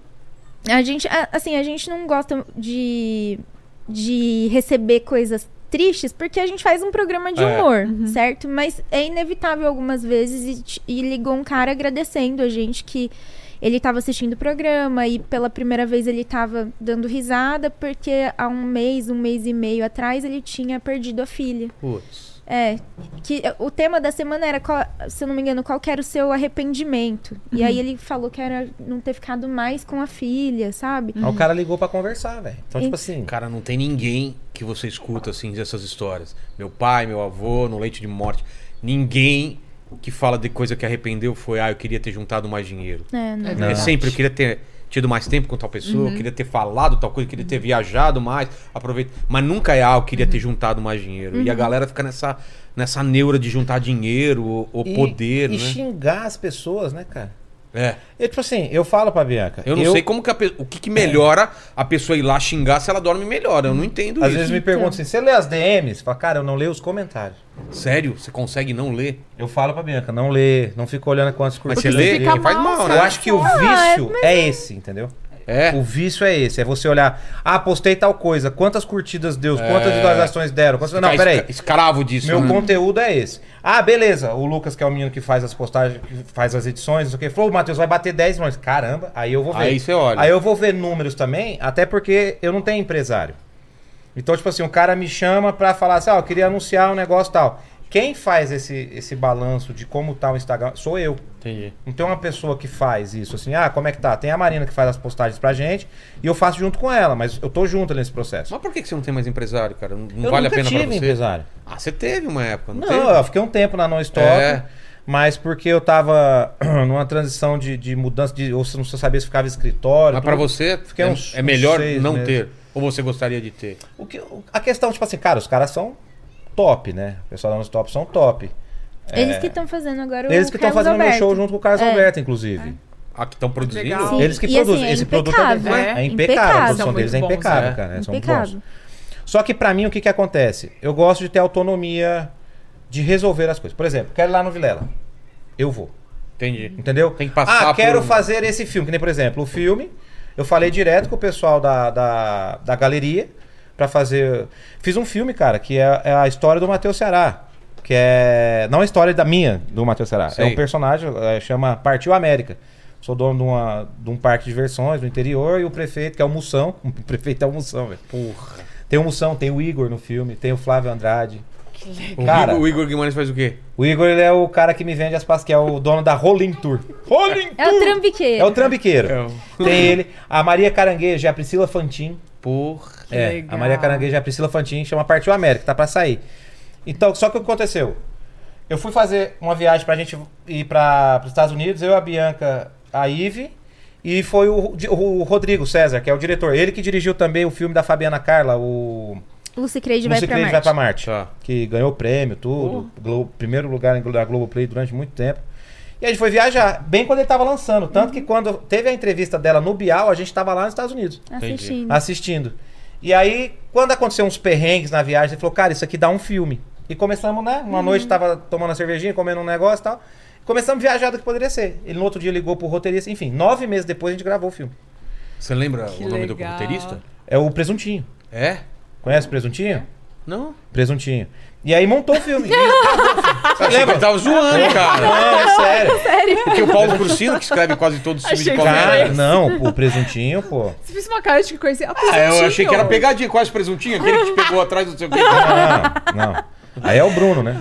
D: A gente. a- Assim, a gente não gosta de. de receber coisas tristes, porque a gente faz um programa de
A: É.
D: humor, certo? Mas é inevitável algumas vezes. E, t- e ligou um cara agradecendo a gente que. Ele estava assistindo o programa e pela primeira vez ele estava dando risada porque há um mês, um mês e meio atrás ele tinha perdido a filha.
A: putz.
D: É, que o tema da semana era, qual- se eu não me engano, qual que era o seu arrependimento. E
B: Uhum.
D: aí ele falou que era não ter ficado mais com a filha, sabe?
B: Aí o cara ligou pra conversar, velho. Então, tipo assim.
A: Cara, não tem ninguém que você escuta assim dessas histórias. Meu pai, meu avô, no leite de morte. Ninguém que fala de coisa que arrependeu foi, ah, eu queria ter juntado mais dinheiro.
B: Uhum.
D: É, não.
A: É sempre, eu queria ter tido mais tempo com tal pessoa, eu queria ter falado tal coisa, eu queria ter viajado mais, aproveito. Mas nunca é, ah, eu queria
B: Uhum.
A: ter juntado mais dinheiro. E a galera fica nessa, nessa neura de juntar dinheiro ou, ou
B: e-
A: poder, né?
B: E xingar as pessoas, né, cara?
A: É.
B: Eu, tipo assim, eu falo pra Bianca.
A: Eu não sei como que a pe- o que, que melhora a pessoa ir lá xingar se ela dorme melhor. Eu não entendo
B: Às
A: isso.
B: vezes me perguntam assim, você lê as DMs? Fala, cara, eu não leio os comentários.
A: Sério, você consegue não ler?
B: Eu falo pra Bianca, não lê, não fico olhando quantos
A: Mas
B: cursos.
A: você lê,
E: fica
A: que faz
E: mal,
A: mal,
B: Eu
A: né?
B: acho que o vício é esse, entendeu?
A: É.
B: O vício é esse, é você olhar, ah, postei tal coisa, quantas curtidas deu, quantas visualizações deram, quantas... não,
A: É. Ficar
B: peraí,
A: esca- Escravo disso.
B: meu
A: né?
B: conteúdo é esse. Ah, beleza, o Lucas, que é o menino que faz as postagens, que faz as edições, não sei o que, falou, o Matheus vai bater 10 milhões, caramba, aí eu vou ver.
A: Aí você olha.
B: Aí eu vou ver números também, até porque eu não tenho empresário. Então, tipo assim, o cara me chama pra falar assim, ó, eu queria anunciar um negócio e tal. Quem faz esse, esse balanço de como tá o Instagram sou eu.
A: Entendi.
B: Não tem uma pessoa que faz isso, assim, ah, como é que tá? Tem a Marina que faz as postagens pra gente e eu faço junto com ela, mas eu tô junto nesse processo.
A: Mas por que que você não tem mais empresário, cara? Não, não
B: eu
A: vale a
B: nunca
A: pena pra
B: tive
A: você?
B: empresário.
A: Ah, você teve uma época, não,
B: Não,
A: teve?
B: eu fiquei um tempo na non-stop,
A: É.
B: mas porque eu tava numa transição de, de mudança, de, ou se não sabia se ficava escritório.
A: Mas pra
B: tudo.
A: você
B: Fiquei
A: é,
B: uns-
A: é melhor
B: uns seis
A: não
B: meses.
A: ter. Ou você gostaria de ter?
B: O que, o- a questão, tipo assim, cara, os caras são top, né? O pessoal da Nos Top são top.
D: Eles que estão fazendo agora
B: É. Eles
D: o
B: que estão
D: Carlos
B: fazendo meu
D: Alberto.
B: show junto com o Carlos
D: É.
B: Alberto, inclusive.
A: Ah, que estão produzindo?
E: Legal.
D: Sim,
B: Eles que
D: e
B: produzem.
D: assim, é
B: Esse produto é,
D: impecável.
B: é, impecável. A
E: É
D: impecável.
B: produção
E: São
B: deles é
E: muito bons,
B: impecável,
E: é.
B: cara. né? São bons.
D: Impecável.
B: Só que pra mim, o que, que acontece? Eu gosto de ter autonomia de resolver as coisas. Por exemplo, quero ir lá no Vilela. Eu vou.
A: Entendi.
B: Entendeu?
A: Tem que passar
B: Ah, quero
A: por um-
B: fazer esse filme. Que nem, por exemplo, o filme. Eu falei direto com o pessoal da, da, da galeria pra fazer. Fiz um filme, cara, que é, é a história do Matheus Ceará. Que é. Não a história da minha, do Matheus Ceará.
A: Sei.
B: É um personagem, é, chama Partiu América. Sou dono de, uma- de um parque de diversões no interior e o prefeito, que é o Moção. O prefeito é o Moção, velho. Porra. Tem o Moção, tem o Igor no filme, tem o Flávio Andrade.
A: O,
B: Cara-
A: Igor, o Igor Guimarães faz o quê?
B: O Igor ele é o cara que me vende as pastas, que é o dono da Rolling Tour. Rolling
D: É o
B: é
D: trambiqueiro.
B: o trambiqueiro.
A: É o-
B: Tem ele. A Maria Caranguejo e a Priscila Fantin.
A: Porra.
B: é,
E: legal.
B: a Maria Caranguejo e a Priscila Fantin chama Partiu América, tá pra sair. Então, só que o que aconteceu? Eu fui fazer uma viagem pra gente ir para os Estados Unidos, eu, a Bianca, a Ive, e foi o, o Rodrigo César, que é o diretor. Ele que dirigiu também o filme da Fabiana Carla, o
D: Lucy Creed vai
B: Lucy
D: pra
B: Craig vai
D: Marte.
B: pra Marte.
A: Tá.
B: Que ganhou o prêmio, tudo. Glo- primeiro lugar na Globoplay durante muito tempo. E a gente foi viajar, bem quando ele tava lançando. Tanto que quando teve a entrevista dela no Bial, a gente tava lá nos Estados Unidos,
D: Assistindo.
B: assistindo. E aí, quando aconteceu uns perrengues na viagem, ele falou, cara, isso aqui dá um filme. E começamos, né? Uma noite tava tomando uma cervejinha, comendo um negócio e tal. Começamos a viajar do que poderia ser. Ele no outro dia ligou pro roteirista. Enfim, nove meses depois a gente gravou o filme.
A: Você lembra
E: Que
A: o nome do
E: legal.
A: roteirista?
B: É o Presuntinho.
A: É?
B: Conhece o Presuntinho?
A: Não?
B: Presuntinho. E aí montou o filme.
A: Você lembra?
B: lembra?
A: Eu tava zoando, cara.
B: Não, é sério.
A: Porque o Paulo Cursino, que escreve quase todos os filmes de
E: Achei
B: Cara,
A: comédia.
B: não, o presuntinho, pô.
E: Você fez uma cara de que conhecia. Ah,
A: Ah, eu achei que era
E: presentinho.
A: pegadinha, quase presuntinho, aquele que te pegou atrás do seu quê.
B: Não, não. Aí é o Bruno, né?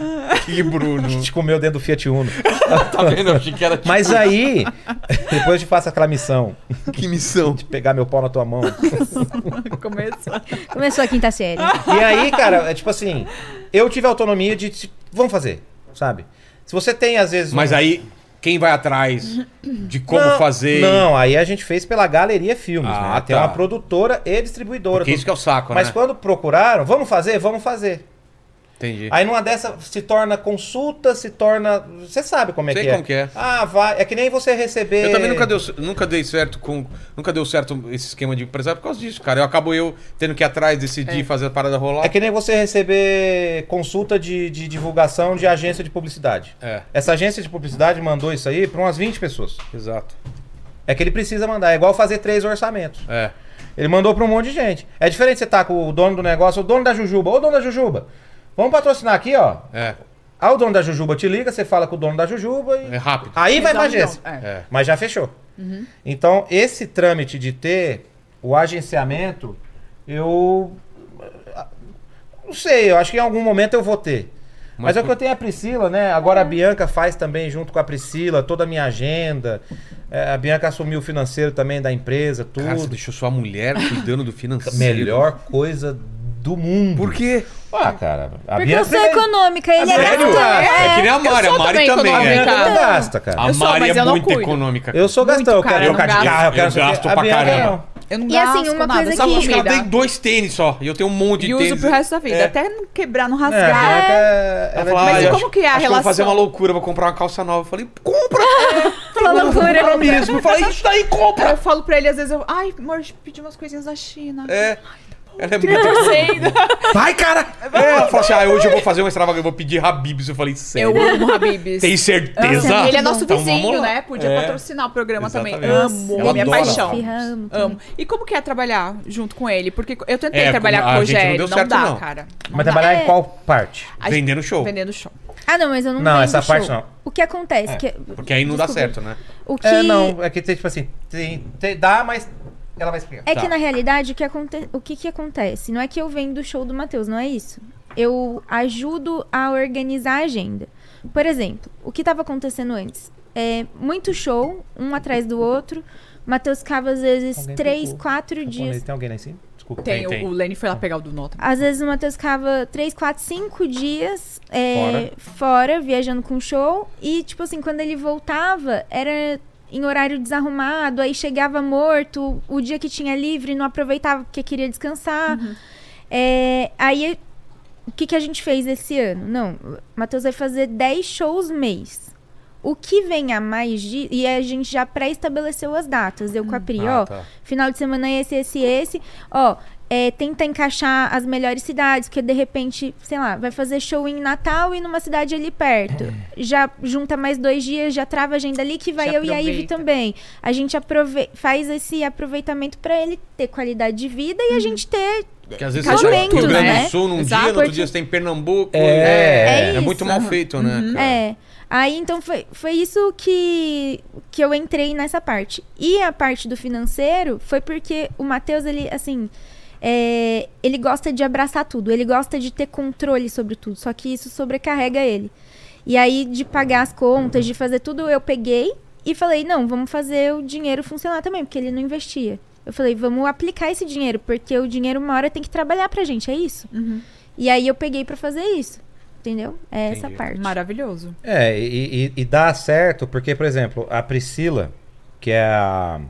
A: Que Bruno.
B: Que te comeu dentro do Fiat Uno.
A: Tá vendo? Eu achei que era tipo,
B: Mas aí, depois eu te faço aquela missão
A: que missão.
B: de pegar meu pau na tua mão.
E: Começou.
D: Ah. Começou a quinta série.
B: E aí, cara, é tipo assim, eu tive a autonomia de, tipo, vamos fazer, sabe? Se você tem, às vezes... um-
A: Mas aí, quem vai atrás de como
B: Não,
A: fazer?
B: Não, aí a gente fez pela Galeria Filmes,
A: Ah,
B: né? Tem
A: tá.
B: uma produtora e distribuidora.
A: Porque isso que é o saco,
B: Mas
A: né?
B: quando procuraram, vamos fazer? Vamos fazer.
A: Entendi.
B: Aí numa dessa se torna consulta, se torna. Você sabe como é
A: Sei
B: que é.
A: como que é.
B: Ah, vai. É que nem você receber.
A: Eu também
E: É.
A: nunca, deu, nunca dei certo com. Nunca deu certo esse esquema de empresário por causa disso, cara. Eu acabo eu tendo que ir atrás, decidir fazer a parada rolar.
B: É que nem você receber consulta de, de divulgação de agência de publicidade.
A: É,
B: Essa agência de publicidade mandou isso aí pra umas 20 pessoas.
A: exato.
B: É que ele precisa mandar. É igual fazer três orçamentos.
A: É.
B: Ele mandou pra um monte de gente. É diferente você tá com o dono do negócio, o dono da Jujuba. Ô, dono da Jujuba, vamos patrocinar aqui, ó.
A: É.
B: Aí o dono da Jujuba te liga, você fala com o dono da Jujuba e.
A: É rápido.
B: Aí vai pra
E: Resolve,
B: agência.
E: não. É. Uhum.
A: É.
B: Mas já fechou. Então, esse trâmite de ter o agenciamento, eu. ah, Não sei, eu acho que em algum momento eu vou ter. Mas,
A: Mas
B: é o que eu tenho é a Priscila, né? Agora a Bianca faz também, junto com a Priscila, toda a minha agenda. É, a Bianca assumiu o financeiro também da empresa, tudo.
A: Cara, você deixou sua mulher cuidando do financeiro.
B: Melhor coisa do mundo.
A: Por quê?
B: Ah, cara. A Ah,
D: Porque eu sou econômica, ele é
A: Sério?
D: gastão.
A: É, que nem a Mari.
E: eu
A: A
E: sou
A: Mari
E: também
A: também,
B: A
A: é.
E: econômica.
B: Bianca não
E: Cara.
B: gasta, cara.
A: A
E: Eu sou,
A: Mari
E: mas
A: é
E: eu não
A: muito
E: cuido.
A: econômica.
B: Eu sou
E: Muito,
B: gastão, eu quero
E: cara, eu
B: trocar de
E: não
B: carro, eu quero
A: gasto. Eu gasto
B: a
A: pra
B: Bianca
A: caramba.
B: não.
E: Eu não
D: E assim,
E: gasto
D: uma
E: nada,
D: coisa
E: só
D: que-
A: Os caras
E: comida.
A: têm dois tênis só. E eu tenho um monte de
E: E uso
A: tênis.
E: pro resto da vida.
A: É.
E: Até não quebrar, não
B: É, a
E: rasgar.
B: Bianca,
A: Ela
B: ela
A: fala,
E: Mas
A: "Ah,
B: é
A: eu
E: como
A: acho-
E: que é a
A: acho Eu vou
E: relação?
A: fazer uma loucura, vou comprar uma calça nova. Eu falei, compra!
D: Uma É,
B: é
D: loucura.
A: Compra mesmo. Eu falei, isso daí, compra!
E: Eu falo pra ele, às vezes, eu, ai, amor, pedi umas coisinhas da China.
A: É. Ela é muito...
E: Sei.
B: Vai, cara!
A: É, ela falou assim, ah, hoje eu vou fazer uma extravagância, eu vou pedir Habibs. Eu falei,
E: Eu
A: sério?
E: amo Habibs.
A: Tem certeza?
E: Ele é nosso
A: Então
E: vizinho,
A: vamos lá.
E: né? Podia
A: É.
E: patrocinar o programa também.
A: Exatamente.
E: Amo, é
A: Ela
E: minha
A: adora
E: paixão.
A: falar.
D: Esfirra, amo também.
E: Amo. E como que é trabalhar junto com ele? Porque eu tentei
A: É,
E: trabalhar
A: como-
E: com o
A: a gente não
E: Rogério,
A: deu
E: não,
A: certo,
E: dá,
A: não.
E: cara.
B: Mas trabalhar em
D: É.
B: qual parte?
E: A gente-
A: Vendendo show.
E: Vendendo show.
D: Ah, não, mas eu não
B: Não,
D: vendo
B: essa
D: show.
B: parte não.
D: O que acontece? que-
A: Porque aí não dá
D: Desculpa.
A: certo, né?
D: O que
B: É, não, é que tem tipo assim, tem, tem- dá, mas ela vai explicar.
D: É
A: Tá.
D: que na realidade o que, aconte... o que que acontece? Não é que eu venho do show do Matheus, não é isso. Eu ajudo a organizar a agenda. Por exemplo, o que estava acontecendo antes? É muito show, um atrás do outro. Matheus ficava às vezes
B: Alguém
D: três,
B: pegou.
D: quatro
B: Tem
D: dias.
B: alguém lá em cima? Desculpa.
E: Tem,
A: Tem,
E: o-
A: tem.
E: O Lenny foi lá pegar o do Nota.
D: Às vezes o Matheus ficava 3, 4, 5 dias é, fora. viajando com o show. E, tipo assim, quando ele voltava, era em horário desarrumado, aí chegava morto, o dia que tinha livre não aproveitava porque queria descansar.
A: Uhum.
D: É, aí o que, que a gente fez esse ano? Não, o Matheus vai fazer 10 shows mês. O que vem a mais de. E a gente já pré-estabeleceu as datas. Eu com a Pri,
A: Ah,
D: ó.
A: tá.
D: Final de semana é esse, esse, esse. Ó, é, tenta encaixar as melhores cidades, porque de repente, sei lá, vai fazer show em Natal e numa cidade ali perto. Já junta mais dois dias, já trava a agenda ali, que vai
E: Já
D: eu e a Ive
E: aproveita.
D: também. A gente aprove- faz esse aproveitamento pra ele ter qualidade de vida e a gente ter.
A: Porque às vezes
D: Tá
A: você tá em
D: junto,
A: Rio Grande
D: né?
A: do Sul num
E: Exato.
A: dia, no outro dia você tá em Pernambuco.
B: É.
D: É isso,
A: muito mal
D: aham.
A: feito, né? cara?
D: É. Aí então foi, foi isso que, que eu entrei nessa parte. E a parte do financeiro foi porque o Matheus, ele, assim. é, ele gosta de abraçar tudo, ele gosta de ter controle sobre tudo, só que isso sobrecarrega ele. E aí, de pagar as contas, de fazer tudo, eu peguei e falei: não, vamos fazer o dinheiro funcionar também, porque ele não investia. Eu falei: vamos aplicar esse dinheiro, porque o dinheiro uma hora tem que trabalhar pra gente, é isso. E aí eu peguei pra fazer isso, entendeu? É essa
A: Entendi.
D: parte.
E: Maravilhoso.
B: É, e, e- e dá certo porque, por exemplo, a Priscila, que é a.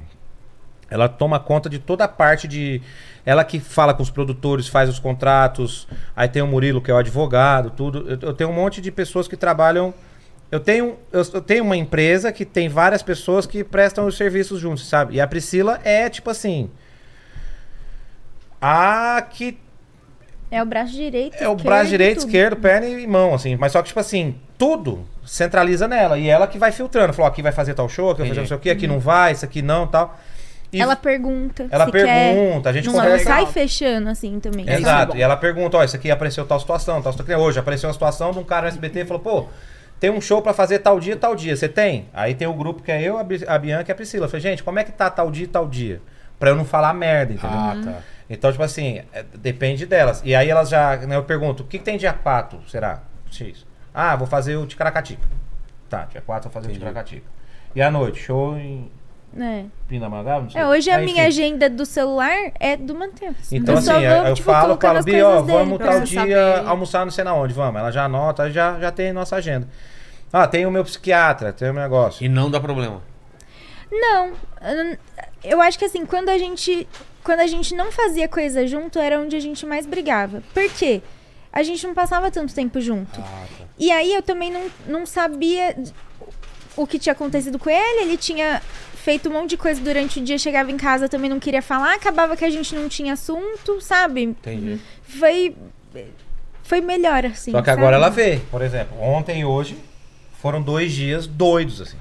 B: Ela toma conta de toda a parte de. Ela que fala com os produtores, faz os contratos. Aí tem o Murilo, que é o advogado, tudo. Eu, eu tenho um monte de pessoas que trabalham. Eu tenho, eu, eu tenho uma empresa que tem várias pessoas que prestam os serviços juntos, sabe? E a Priscila é, tipo assim. A que
D: É o braço direito.
B: é o
D: esquerdo,
B: braço direito,
D: tá tudo.
B: esquerdo, perna e mão, assim. Mas só que, tipo assim, tudo centraliza nela. E ela que vai filtrando. Falou, aqui vai fazer tal show, aqui vai fazer não sei o quê, aqui não vai, isso aqui não tal. E
D: Ela pergunta.
B: ela
D: se
B: pergunta, a
D: Quer.
B: gente
D: Não, ela
B: conversa.
D: sai fechando assim também.
E: É.
B: Exato.
E: bom.
B: E ela pergunta, ó, isso aqui apareceu tal situação, tal situação. Hoje apareceu uma situação de um cara no SBT e falou, pô, tem um show pra fazer tal dia, tal dia. Você tem? Aí tem o grupo que é eu, a Bi- a Bianca e a Priscila. Eu falei, gente, como é que tá tal dia, tal dia? Pra eu não falar merda, entendeu?
A: Ah, tá.
B: Então, tipo assim, é, depende delas. E aí elas já. né, eu pergunto, o que, que tem dia 4? Será? X. Ah, vou fazer o Ticaracatica. Tá, dia 4 eu vou fazer o Ticaracatica. E à noite, show em
D: É.
B: Pindamonhangaba? Não sei.
D: É, hoje a
B: Aí,
D: minha
B: enfim.
D: agenda do celular é do Matheus.
B: Então,
D: eu
B: assim,
D: só
B: eu,
D: vou,
B: eu
D: tipo,
B: falo,
D: colocando
B: falo,
D: as
B: Bi, ó,
D: coisas dele
B: vamos
D: pra
B: tal
D: você
B: dia
E: saber.
B: almoçar não sei na onde, vamos. Ela já anota, já, já tem nossa agenda. Ah, tem o meu psiquiatra, tem o meu negócio.
A: E não dá problema.
D: Não, eu- eu acho que assim, quando a gente quando a gente não fazia coisa junto, era onde a gente mais brigava. Por quê? A gente não passava tanto tempo junto.
B: Ah, tá.
D: E aí eu também não, não sabia o que tinha acontecido com ele, ele tinha feito um monte de coisa durante o dia, chegava em casa, também não queria falar, acabava que a gente não tinha assunto, sabe?
A: Entendi.
D: Foi foi melhor assim.
B: Só que agora
D: sabe?
B: ela vê. Por exemplo, ontem e hoje foram dois dias doidos, assim.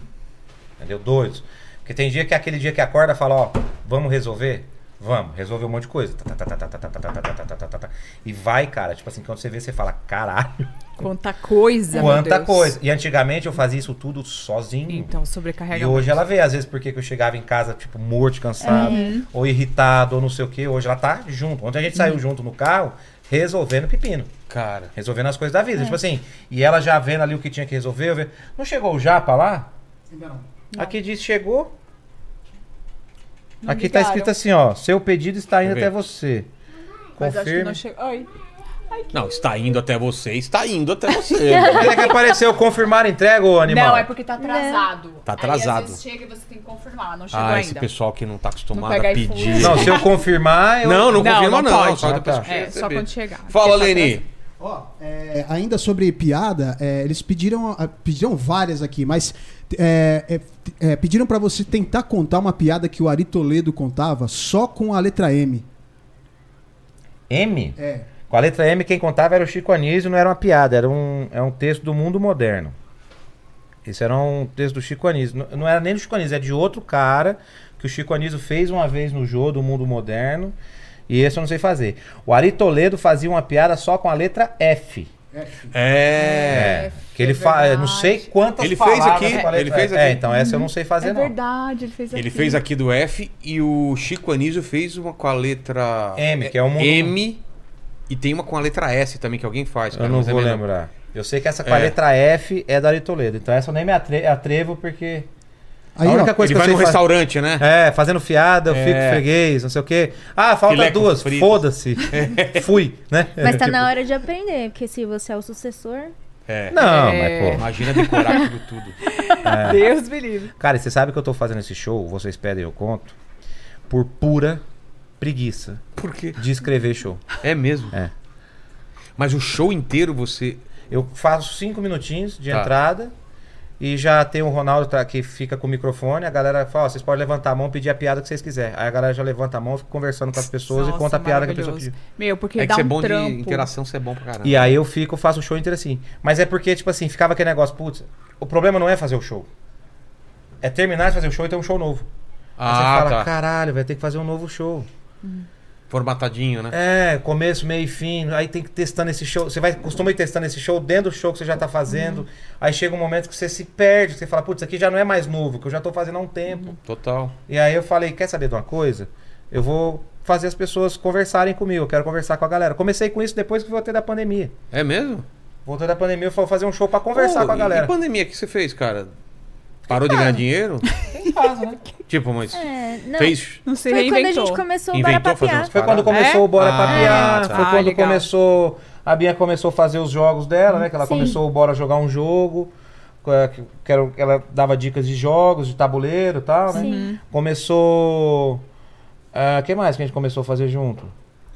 B: Entendeu? Doidos. Porque tem dia que é aquele dia que acorda e fala, ó, vamos resolver? Vamos, resolver um monte de coisa. Tá, tá, tá, tá, tá, tá, tá, tá, tá, tá, tá, tá, tá, tá. E vai, cara, tipo assim, quando você vê, você fala, caralho,
E: Quanta coisa, meu
B: quanta
E: Deus.
B: coisa. E antigamente eu fazia isso tudo sozinho.
E: Então, sobrecarrega
B: E hoje ela vê, às vezes, porque que eu chegava em casa, tipo, morto, cansado,
E: Uhum.
B: ou irritado, ou não sei o quê. Hoje ela tá junto. Ontem a gente saiu junto no carro, resolvendo pepino.
A: Cara.
B: Resolvendo as coisas da
E: É.
B: vida. Tipo assim, e ela já vendo ali o que tinha que resolver. eu ve- Não chegou o Japa lá? Aqui diz chegou.
E: Não
B: Aqui tá
E: ligaram.
B: escrito assim, ó. Seu pedido está indo
A: Deixa eu
B: até você.
A: tá
E: Mas acho que
B: Confirme.
E: não chegou. Ai.
A: Não, está indo até você, está indo até você. né?
B: Ele é que apareceu confirmar a entrega, ô animal.
E: Não, é porque tá atrasado.
A: Tá
E: Aí,
A: atrasado.
E: às vezes chega e você tem que confirmar, não chegou
A: ah, esse
E: ainda.
A: pessoal que não tá acostumado
E: pega
A: a
E: iPhone.
A: pedir.
B: Não, se eu confirmar, eu...
A: não, não confirma,
E: não
A: não.
E: pode.
A: Só
B: Ah,
A: depois
B: tá.
A: que
E: É,
A: chega,
E: só
A: você
E: quando
A: vê.
E: chegar.
A: Fala,
E: Porque tá
A: Leni.
C: Ó, é, ainda sobre piada, é, eles pediram, ah, pediram várias aqui, mas é, é, t- é, pediram pra você tentar contar uma piada que o Ari Toledo contava só com a letra M.
B: tá. M?
C: É.
B: Com a letra M, quem contava era o Chico Anísio, não era uma piada, era um, é um texto do mundo moderno. Esse era um texto do Chico Anísio. Não, não era nem do Chico Anísio, é de outro cara que o Chico Anísio fez uma vez no jogo do mundo moderno. E esse eu não sei fazer. O Ari Toledo fazia uma piada só com a letra F.
A: É.
B: É. que ele faz. Não sei quantas
A: Ele fez
B: palavras
A: aqui,
B: com a letra
A: ele fez
B: F. É,
A: aqui.
B: então essa eu não sei fazer,
E: É
B: não.
E: verdade, ele fez
A: Ele
E: aqui.
A: fez aqui do F e o Chico Anísio fez uma com a letra
B: M, que é o mundo.
A: M e tem uma com a letra S também que alguém faz.
B: Eu
A: cara,
B: não
A: mas é
B: vou
A: menor.
B: lembrar. Eu sei que essa com a
A: É.
B: letra F é do Ari Toledo. Então essa eu nem me atre- atrevo porque.
C: Aí,
B: a
C: ó,
B: única coisa
A: Ele
B: que
A: vai
B: eu
A: no
B: sei fa-
A: restaurante, né?
B: É, fazendo fiada, eu
A: É.
B: fico freguês, não sei o quê. Ah, falta
A: Filé com
B: duas,
A: fritas. É.
B: foda-se. Fui, né?
D: Mas tá
B: Tipo,
D: na hora de aprender, porque se você é o sucessor,
A: É.
B: Não,
E: É.
B: mas pô.
A: Imagina decorar aquilo tudo. É.
E: Deus me livre.
B: Cara, e você sabe que eu tô fazendo esse show, vocês pedem eu conto, por pura preguiça
A: Por quê?
B: de escrever show.
A: É mesmo.
B: É.
A: Mas o show inteiro você.
B: Eu faço cinco minutinhos de
A: Tá.
B: entrada e já tem o Ronaldo tá- que fica com o microfone. A galera fala: ó, vocês podem levantar a mão e pedir a piada que vocês quiserem. Aí a galera já levanta a mão, fica conversando com as pessoas
E: Nossa,
B: e conta a piada que a pessoa
E: maravilhoso.
B: pediu.
E: Meu, porque
A: é que
E: dá
A: você é
E: um
A: bom de
E: trampo.
A: interação, você é bom pra caramba.
B: E aí eu fico, faço o show inteiro assim. Mas é porque, tipo assim, ficava aquele negócio: putz, o problema não é fazer o show. É terminar de fazer o show e ter um show novo. Aí
A: Ah,
B: você fala:
A: tá.
B: caralho, vai ter que fazer um novo show.
A: Formatadinho, né?
B: É, começo, meio e fim. Aí tem que ir testando esse show. Você vai, costuma ir testando esse show dentro do show que você já tá fazendo.
A: Uhum.
B: Aí chega um momento que você se perde, que você fala, putz, isso aqui já não é mais novo, que eu já tô fazendo há um tempo.
A: Uhum. Total.
B: E aí eu falei, quer saber de uma coisa? Eu vou fazer as pessoas conversarem comigo, eu quero conversar com a galera. Comecei com isso depois que voltei da pandemia.
A: É mesmo?
B: Voltei da pandemia, eu vou fazer um show pra conversar
A: Pô,
B: com a
A: e-
B: galera.
A: E pandemia, o que você fez, cara? Parou de ganhar dinheiro? Tipo, mas.
D: É, não.
A: Fez?
E: Não se
D: Foi quando a
E: reinventou.
D: gente começou o
A: Inventou
D: Bora
A: fazer
D: Papiar.
A: uns
B: Foi quando começou
E: É?
B: o Bora
A: Ah,
B: Papiar,
A: tá.
B: foi
E: Ah,
B: quando
E: legal.
B: começou. A Bia começou a fazer os jogos dela, né? Que ela
D: Sim.
B: começou o Bora jogar um jogo. eh, que- que era- Ela dava dicas de jogos, de tabuleiro e tal, né?
D: Sim.
B: Começou. O que mais que a gente começou a fazer junto?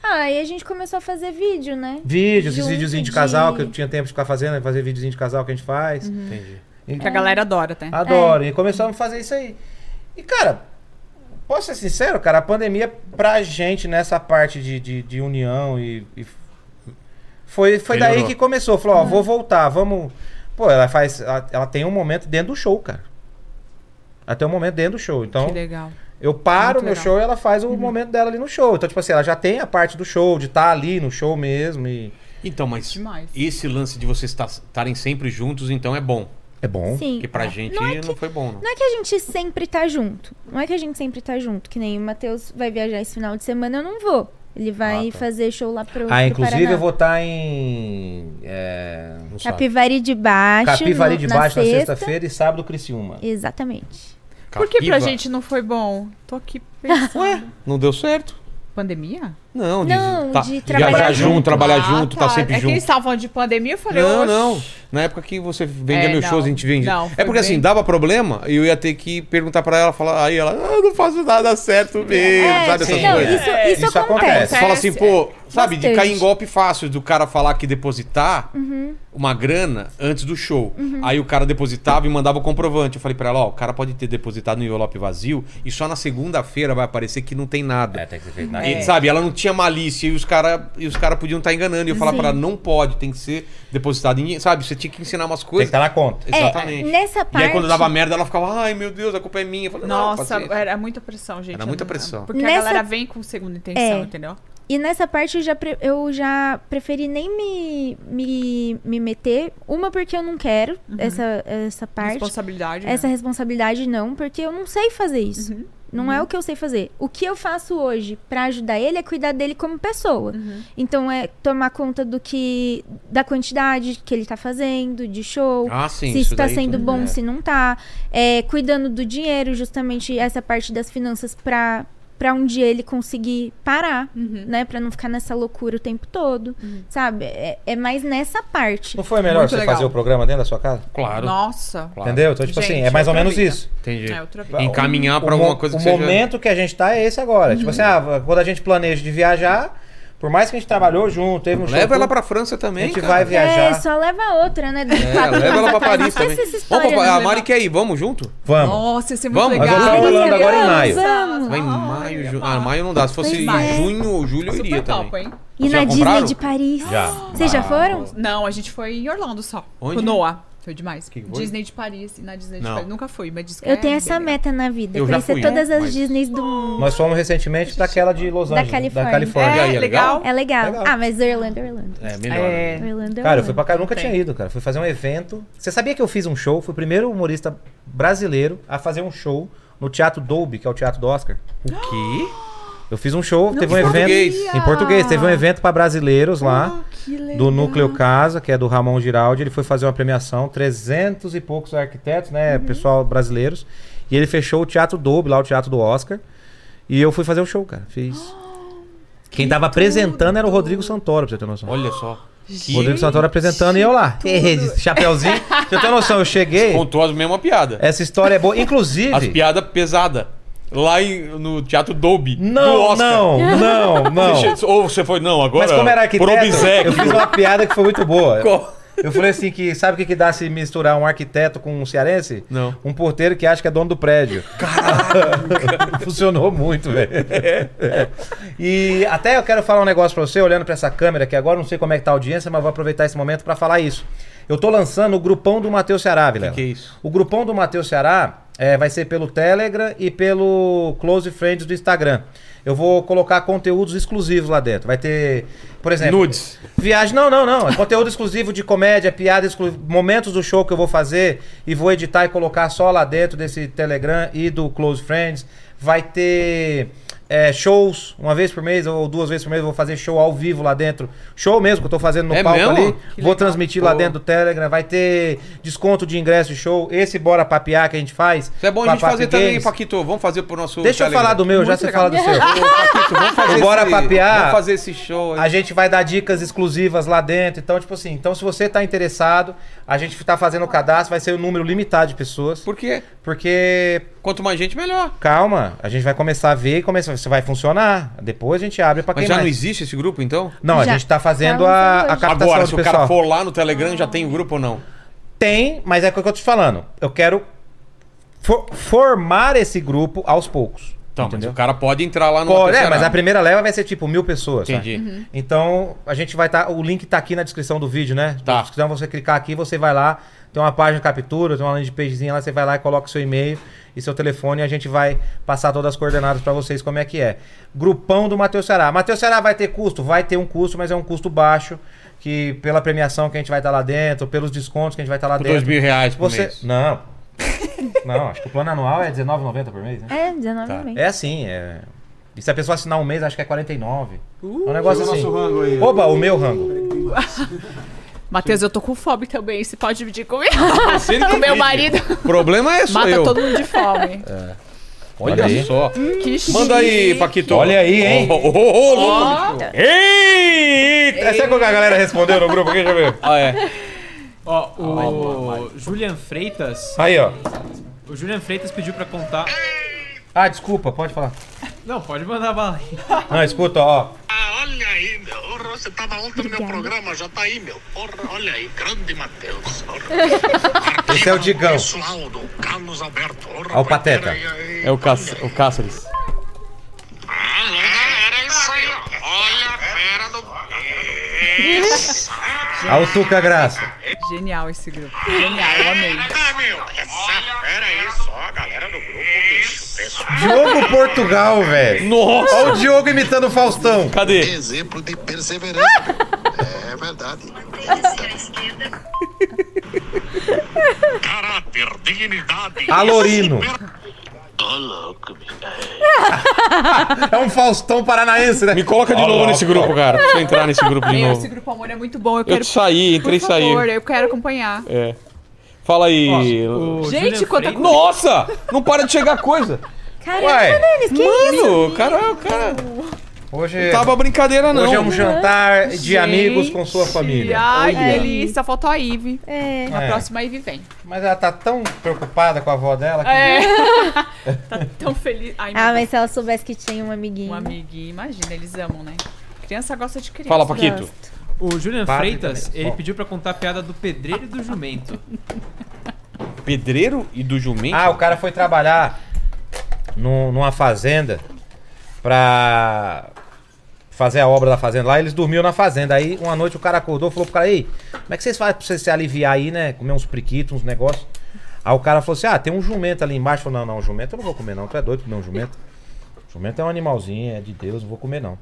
D: Ah, e a gente começou a fazer vídeo, né?
B: Vídeos, esses
D: Junto
B: videozinhos de
D: de-
B: casal que eu tinha tempo de ficar fazendo, né, fazer videozinho de casal que a gente faz.
A: Entendi.
B: E-
E: Que a galera adora, até.
A: Ah,
B: Adoro.
E: É.
B: E começamos a fazer isso aí. E, cara, posso ser sincero, cara, a pandemia, pra gente, nessa parte de, de, de união e. e foi foi daí
A: Melhorou.
B: que começou. Falou, ó,
E: Uhum.
B: vou voltar, vamos. Pô, ela faz. Ela, ela tem um momento dentro do show, cara. Ela tem um momento dentro do show. Então,
E: Que legal.
B: eu paro
E: Muito
B: o meu
E: legal. Uhum.
B: show e ela faz o momento dela ali no show. Então, tipo assim, ela já tem a parte do show, de estar ali no show mesmo. E...
A: Então, mas
E: Demais.
A: esse lance de vocês tá, estarem sempre juntos, então é bom.
B: É bom.
D: Sim.
A: Porque pra gente não, foi bom, não.
D: Não é que a gente sempre tá junto. Não é que a gente sempre tá junto. Que nem o Matheus vai viajar esse final de semana, eu não vou. Ele vai
A: Ah, tá.
D: fazer show lá pro,
B: Ah,
D: pro
B: inclusive
D: Paraná.
B: eu vou estar em. é,
A: Não sabe.
D: Capivari de Baixo.
B: Capivari
D: no-
B: de baixo na
D: sexta.
B: sexta-feira e sábado Criciúma.
D: Exatamente.
E: Por que pra
A: Capiva
E: gente não foi bom? Tô aqui pensando. Ué?
A: Não deu certo.
E: Pandemia?
A: Não, tá,
D: Não, de
A: viajar
D: trabalhar
A: junto,
D: junto.
A: trabalhar
E: Ah,
A: junto, tá, sempre
E: é que eles
A: junto.
E: estavam falando de pandemia, eu falei,
A: Não,
E: "Oxe,
A: não. Na época que você vendia
E: É,
A: meus
E: não.
A: shows, a gente vendia.
E: Não,
A: é
E: foi
A: porque assim,
E: bem-
A: dava problema e eu ia ter que perguntar pra ela, falar, aí ela, ah, não faço nada certo mesmo, sabe? Essas
D: não,
A: coisas.
D: isso,
E: É,
D: isso,
B: isso
D: acontece.
B: acontece.
A: Você fala assim, pô, sabe, de
D: Bastante.
A: cair em golpe fácil, do cara falar que depositar uma grana antes do show. Aí o cara depositava e mandava o comprovante. Eu falei pra ela, ó, o cara pode ter depositado no envelope vazio e só na segunda-feira vai aparecer que não tem nada.
B: É, tem que ser feito na
D: É.
E: É.
A: E, sabe, ela não tinha malícia e os caras cara podiam estar enganando. E eu falava
D: Sim.
A: pra ela, não pode, tem que ser depositado em. Sabe, você tinha que ensinar umas
B: Tem que
A: coisas.
B: estar na conta.
D: É,
A: Exatamente.
D: nessa
A: E aí
D: parte-
A: quando dava merda, ela ficava, ai meu Deus, a culpa é minha. Eu falei, não,
E: Nossa,
A: paciência.
E: era muita pressão, gente.
A: Era muita pressão.
E: Porque a
D: Nessa-
E: galera vem com segunda intenção,
D: É.
E: entendeu?
D: E nessa parte eu já, pre- eu já preferi nem me, me, me meter. Uma, porque eu não quero essa, essa parte.
E: Responsabilidade. né?
D: Essa responsabilidade não, porque eu não sei fazer isso.
A: Uhum.
D: Não é o que eu sei fazer. O que eu faço hoje pra ajudar ele é cuidar dele como pessoa.
A: Uhum.
D: Então é tomar conta do que da quantidade que ele tá fazendo, de show,
A: Ah, sim,
D: se
A: isso
D: isso tá
A: daí
D: sendo
A: tudo,
D: bom,
A: é.
D: se não tá, É, cuidando do dinheiro, justamente essa parte das finanças pra para um dia ele conseguir parar,
A: Uhum.
D: né, Pra não ficar nessa loucura o tempo todo, sabe? É, é mais nessa parte.
B: Não foi melhor
E: Muito
B: você
E: legal.
B: fazer o programa dentro da sua casa?
A: Claro.
E: Nossa.
A: Claro.
B: Entendeu? Então, tipo
E: Gente,
B: assim, é mais ou
E: outra
B: menos
E: vida.
B: isso.
A: Entendi.
E: É, outra vez.
A: Encaminhar pra
B: O mo-
A: alguma coisa
B: O
A: que seja.
B: momento que a gente tá é esse agora. Tipo assim, ah, quando a gente planeja de viajar, por mais que a gente trabalhou junto, teve um show.
A: Leva ela
B: tudo,
A: pra França
B: A
A: também.
B: gente
A: cara.
B: vai viajar.
D: É, só leva a outra, né?
A: É, leva ela pra Paris
D: Esquece
A: também.
D: essa história,
A: Vamos, pra-
D: né?
A: a Mari quer ir, vamos junto?
B: Vamos.
E: Nossa, ia ser muito
A: Vamos, mas
E: legal.
B: eu tô falando tá agora em maio.
D: Vamos.
A: Vai em maio, junho. Ah, maio não dá. Se fosse
D: Pois
A: em
D: é.
A: junho ou julho, eu
E: Super
A: iria
E: top,
A: também.
E: hein?
D: E
A: Vocês
D: na
A: já
D: Disney
A: compraram?
D: de Paris?
B: Já.
D: Vocês já foram?
E: Não, a gente foi em Orlando só.
A: Onde?
E: Com Noah. Foi demais.
A: que foi?
E: Disney de Paris. E na Disney de
A: Não.
E: Paris. Nunca fui, mas diz que
D: Eu
E: é
D: tenho essa
E: bem legal.
D: meta na vida,
A: Eu já
D: conhecer
A: fui,
D: todas as
A: mas-
D: Disneys do mundo.
B: Nós fomos recentemente daquela de Los
D: Da
B: Angeles.
D: Califórnia.
A: Olha aí,
E: É,
A: é
E: legal.
D: É legal.
B: Legal.
D: Ah, mas Orlando, Orlando.
A: É, melhor.
E: É.
A: né?
D: Orlando,
B: Cara, eu
D: Orlando.
B: fui pra cá, eu nunca
E: Tem.
B: tinha ido, cara. Fui fazer um evento. Você sabia que eu fiz um show? Fui o primeiro humorista brasileiro a fazer um show no Teatro Dolby, que é o teatro do Oscar.
A: O quê?
B: Eu fiz um show, teve um
A: em
B: evento
A: português. Ah.
B: em português, teve um evento pra brasileiros lá do Núcleo Casa, que é do Ramon Giraldi, ele foi fazer uma premiação, 300 e poucos arquitetos,
A: Uhum.
B: né, pessoal brasileiros, e ele fechou o Teatro Dolby lá, o Teatro do Oscar. E eu fui
A: Ah,
B: fazer o show, cara. Fiz. Quem tava apresentando era o Rodrigo Santoro, pra você ter noção.
A: Olha só. Que
B: Rodrigo Santoro apresentando e eu lá. Chapeuzinho. Você tem noção, eu cheguei.
A: contou a mesma piada.
B: Essa história é boa.
A: As
B: Inclusive.
A: piadas pesadas. Lá em- no Teatro Dolby. no
B: Não,
A: Oscar.
B: não, não, não.
A: Você- Ou você foi, não, agora.
B: Mas como era
A: por
B: arquiteto, eu fiz uma piada que foi muito boa.
A: Qual?
B: Eu falei assim que sabe o que, que dá se misturar um arquiteto com um cearense?
A: Não.
B: Um porteiro que acha que é dono do prédio. Caraca! Funcionou muito, velho. É. E até eu quero falar um negócio pra você, olhando pra essa câmera aqui agora, não sei como é que tá a audiência, mas vou aproveitar esse momento pra falar isso. Eu tô lançando o grupão do Matheus Ceará, Vilela.
A: que é isso?
B: O grupão do Matheus Ceará é, vai ser pelo Telegram e pelo Close Friends do Instagram. Eu vou colocar conteúdos exclusivos lá dentro. Vai ter, por exemplo.
A: Nudes.
B: Viagem, não, não, não. É conteúdo exclusivo de comédia, piada, exclu... momentos do show que eu vou fazer e vou editar e colocar só lá dentro desse Telegram e do Close Friends. Vai ter é, shows uma vez por mês ou duas vezes por mês. Eu vou fazer show ao vivo lá dentro. Show mesmo que eu tô fazendo no
A: É
B: palco
A: mesmo?
B: ali.
A: Que
B: vou
A: legal.
B: transmitir lá
A: Pô.
B: dentro do Telegram. Vai ter desconto de ingresso de show. Esse Bora Papiar que a gente faz.
A: Isso é bom a gente
B: Papap
A: fazer também,
B: Games.
A: Paquito. Vamos fazer pro nosso.
B: Deixa eu
A: Telegram.
B: falar do meu, já
E: Muito
B: você
E: legal.
B: fala do seu.
A: Paquito, vamos fazer
B: Bora
A: esse-
B: papear?
A: Vamos fazer esse show. aí.
B: A gente vai dar dicas exclusivas lá dentro. Então, tipo assim, então se você tá interessado, a gente tá fazendo o cadastro, vai ser um número limitado de pessoas.
A: Por quê?
B: Porque,
A: Quanto mais gente, melhor.
B: calma, a gente vai começar a ver e começa, se vai funcionar. Depois a gente abre pra quem
A: Mas já não
B: mais.
A: existe esse grupo, então?
B: Não, a
D: Já.
B: gente tá fazendo
D: Tá
B: a,
D: lançando
B: a
D: hoje.
B: captação
A: Agora,
B: do
A: se o
B: pessoal.
A: cara for lá no Telegram, já tem o grupo ou não?
B: Tem, mas é o que eu tô te falando. Eu quero for- formar esse grupo aos poucos.
A: Então, mas
B: entendeu?
A: o cara pode entrar lá no.
B: Pô, é,
A: Terceira.
B: mas a primeira leva vai ser tipo mil pessoas. sabe?
A: Entendi.
B: Então, a gente vai estar. o link tá aqui na descrição do vídeo, né?
A: Tá.
B: Na descrição, você clicar aqui, você vai lá. Tem uma página de captura, tem uma landing pagezinha lá, você vai lá e coloca seu e-mail e seu telefone e a gente vai passar todas as coordenadas pra vocês como é que é. Grupão do Matheus Ceará. Matheus Ceará vai ter custo? Vai ter um custo, mas é um custo baixo. Que pela premiação que a gente vai estar lá dentro, pelos descontos que a gente vai estar lá
A: Por
B: dentro.
A: dois mil reais por
B: você...
A: mês.
B: Não. Não, acho que o plano anual é R$19,90 por mês, né?
D: É, 19 também.
B: É assim, é. E se a pessoa assinar um mês, acho que é 49. é um negócio
K: Chegou
B: assim.
K: Uh, nosso rango aí.
B: Oba, o meu rango.
E: Matheus, eu tô com fome também. Você pode dividir comigo?
A: Você ele
E: Com meu
A: divide.
E: marido.
A: O problema é só
E: Mata
A: eu.
E: todo mundo de fome.
A: Olha
B: Olha aí.
A: só.
E: Que
A: Manda aí, Paquito.
B: Olha aí, hein?
A: Ô, ô, ô, ô, louco.
E: Ó,
B: Eita! Sabe qual que a galera respondeu no grupo aqui? Deixa eu ver.
A: Ah, é.
F: Ó, o Julian Freitas.
B: Aí, ó.
F: O Julian Freitas pediu pra contar.
B: Ah, desculpa, pode falar.
F: Não, pode mandar bala aí.
B: Não, escuta, ó.
M: Ah, olha aí, meu. Porra, Você tava ontem no meu programa, já tá aí, meu. Porra, olha aí, grande Matheus. Porra.
B: Esse é o Digão.
M: Pessoal do Carlos Alberto. Porra,
B: Ó o Pateta.
M: olha aí.
A: É o, Cáceres. o Cáceres.
M: Ah, Era, era isso aí, ó. Olha a fera do... Isso.
B: Ó o Tuca Graça.
E: Genial esse grupo. Genial, eu amei.
M: Ah, meu. Essa fera é isso, ó. A galera do grupo, bicho. Pessoal.
B: Diogo Portugal, velho.
A: Nossa!
B: Ó o Diogo imitando o Faustão.
A: Cadê?
M: Exemplo de perseverança. é verdade. Caráter, dignidade.
B: Alorino.
M: Tô Tá louco, meu.
B: É um Faustão paranaense, né?
A: Me coloca de
B: Ó,
A: novo
B: ó,
A: nesse
B: ó.
A: grupo, cara. Pra eu entrar nesse grupo de
E: Meu, esse
A: novo.
E: grupo Amor é muito bom. Eu
A: Eu
E: quero.
A: saí,
E: Por
A: entrei e saí.
E: favor, eu quero acompanhar.
A: É. Fala aí.
F: O
E: Gente,
F: Julian
E: quanta
F: Freitas-
A: Nossa! Não para de chegar coisa.
B: Ué.
D: Caramba, Denis, que isso?
A: Mano, cara, o cara.
B: Hoje,
A: Não tava brincadeira, não.
B: hoje é um jantar de amigos com sua família.
E: Ai,
B: Olha.
E: que delícia. Faltou a Ive.
D: É.
E: Na
B: É.
E: próxima, a Ive vem.
B: Mas ela tá tão preocupada com a avó dela que
E: É. tá tão feliz. Ai, meu
D: Ah,
E: Deus.
D: mas se ela soubesse que tinha um amiguinho.
E: Um amiguinho, imagina, eles amam, né? Criança gosta de criança. né?
A: Fala, Paquito.
D: Gosto.
F: O Julian
B: Padre
F: Freitas,
B: também.
F: ele
B: Bom.
F: pediu pra contar a piada do pedreiro e do jumento.
A: Pedreiro e do jumento?
B: Ah, o cara foi trabalhar num- numa fazenda pra fazer a obra da fazenda lá. Eles dormiam na fazenda. Aí uma noite o cara acordou e falou pro cara: Ei, como é que vocês fazem pra vocês se aliviar aí, né? Comer uns priquitos, uns negócios. Aí o cara falou assim: Ah, tem um jumento ali embaixo. Falou: Não, não, jumento eu não vou comer, não. Tu é doido comer um jumento? Jumento é um animalzinho, é de Deus, não vou comer não.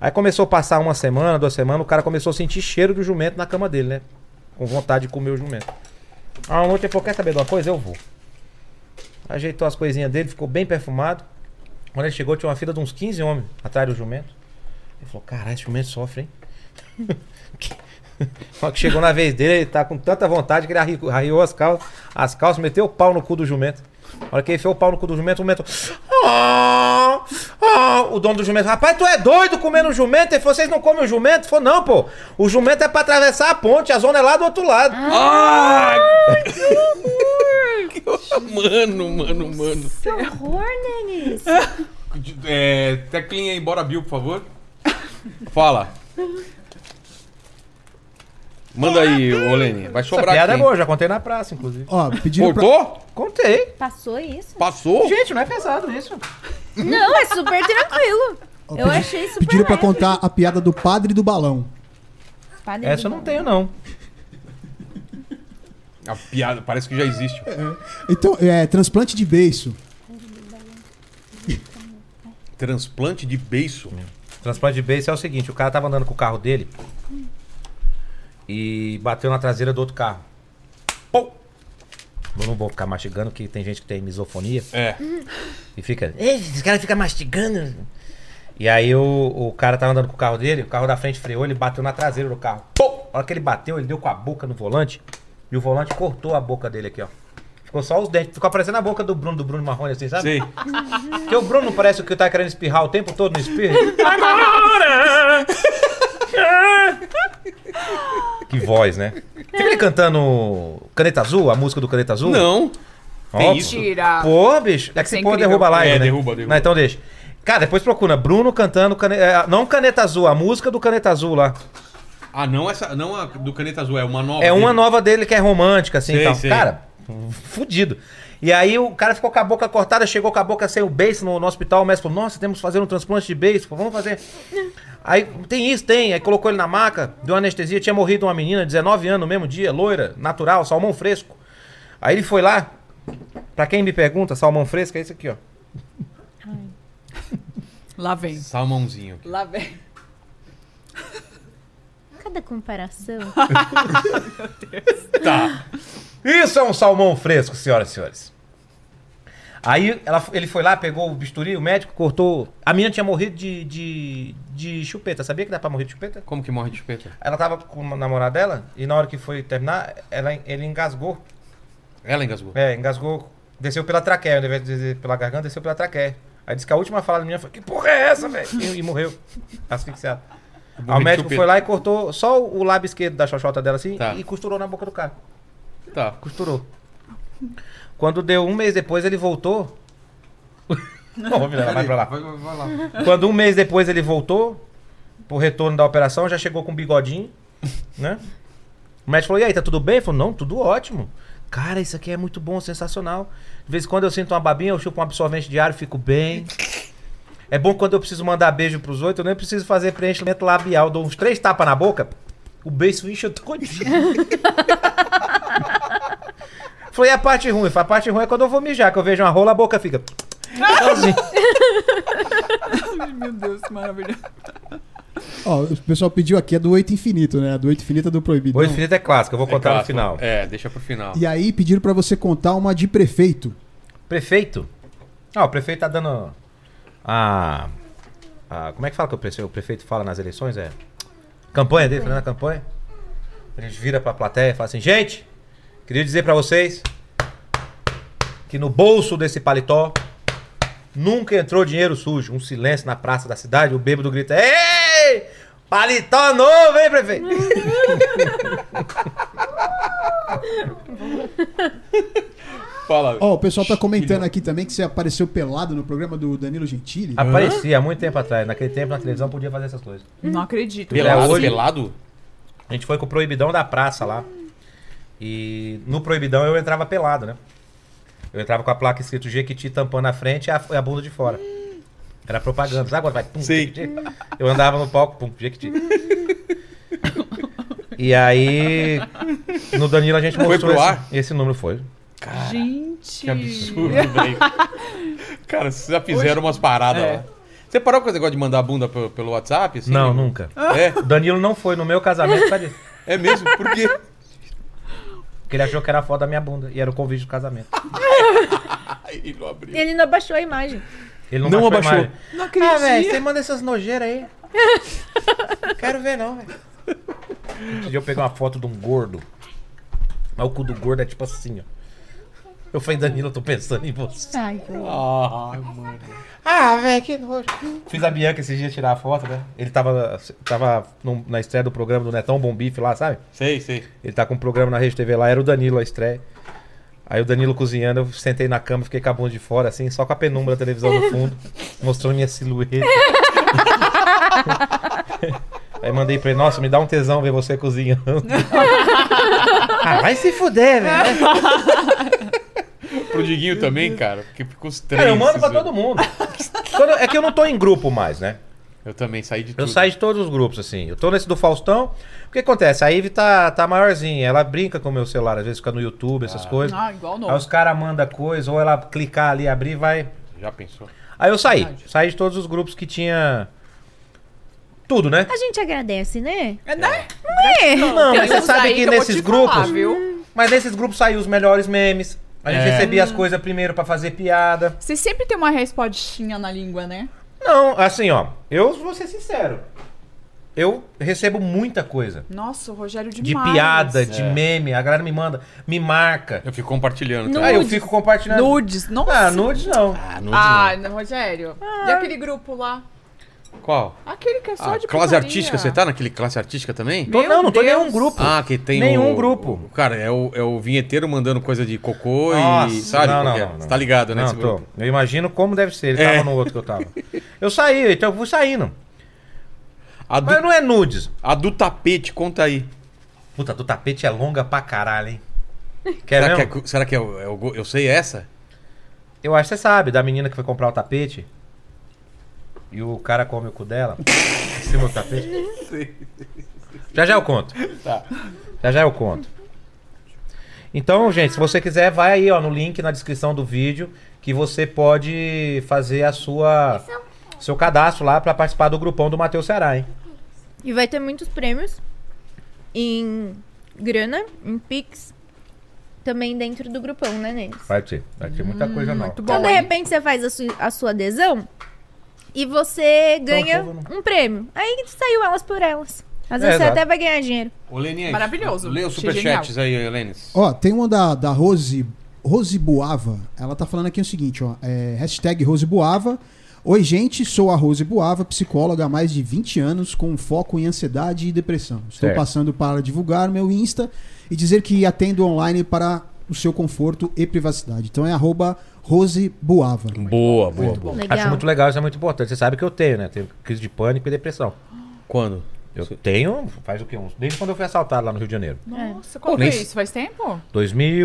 B: Aí começou a passar uma semana, duas semanas, o cara começou a sentir cheiro do jumento na cama dele, né? Com vontade de comer o jumento. Aí uma noite ele falou: Quer saber de uma coisa? Eu vou. Ajeitou as coisinhas dele, ficou bem perfumado. Quando ele chegou, tinha uma fila de uns 15 homens atrás do jumento. Ele falou: Caralho, esse jumento sofre, hein? Só que chegou na vez dele, ele tá com tanta vontade que ele arri- arriou as calças, as calças, meteu o pau no cu do jumento. Na hora que ele fez o pau no cu do jumento, o jumento. Ah, ah, ó, o dono do jumento, rapaz, tu é doido comendo jumento? Ele falou, vocês não comem o jumento? Ele falou, não, pô. O jumento é pra atravessar a ponte, a zona é lá do outro lado.
A: Ah! Mano, mano, mano.
D: Que horror, Denis.
A: É, teclinha aí, bora Bill, por favor. Fala. Manda aí, Olene. Vai
B: Essa
A: sobrar
B: piada é
A: quem?
B: boa, já contei na praça, inclusive.
C: Ó, pediram pra...
A: Cortou?
B: Contei.
D: Passou isso?
A: Passou?
B: Gente, não é pesado isso.
D: Não, é super tranquilo. Eu
C: pedi-
D: achei super
C: Pediram pra
D: leve.
C: contar a piada do padre do balão.
D: Padre
B: Essa eu
D: do
B: não tenho, não.
A: A piada, parece que já existe.
C: Então, é, transplante de beiço.
A: Transplante de beiço.
B: Transplante de beiço é o seguinte: o cara tava andando com o carro dele e bateu na traseira do outro carro. Pou! Eu não vou ficar mastigando, que tem gente que tem misofonia
A: É.
B: e fica. "Ei, Esse cara fica mastigando. E aí o, o cara tava andando com o carro dele, o carro da frente freou, ele bateu na traseira do carro. Pou! A hora que ele bateu, ele deu com a boca no volante e o volante cortou a boca dele aqui, ó. Ficou só os dentes, ficou aparecendo a boca do Bruno, do Bruno Marrone, assim, sabe?
A: Sei.
B: Porque o Bruno parece que tá querendo espirrar o tempo todo no espirro. que voz, né? Tem ele cantando Caneta Azul, a música do Caneta Azul?
A: Não.
B: Ó,
A: isso?
E: Tira.
B: Pô, bicho. É que
E: ser
B: se pô,
E: incrível.
B: derruba lá,
A: É,
B: né?
A: derruba, derruba.
B: Não, então deixa. Cara, depois procura Bruno cantando Caneta... é, Não Caneta Azul, a música do Caneta Azul lá.
A: Ah, não essa. Não a do caneta azul, é uma nova.
B: É uma
A: dele.
B: nova dele que é romântica, assim,
A: Sei,
B: e tal.
A: sei.
B: Cara, fudido. E aí o cara ficou com a boca cortada, chegou com a boca sem o beijo no, no hospital, o médico falou, nossa, temos que fazer um transplante de beijo, vamos fazer. Aí, tem isso, tem. Aí colocou ele na maca, deu anestesia, tinha morrido uma menina, 19 anos, no mesmo dia, loira, natural, salmão fresco. Aí ele foi lá, pra quem me pergunta, salmão fresco é esse aqui, ó.
E: Lá vem.
A: Salmãozinho.
E: Lá vem.
D: Cada comparação.
A: Tá.
B: Isso é um salmão fresco, senhoras e senhores. Aí ela- ele foi lá, pegou o bisturi, o médico cortou. A menina tinha morrido de, de, de chupeta. Sabia que dá pra morrer de chupeta?
A: Como que morre de chupeta?
B: Ela tava com o namorado dela e na hora que foi terminar, ela, ele engasgou.
A: Ela engasgou.
B: É, engasgou. Desceu pela traqueia, ao invés de dizer pela garganta, desceu pela traqueia. Aí disse que a última fala da menina foi: Que porra é essa, velho? E, e morreu, asfixiado. Aí
A: Morre
B: o
A: de
B: médico
A: chupeta.
B: foi lá e cortou só o lábio esquerdo da xoxota dela assim
A: Tá.
B: e costurou na boca do cara.
A: Tá.
B: Costurou. Quando deu um mês depois, ele voltou. Não, vou virar, vai pra lá.
K: Vai, vai, vai lá.
B: Quando um mês depois ele voltou, pro retorno da operação, já chegou com um bigodinho, né? O médico falou, e aí, tá tudo bem? Ele falou, não, tudo ótimo. Cara, isso aqui é muito bom, sensacional. De vez em quando eu sinto uma babinha, eu chupo um absorvente diário, fico bem. É bom quando eu preciso mandar beijo pros outros, eu nem preciso fazer preenchimento labial. Dou uns três tapas na boca, o beijo incha todinho. Falei, e a parte ruim? Ele falou, A parte ruim é quando eu vou mijar, que eu vejo uma rola, a boca fica... sozinha.
E: Meu Deus, que maravilha.
C: Ó, o pessoal pediu aqui, é do Oito Infinito, né? A Do Oito Infinito é do Proibido.
B: O infinito é clássico, eu vou contar no final.
A: É, deixa pro final.
C: E aí pediram pra você contar uma de prefeito.
B: Prefeito? Ah, o prefeito tá dando. A. a- como é que fala que o prefeito, o prefeito fala nas eleições? É. Campanha dele, fazendo a campanha. Ele vira pra plateia e fala assim: gente, queria dizer pra vocês que no bolso desse paletó nunca entrou dinheiro sujo. Um silêncio na praça da cidade, o bêbado grita: Ei! Paletó novo, hein, prefeito?
A: Fala.
C: Ó, o pessoal tá comentando aqui também que você apareceu pelado no programa do Danilo Gentili.
B: Aparecia há muito tempo atrás. Naquele tempo na televisão podia fazer essas coisas.
E: Não acredito.
A: Pelado,
B: é hoje-
A: pelado?
B: A gente foi com o Proibidão da praça lá. E no Proibidão eu entrava pelado, né? Eu entrava com a placa escrito Jequiti tampando a frente e a, e a bunda de fora. Era propaganda. Sabe quando vai? Pum,
A: Sei.
B: Jequiti? Eu andava no palco, pum, Jequiti. e aí, no Danilo a gente
A: Foi
B: mostrou
A: pro
B: esse,
A: ar?
B: esse número foi.
E: Gente.
A: Que absurdo, velho. Cara, vocês já fizeram umas paradas
E: É.
A: lá. Você parou com esse negócio de mandar a bunda pe- pelo WhatsApp? assim?
B: Não, nunca.
A: É,
B: O Danilo não foi no meu casamento, sabe?
A: é mesmo? Por quê?
B: Porque ele achou que era foto da minha bunda. E era o convite do casamento.
A: Aí ele não abriu.
D: Ele não abaixou a imagem.
B: Ele não,
A: Não
B: baixou. a
A: abaixou.
B: imagem.
E: Não acredito.
B: Ah, velho, você manda essas nojeiras aí. Quero ver, não, velho. Esse dia eu peguei uma foto de um gordo. Mas o cu do gordo é tipo assim, ó.
N: Eu falei, Danilo, eu tô pensando em você.
D: Ai, que legal.
B: Ah, velho, que nojo.
N: Fiz a Bianca esses dias tirar a foto, né?
B: Ele tava, tava num- na estreia do programa do Netão Bom Bife lá, sabe?
A: Sei, sei.
B: Ele tá com um programa na Rede TV lá, era o Danilo a estreia. Aí o Danilo cozinhando, eu sentei na cama, fiquei com a bunda de fora, assim, só com a penumbra da televisão no fundo, mostrando minha silhueta. Aí mandei pra ele, nossa, me dá um tesão ver você cozinhando. ah, vai se fuder, velho.
A: Pro Diguinho também, cara, porque ficou os três.
B: Cara, eu mando pra
A: isso-
B: todo mundo. Quando- é que eu não tô em grupo mais, né?
A: Eu também saí de tudo.
B: Eu saio de todos os grupos, assim. Eu tô nesse do Faustão. O que acontece? A Ivy tá, tá maiorzinha. Ela brinca com o meu celular, às vezes fica no YouTube, essas coisas.
E: Ah, igual
B: Aí
E: novo.
B: os caras mandam coisa, ou ela clicar ali, abrir, vai.
A: Já pensou?
B: Aí eu saí. Saí de todos os grupos que tinha. Tudo, né?
D: A gente agradece, né?
E: É, né?
B: Não, mas
E: Tem
B: você
E: uns
B: sabe
E: aí
B: que
E: eu vou
B: nesses
E: te falar,
B: grupos.
D: Hum.
E: viu?
B: Mas nesses grupos saíram os melhores memes. A gente
A: É.
B: recebia as coisas primeiro pra fazer piada.
E: Você sempre tem uma respostinha na língua, né?
B: Não, assim, ó. Eu vou ser sincero. Eu recebo muita coisa.
E: Nossa, o Rogério
B: De
E: demais.
B: piada, de
A: É.
B: meme. A galera me manda, me marca.
A: Eu fico compartilhando.
D: Não.
B: Aí eu
D: Nudes.
B: fico compartilhando.
E: Nudes, nossa.
B: Ah, nudes não.
A: Ah, não
E: Ah, não, Rogério. E
D: Ah.
E: aquele grupo lá?
A: Qual?
E: Aquele que é só
A: Ah,
E: de
A: classe
E: putaria.
A: artística, você tá naquele classe artística também?
B: Tô-
E: Meu
B: não, não tô em
E: Deus.
B: nenhum grupo.
A: Ah, que tem
B: Nenhum
A: o-
B: grupo.
A: o- Cara, é o, é o vinheteiro mandando coisa de cocô
B: Nossa,
A: e sabe?
B: não,
A: qual
B: não,
A: que é?
B: não, não.
A: Você É. tá ligado, né?
B: Não,
A: esse
B: tô.
A: grupo?
B: Eu imagino como deve ser. Ele tava no outro que eu tava. Eu saí, então eu fui saindo.
A: A, do,
B: Mas não é nudes.
A: a do tapete, conta aí.
B: Puta, do tapete é longa pra caralho, hein? Quer
A: Será que,
B: mesmo?
A: é, cu- será que é, o- é o go- eu sei essa?
B: Eu acho que você sabe, da menina que foi comprar o tapete. E o cara come o cu dela. em cima do tapete. Já já eu conto. Já já eu conto. Então, gente, se você quiser, vai aí ó, no link na descrição do vídeo que você pode fazer a sua seu cadastro lá pra participar do grupão do Matheus Ceará, hein?
D: E vai ter muitos prêmios em grana, em Pix, também dentro do grupão, né, Nenis?
B: Vai ter, vai ter muita coisa não.
E: Muito
D: Então,
E: bom.
D: de
E: hein?
D: repente, você faz a, su- a sua adesão e você ganha
B: fogo É,
D: um prêmio. Aí saiu elas por elas. Às vezes você
B: exato.
D: até vai ganhar dinheiro.
A: Ô, Leniente,
E: Maravilhoso.
A: Lê os
E: Achei genial.
A: superchats aí, Helenes.
C: Ó, tem uma da, da Rose, Rose Buava. Ela tá falando aqui o seguinte, ó. é, hashtag Rose Buava. Oi, gente, sou a Rose Buava, psicóloga há mais de 20 anos, com foco em ansiedade e depressão. Estou
B: Certo.
C: passando para divulgar meu Insta e dizer que atendo online para o seu conforto e privacidade. Então é arroba Rose Buava.
A: Boa, boa, boa.
D: Legal.
B: Acho muito legal, isso é muito importante. Você sabe que eu tenho, né? Tenho crise de pânico e depressão.
A: Quando?
B: Eu tenho, faz o quê? Uns, desde quando eu fui assaltado lá no Rio de Janeiro.
E: Nossa, qual
A: Pô,
E: que é
A: nem-
E: isso? Faz tempo?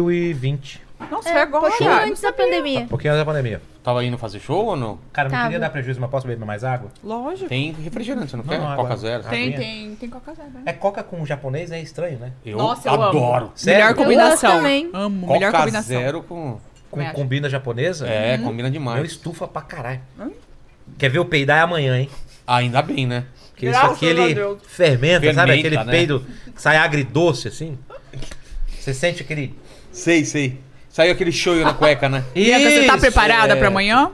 B: 2020.
E: Nossa, foi
D: É, um
E: agora.
D: pouquinho
E: Não
D: antes da
E: sabia.
B: Um
D: pandemia.
B: pouquinho antes da pandemia.
A: Tava indo fazer show ou não?
B: Cara, não
D: Tava.
B: queria dar prejuízo, mas posso beber mais água?
E: Lógico.
A: Tem refrigerante, você não,
B: Não,
A: quer?
B: não, agora-
A: Coca Zero.
E: Tem,
B: Aguinha.
E: tem, tem coca zero. né?
B: É coca com o japonês, é estranho, né?
A: Eu
E: Nossa, eu amo.
A: adoro.
E: Melhor
B: Sério?
E: combinação.
D: Eu também.
E: Amo, melhor
A: Coca
E: combinação. Uhum.
A: Zero com...
B: Com combina japonesa?
A: É, combina
B: Eu
A: demais.
B: estufa pra caralho. Quer ver o peidar é amanhã, hein?
A: Ainda bem, né?
B: Porque isso
E: Graças
B: aqui
E: a
B: ele
E: Deus.
B: fermenta, sabe?
A: Fermenta,
B: Aquele
A: né?
B: peido que sai agridoce, assim. Você sente aquele...
A: Sei, sei. Saiu aquele shoyu na cueca, né?
E: Bianca, você tá
B: Isso,
E: preparada
B: é.
E: pra amanhã?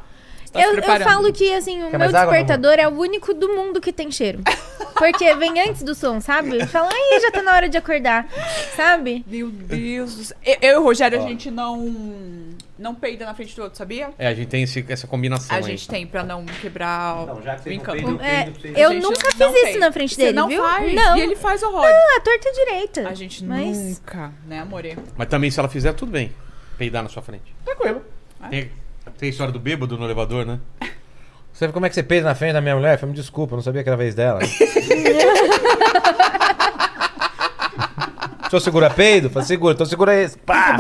E: Tá se
D: Eu, eu
E: preparando.
D: falo que, assim,
B: Quer
D: o meu
B: mais água,
D: despertador é o único do mundo que tem cheiro. Porque vem antes do som, sabe? Eu falo, ai, já tá na hora de acordar, sabe?
E: Meu Deus do céu. Eu, eu e o Rogério, a gente não. Não peida na frente do outro, sabia?
A: É, a gente tem esse- essa combinação
E: A
A: aí.
E: gente tem pra não quebrar o.
B: Não, já que vocês não
E: encanto.
B: peidam,
D: É,
B: peidam pra vocês.
D: eu
E: Gente,
D: nunca
E: não
D: fiz
E: tem.
D: isso na frente
E: Você
D: dele,
E: não
D: viu?
E: Faz,
D: não.
E: E ele faz horror.
D: Ah, a torta direita.
E: A gente
D: Mas-
E: nunca, né, amore?
A: Mas também, se ela fizer, tudo bem. Peidar na sua frente.
B: Tranquilo.
A: Tem, tem a história do bêbado no elevador, né?
B: Você vê como é que você peida na frente da minha mulher? Eu falei, me desculpa, eu não sabia que era a vez dela. Deixa eu segurar peido? Eu Falei, segura, então segura esse. Pá!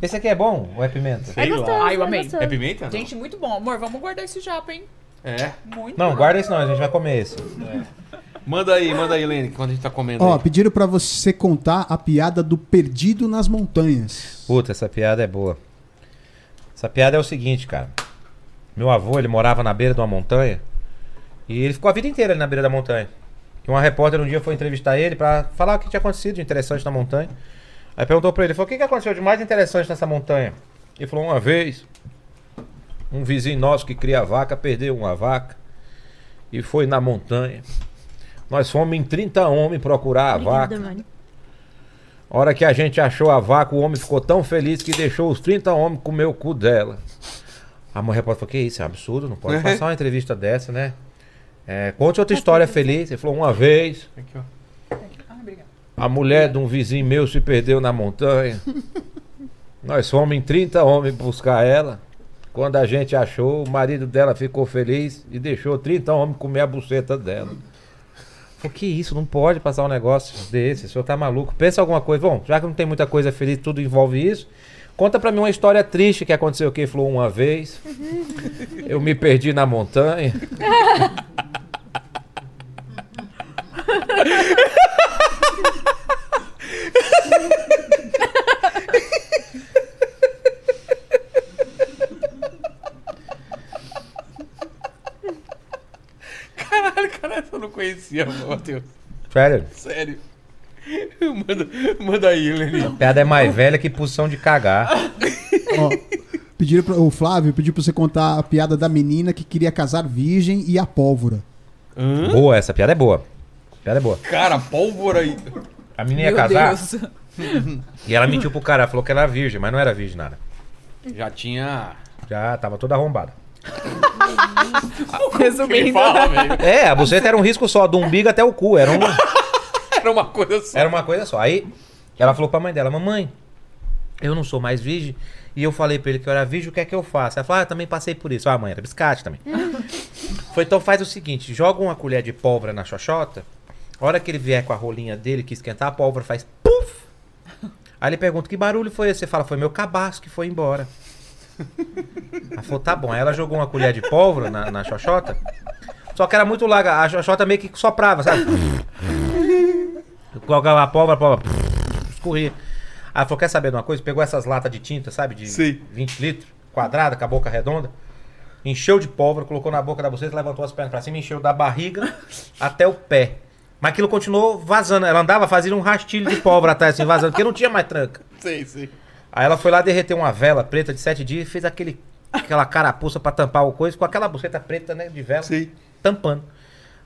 B: Esse aqui é bom ou é pimenta?
A: Sei
D: gostoso,
E: Ai, eu
D: é
E: amei.
D: gostoso.
A: É pimenta? não?
E: Gente, muito bom, amor. Vamos guardar esse japa, hein?
A: É.
E: Muito
B: Não,
E: bom.
B: guarda esse não, a gente vai comer esse.
A: Manda aí, manda aí, Lene, quando a gente tá comendo.
C: Ó,
A: aí.
C: pediram pra você contar a piada do perdido nas montanhas.
B: Puta, essa piada é boa. Essa piada é o seguinte, cara. Meu avô, ele morava na beira de uma montanha. E ele ficou a vida inteira ali na beira da montanha. E uma repórter um dia foi entrevistar ele pra falar o que tinha acontecido de interessante na montanha. Aí perguntou pra ele, falou, o que que aconteceu de mais interessante nessa montanha? Ele falou, uma vez, um vizinho nosso que cria vaca perdeu uma vaca e foi na montanha. Nós fomos em 30 homens procurar a
D: Obrigada,
B: vaca.
D: Mari.
B: A hora que a gente achou a vaca, o homem ficou tão feliz que deixou os 30 homens comer o cu dela. A mulher repórter falou: Que isso, é um absurdo, não pode passar uma entrevista dessa, né? É, conte outra história feliz. Ele falou: Uma vez,
A: Aqui, ó.
B: a mulher de um vizinho meu se perdeu na montanha. Nós fomos em 30 homens buscar ela. Quando a gente achou, o marido dela ficou feliz e deixou 30 homens comer a buceta dela. Falei, que isso, não pode passar um negócio desse, o senhor tá maluco. Pensa alguma coisa. Bom, já que não tem muita coisa feliz, tudo envolve isso. Conta pra mim uma história triste que aconteceu aqui. Ele Falou uma vez. Eu me perdi na montanha.
A: Caralho, cara, essa eu não conhecia, mano, Matheus.
B: Sério,
A: Sério. Manda, manda aí, Lenin.
B: a piada é mais velha que pulsão de cagar.
C: Ó, pediram pra, o Flávio pediu pra você contar a piada da menina que queria casar virgem e a pólvora.
B: Boa, essa piada é boa. Essa piada é boa.
A: Cara, pólvora aí.
B: A menina ia
E: Meu
B: casar
E: Deus.
B: e ela mentiu pro cara. Falou que ela era virgem, mas não era virgem nada.
A: Já tinha.
B: Já tava toda arrombada. Ah,
E: Resumindo.
A: Fala, velho.
B: É, a buceta era um risco só, do umbigo até o cu. Era, um,
A: Era uma coisa assim. só.
B: era uma coisa só. Aí ela falou pra mãe dela: Mamãe, eu não sou mais virgem. E eu falei pra ele que eu era virgem, o que é que eu faço? Ela falou: Ah, eu também passei por isso. Ah, mãe, era biscate também. Foi então faz o seguinte: joga uma colher de pólvora na xoxota. A hora que ele vier com a rolinha dele, que esquentar a pólvora, faz puf! Aí ele pergunta: Que barulho foi esse? Você fala: Foi meu cabaço que foi embora. Ela falou: Tá bom. Aí ela jogou uma colher de pólvora na, na xoxota. Só que era muito larga. A xoxota meio que soprava, sabe? Colocava a pólvora, a pólvora escorria. Aí ela falou: Quer saber de uma coisa? Pegou essas latas de tinta, sabe? De
A: Sim.
B: 20 litros, quadrada, com a boca redonda. Encheu de pólvora, colocou na boca da buceta, levantou as pernas pra cima, encheu da barriga até o pé. Mas aquilo continuou vazando. Ela andava fazendo um rastilho de pólvora atrás, assim, vazando, porque não tinha mais tranca.
A: Sei, sei.
B: Aí ela foi lá derreter uma vela preta de sete dias e fez aquele, aquela carapuça pra tampar o coisa, com aquela buceta preta, né, de vela,
A: Sei.
B: tampando.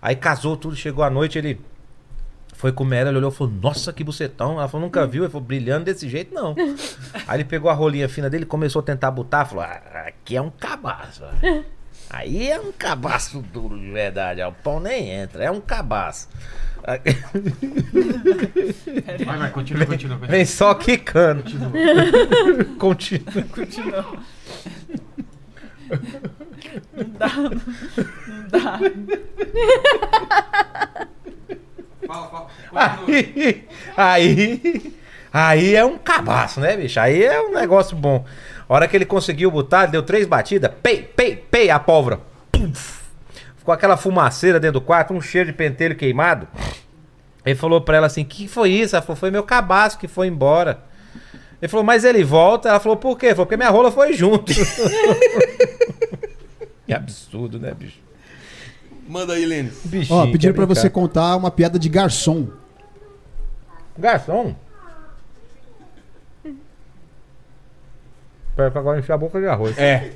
B: Aí casou tudo, chegou à noite, ele foi comer ela, ele olhou e falou, nossa, que bucetão. Ela falou, nunca viu? Ele falou, brilhando desse jeito, não. Aí ele pegou a rolinha fina dele, começou a tentar botar, falou, "Ah, aqui é um cabaço. ó." Aí é um cabaço duro de verdade, ó, o pau nem entra, é um cabaço. Aí-
K: Vai, vai, continua, continua. continua.
B: Vem só quicando. Continua.
K: Fala, fala. Continua.
B: Aí, aí, aí é um cabaço, né, bicho? Aí é um negócio bom. A hora que ele conseguiu botar, ele deu três batidas, pei, pei, pei, a pólvora. Puf. Ficou aquela fumaceira dentro do quarto, um cheiro de pentelho queimado. Ele falou pra ela assim: que foi isso? Ela falou: foi meu cabaço que foi embora. Ele falou: mas ele volta? Ela falou: por quê? Ele falou: porque minha rola foi junto. que absurdo, né, bicho?
A: Manda aí, Lênis.
B: Bichinho,
C: Ó,
B: quer
C: pediram pra
B: é brincar.
C: você contar uma piada de garçom.
B: Garçom? Espera que agora encher a boca de arroz.
A: É.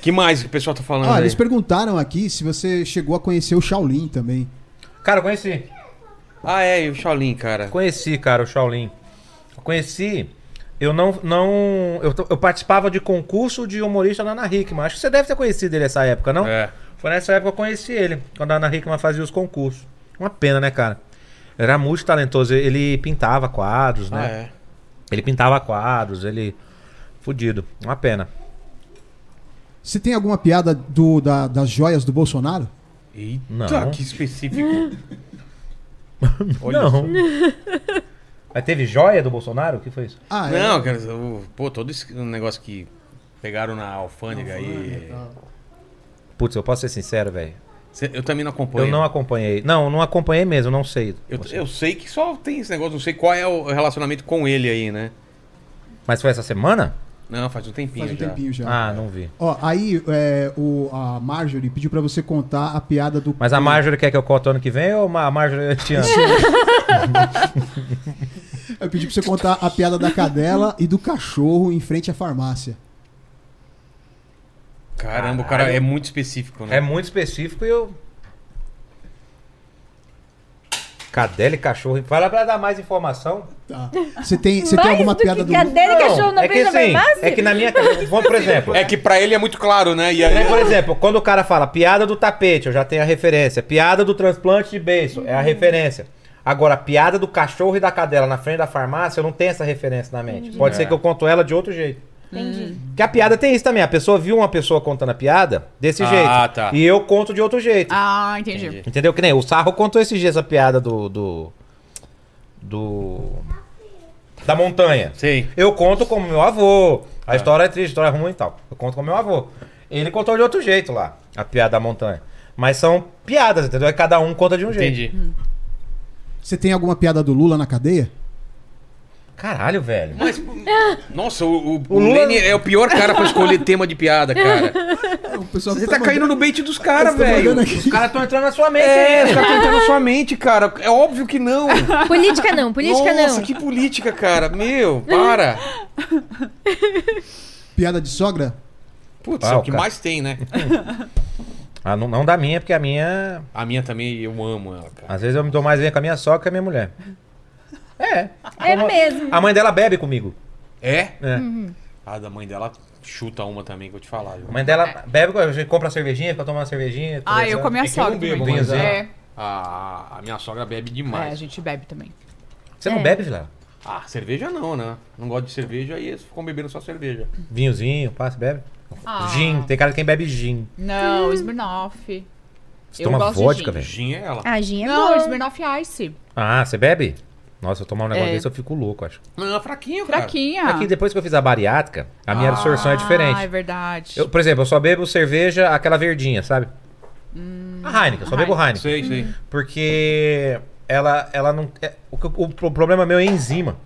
A: que mais que o pessoal tá falando?
C: Ah,
A: aí?
C: eles perguntaram aqui se você chegou a conhecer o Shaolin também.
B: Cara, eu conheci.
A: Ah, é, e o Shaolin, cara.
B: Conheci, cara, o Shaolin. Eu Conheci. Eu não. não eu, to- eu participava de concurso de humorista na Ana Hickman. Acho que você deve ter conhecido ele nessa época, não?
A: É.
B: Foi nessa época que eu conheci ele, quando a Ana Hickman fazia os concursos. Uma pena, né, cara? Ele Era muito talentoso. Ele pintava quadros, né?
A: Ah, é.
B: Ele pintava quadros, ele. Fudido. Uma pena.
C: Você tem alguma piada do, da- das joias do Bolsonaro?
A: Eita,
B: Não.
A: que específico. Olha
B: não. Mas teve joia do Bolsonaro? O que foi isso?
C: Ah, é.
A: Não, cara, o- pô, todo esse negócio que pegaram na alfândega aí.
B: Putz, eu posso ser sincero, velho.
A: Cê- Eu também não acompanho.
B: Eu não acompanhei. Não, não acompanhei mesmo, não sei.
A: Eu, eu sei que só tem esse negócio, não sei qual é o relacionamento com ele aí, né?
B: Mas foi essa semana?
A: Não, faz um tempinho
C: Faz um
A: já.
C: tempinho já.
B: Ah, não vi.
C: Ó, aí é, o, a Marjorie pediu pra você contar a piada do.
B: Mas a Marjorie quer que eu conte ano que vem ou a Marjorie te ama?
C: Eu pedi pra você contar a piada da cadela e do cachorro em frente à farmácia.
A: Caramba, o cara é muito específico, né?
B: É muito específico e eu. Cadela e cachorro. Vai lá pra dar mais informação.
C: Tá. Você tem, você tem alguma piada do.
D: que cadela e cachorro não
B: é que
D: aprende
B: assim,
D: na base?
B: é que na minha cabeça, vamos, por exemplo,
A: É que pra ele é muito claro, né? E aí,
B: né, por exemplo, quando o cara fala piada do tapete, eu já tenho a referência. Piada do transplante de beiço,
D: Uhum.
B: é a referência. Agora, piada do cachorro e da cadela na frente da farmácia, eu não tenho essa referência na mente. Pode
A: É.
B: ser que eu conto ela de outro jeito.
D: Entendi.
B: Porque a piada tem isso também. A pessoa viu uma pessoa contando a piada desse
A: Ah,
B: jeito.
A: tá.
B: E eu conto de outro jeito.
E: Ah, entendi.
B: Entendeu? Que nem o Sarro contou esses dias essa piada do. do. do- da montanha.
A: Sim.
B: Eu conto como meu avô. A história é triste, a história é ruim e tal. Eu conto como meu avô. Ele contou de outro jeito lá, a piada da montanha. Mas são piadas, entendeu? É cada um conta de um jeito.
A: Entendi.
C: Você tem alguma piada do Lula na cadeia?
B: Caralho, velho.
A: Mas, nossa, o, o, o
B: Lula-
A: Lene é o pior cara pra escolher tema de piada, cara.
C: O pessoal
A: Você tá caindo no bait dos caras,
C: Eles tão tá mandando
A: velho.
C: aqui.
B: Os caras estão entrando na sua mente.
A: É,
B: né?
A: você tá tentando sua mente, cara. É óbvio que não.
D: Política não, política
A: Nossa,
D: não.
A: que política, cara. Meu, para.
C: Piada de sogra?
A: Putz,
B: Ah,
A: é o
B: o
A: que
B: cara-
A: mais tem, né?
B: Ah, não, não da minha, porque a minha.
A: A minha também, eu amo ela, cara.
B: Às vezes eu me dou mais bem com a minha sogra que com a minha mulher. É.
D: É mesmo.
B: A mãe dela bebe comigo.
A: É?
B: É.
E: Uhum.
A: A da mãe dela chuta uma também, que eu te falar. viu?
B: A mãe dela bebe, a gente compra cervejinha, fica tomando cervejinha. né?
E: Ah,
B: conversando.
E: eu comi a
A: É que eu
E: sogra
A: não bebo,
E: também.
B: mas
E: é.
A: A, a minha sogra bebe
E: é, a
A: demais.
E: gente bebe também.
B: Você
E: É.
B: não bebe, Vila?
A: Ah, cerveja não, né? Não gosta de cerveja, aí eles ficam bebendo só cerveja.
B: Vinhozinho, passa, bebe.
E: Ah.
B: Gin, tem cara de quem bebe gin.
D: Hum.
E: Não, Smirnoff.
B: Você
E: Eu
B: toma
E: gosto de
B: vodka,
E: gin.
B: velho?
A: Gin é ela.
D: A Gin é
E: Não,
D: bom.
E: Smirnoff Ice.
B: Ah, você bebe? Nossa, eu tomar um negócio
E: É.
B: desse eu fico louco, acho.
A: Não, é fraquinho, cara.
E: Fraquinha.
B: Aqui, depois que eu fiz a bariátrica, a minha absorção é
E: Ah, é
B: diferente.
E: verdade.
B: Eu, por exemplo, eu só bebo cerveja, aquela verdinha, sabe?
E: Hum.
B: a Heineken, eu só bebo Heineken.
A: Sei,
E: Uhum.
A: sei.
B: Porque ela, ela não. é- o, que- o pro- problema meu é enzima.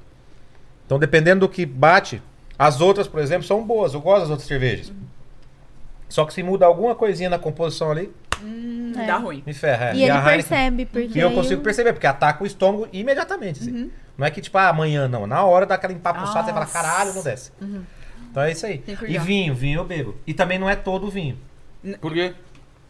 B: Então, dependendo do que bate, as outras, por exemplo, são boas. Eu gosto das outras cervejas. Só que se muda alguma coisinha na composição ali,
D: Hum.
E: Não Dá ruim.
B: me ferra. é.
D: E ele
B: a Heineken-
D: percebe, porque.
B: E eu
D: aí
B: consigo
D: o-
B: perceber, porque ataca o estômago imediatamente. assim.
E: Uhum.
B: Não é que, tipo, ah, amanhã, não. Na hora dá aquela empapuçada, você fala,
E: Nossa. Uhum.
B: caralho, não desce. Então é isso aí.
E: Tem que
B: E
E: cuidar.
B: vinho, vinho eu bebo. E também não é todo vinho.
A: Por quê?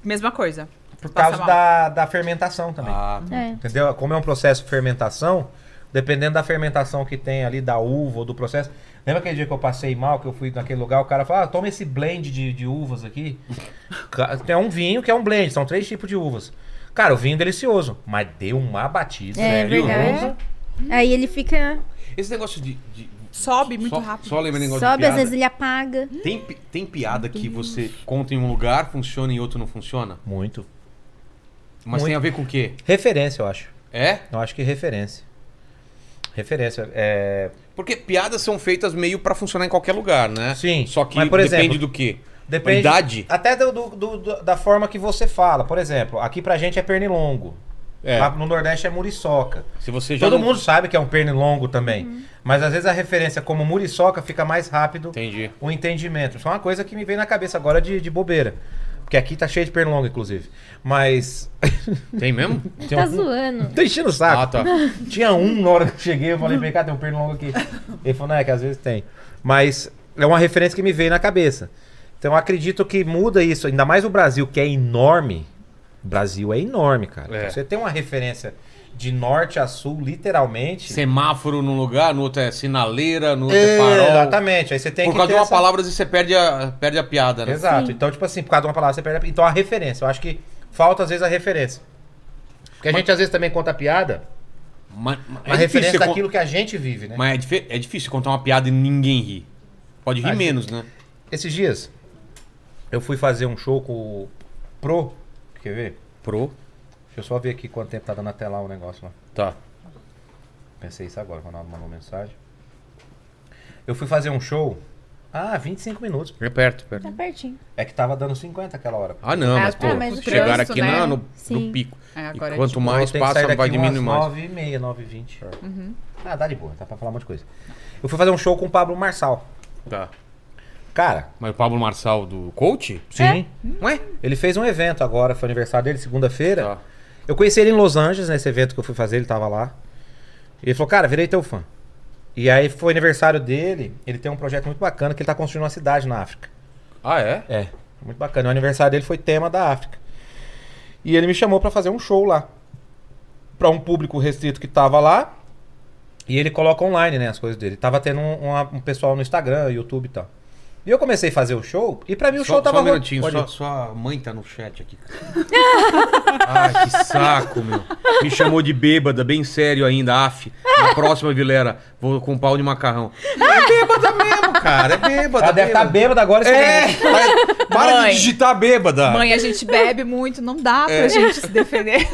E: Mesma coisa.
B: Por
E: Passa
B: causa
E: mal.
B: da, da fermentação também.
A: Ah, tá.
D: É.
B: Entendeu? Como é um processo de fermentação, dependendo da fermentação que tem ali, da uva ou do processo. Lembra aquele dia que eu passei mal, que eu fui naquele lugar, o cara falou, ah, toma esse blend de, de uvas aqui. Ca- tem um vinho que é um blend, são três tipos de uvas. Cara, o vinho é delicioso, mas deu uma batida. Uhum.
D: É
A: Sério?
D: verdade. Aí ele fica.
A: Esse negócio de. de-
E: Sobe muito
A: só,
E: rápido.
A: Só
B: um
A: lembra negócio de
D: Sobe, às
A: piada.
D: vezes ele apaga.
A: Tem, pi- tem piada que você conta em um lugar, funciona e em outro não funciona?
B: Muito.
A: Mas
B: Muito.
A: tem a ver com o quê?
B: Referência, eu acho.
A: É?
B: Eu acho que referência. Referência. É...
A: Porque piadas são feitas meio pra funcionar em qualquer lugar, né?
B: Sim.
A: Só que
B: Mas, por
A: depende
B: exemplo,
A: do quê?
B: Depende.
A: Idade?
B: Até do- do- do- do- da forma que você fala. Por exemplo, aqui pra gente é pernilongo.
A: É.
B: Lá no Nordeste é muriçoca.
A: Se você já
B: Todo
A: não-
B: mundo sabe que é um pernilongo também. Mas às vezes a referência como muriçoca fica mais rápido
A: Entendi.
B: o entendimento. Isso é uma coisa que me veio na cabeça agora de, de bobeira. Porque aqui tá cheio de pernilongo, inclusive. Mas.
A: Tem mesmo?
B: Tem
D: Tá
B: um-
D: zoando.
B: Tá enchendo o saco.
A: ah, tá.
B: Tinha um na hora que eu cheguei, eu falei, vem cá, tem um pernilongo aqui. Ele falou, não, é que às vezes tem. Mas é uma referência que me veio na cabeça. Então eu acredito que muda isso, ainda mais o Brasil, que é enorme. O Brasil é enorme, cara.
A: É.
B: Então, você tem uma referência de norte a sul, literalmente.
A: Semáforo num lugar, no outro é sinaleira, no outro é,
B: É,
A: farol.
B: exatamente. Aí você tem
A: Por
B: que
A: causa de
B: ter
A: uma
B: essa-
A: palavra, às vezes você perde a, perde a piada, né?
B: Exato. Então, tipo assim, por causa de uma palavra você perde a... Então a referência. Eu acho que falta às vezes a referência. Porque a gente às vezes também conta piada,
A: Mas, mas
B: a
A: é difícil
B: referência
A: você con-
B: daquilo que a gente vive, né?
A: Mas é, dife- é difícil contar uma piada e ninguém rir. Pode rir
B: Acho-
A: menos, né?
B: Esses dias, eu fui fazer um show com o Pro. Quer ver?
A: Pro.
B: Deixa eu só ver aqui quanto tempo tá dando na tela o negócio lá.
A: Tá.
B: Pensei isso agora, o Ronaldo mandou mensagem. Eu fui fazer um show. Ah, 25 minutos.
A: É perto, perto.
D: Tá pertinho.
B: É que tava dando 50 aquela hora.
A: Ah, não,
E: É,
A: mas, pô,
E: ah, mas o
A: chegaram
E: trânsito,
A: aqui
E: né?
A: na- no, no
D: Sim.
A: pico.
E: É,
A: E
E: agora é
A: quanto
E: tipo-
A: mais
B: Então, eu tenho que sair
A: passa, vai
B: daqui umas
A: diminuindo mais.
B: 9h30, 9h20. Ah, dá de boa, tá pra falar um monte de coisa. Eu fui fazer um show com o Pablo Marçal.
A: Tá.
B: Cara,
A: Mas o Pablo Marçal do coach?
B: sim.
A: Ué?
B: Ele fez um evento agora, foi o aniversário dele, segunda-feira.
A: Tá.
B: Eu conheci ele em Los Angeles, nesse evento que eu fui fazer, ele tava lá. E ele falou, cara, virei teu fã. E aí foi aniversário dele, ele tem um projeto muito bacana, que ele tá construindo uma cidade na África.
A: Ah, é?
B: É, muito bacana. O aniversário dele foi tema da África. E ele me chamou pra fazer um show lá. para um público restrito que tava lá. E ele coloca online, né, as coisas dele. Tava tendo um, uma- um pessoal no Instagram, YouTube e tal. E eu comecei a fazer o show, e pra mim o
A: Só,
B: show
A: só
B: tava...
A: um
B: ro-
A: minutinho,
B: Pode
A: sua,
B: ir.
A: sua mãe tá no chat aqui. Ai, que saco, meu. Me chamou de bêbada, bem sério ainda, af. Na próxima, Vilera, vou com um pau de macarrão. É bêbada mesmo, cara, é bêbada.
B: Ela deve estar tá bêbada agora.
A: É,
B: escrevendo.
A: para- para
E: Mãe.
A: de digitar bêbada.
E: Mãe, a gente bebe muito, não dá pra gente se defender.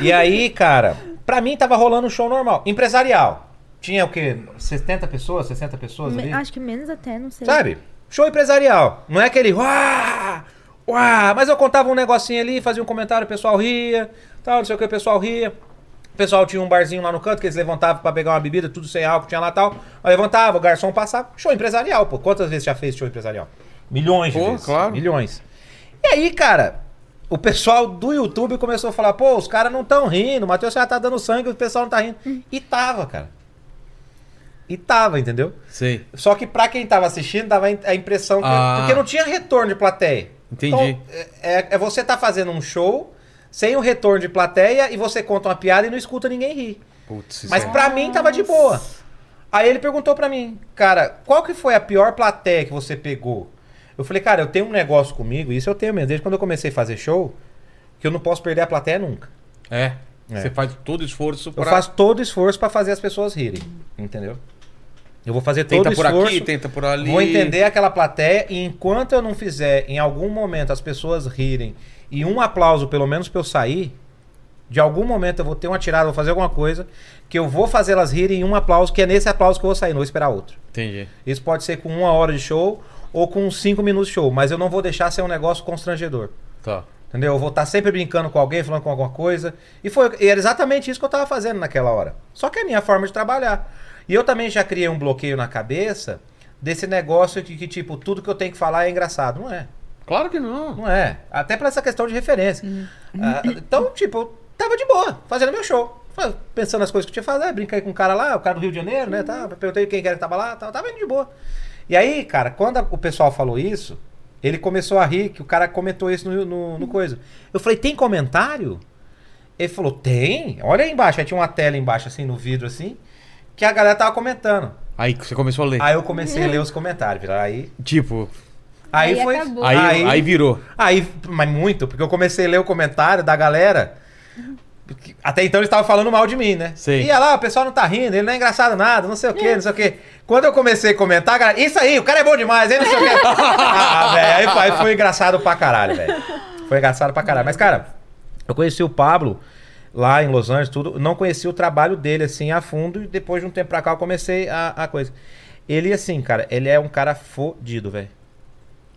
B: E aí, cara, pra mim tava rolando um show normal, empresarial. Tinha o quê? 70 pessoas, 60 pessoas ali?
D: Me- acho que menos até, não sei.
B: Sabe? Show empresarial. Não é aquele uá, uá, mas eu contava um negocinho ali, fazia um comentário, o pessoal ria, tal, não sei o que, o pessoal ria. O pessoal tinha um barzinho lá no canto que eles levantavam pra pegar uma bebida, tudo sem álcool, tinha lá tal. Aí levantava, o garçom passava. Show empresarial, pô. Quantas vezes já fez show empresarial? Milhões de
A: Pô,
B: vezes.
A: claro.
B: Milhões. E aí, cara, o pessoal do YouTube começou a falar, pô, os caras não estão rindo, o Matheus já tá dando sangue, o pessoal não tá rindo. E tava, cara. E tava, entendeu?
A: Sei.
B: Só que pra quem tava assistindo, dava a impressão que.
A: Ah.
B: Porque não tinha retorno de plateia.
A: Entendi.
B: Então, é, é- é você tá fazendo um show sem o retorno de plateia e você conta uma piada e não escuta ninguém rir.
A: Putz,
B: Mas pra mim tava de boa. Aí ele perguntou pra mim, cara, qual que foi a pior plateia que você pegou? Eu falei, cara, eu tenho um negócio comigo, isso eu tenho mesmo, desde quando eu comecei a fazer show, que eu não posso perder a plateia nunca.
A: É.
B: É.
A: Você faz todo o esforço
B: Eu
A: pra.
B: faço todo o esforço pra fazer as pessoas rirem, entendeu? Eu vou fazer todo
A: Tenta
B: o
A: por
B: esforço.
A: aqui, tenta por ali.
B: Vou entender aquela plateia e enquanto eu não fizer em algum momento as pessoas rirem e um aplauso pelo menos pra eu sair, de algum momento eu vou ter uma tirada, vou fazer alguma coisa que eu vou fazer elas rirem em um aplauso, que é nesse aplauso que eu vou sair, não vou esperar outro.
A: Entendi.
B: Isso pode ser com uma hora de show ou com cinco minutos de show, mas eu não vou deixar ser um negócio constrangedor.
A: Tá.
B: Entendeu? Eu vou estar sempre brincando com alguém, falando com alguma coisa. E foi e era exatamente isso que eu estava fazendo naquela hora. Só que é a minha forma de trabalhar. E eu também já criei um bloqueio na cabeça desse negócio de que, tipo, tudo que eu tenho que falar é engraçado. Não é.
A: Claro que não.
B: Não é. Até pra essa questão de referência.
D: Uhum.
B: Ah, então, tipo, eu tava de boa, fazendo meu show. Fa- Pensando nas coisas que eu tinha que fazer, brinquei com um cara lá, o cara do Rio de Janeiro, né?
D: Uhum.
B: Tá, perguntei quem que era que tava lá, tava, tava indo de boa. E aí, cara, quando a- o pessoal falou isso, ele começou a rir, que o cara comentou isso no, no-
D: Uhum.
B: no coisa. Eu falei, tem comentário? Ele falou, tem? Olha aí embaixo. Aí tinha uma tela embaixo, assim, no vidro, assim, que a galera tava comentando.
A: Aí você começou a ler.
B: Aí eu comecei a ler os comentários. Aí,
A: Tipo,
B: aí,
D: Uhum. Aí
B: foi.
D: acabou.
A: aí, aí... virou.
B: Aí, mas muito, porque eu comecei a ler o comentário da galera. que Até então eles estavam falando mal de mim, né?
A: Sei.
B: E olha lá, o pessoal não tá rindo, ele não é engraçado nada, não sei o quê, não sei o quê. Quando eu comecei a comentar, a galera, isso aí, o cara é bom demais, hein, não sei o quê. ah, velho, aí, foi- aí foi engraçado pra caralho, velho. Foi engraçado pra caralho. Mas, cara, eu conheci o Pablo lá em Los Angeles, tudo. Não conheci o trabalho dele, assim, a fundo. E depois de um tempo pra cá eu comecei a, a coisa. Ele, assim, cara, ele é um cara fodido, velho.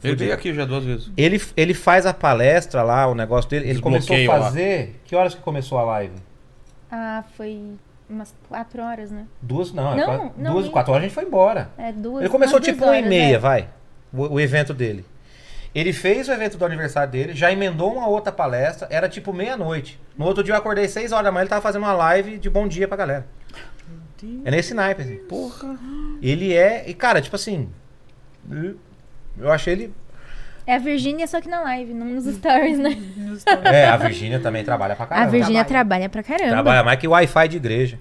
A: Ele veio aqui já duas vezes.
B: Ele, ele faz a palestra lá, o negócio dele. Ele começou a
A: Desbloqueio lá.
B: fazer. Que horas que começou a live?
D: Ah, foi umas quatro horas, né?
B: Duas, não. é
D: Não,
B: quatro-
D: não,
B: duas,
D: nem-
B: quatro horas a gente foi embora.
D: É duas.
B: Ele começou
D: umas
B: tipo
D: duas
B: uma e
D: horas,
B: meia,
D: é.
B: vai. O, o evento dele. Ele fez o evento do aniversário dele, já emendou uma outra palestra, era tipo meia-noite. No outro dia eu acordei seis horas da manhã, ele tava fazendo uma live de bom dia pra galera. É nesse naipe, assim. Porra. Ele é. E, cara, tipo assim. Eu achei ele.
D: É a Virgínia, só que na live, não nos stories, né?
B: É, a Virgínia também trabalha pra caramba.
D: a Virgínia trabalha pra caramba.
B: Trabalha mais que Wi-Fi de igreja.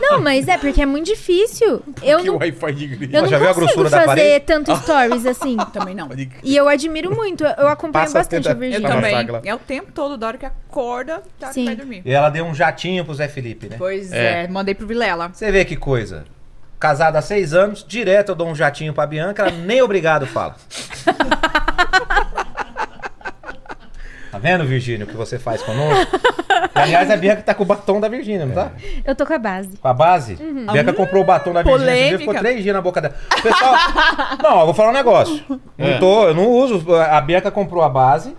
D: Não, mas é porque é muito difícil. Eu
A: que
D: não,
A: Wi-Fi de igreja.
D: eu
B: Já viu a
D: não consigo
B: grossura da
D: fazer
B: parede?
D: tanto stories assim.
E: Também não.
D: E eu admiro muito, eu acompanho
B: Passa a
D: bastante
B: teta-
D: a
E: Eu
D: Virgínia.
B: Tá
E: também.
B: massacre lá.
E: É o tempo todo, da hora que acorda, da hora
D: Sim.
E: que vai dormir.
B: E ela deu um jatinho pro Zé Felipe, né?
E: Pois é. mandei pro Vilela.
B: Você vê que coisa. Casado há seis anos, direto eu dou um jatinho pra Bianca, ela nem obrigado fala. tá vendo, Virgínia, o que você faz conosco? E, aliás, a Bianca tá com o batom da Virgínia, não tá?
D: Eu tô com a base.
B: Com a base? Bianca comprou o batom da Virgínia esse dia,
E: Polêmica.
B: ficou três dias na boca dela. Pessoal, não, eu vou falar um negócio. Não tô, eu não uso. A Bianca comprou a base,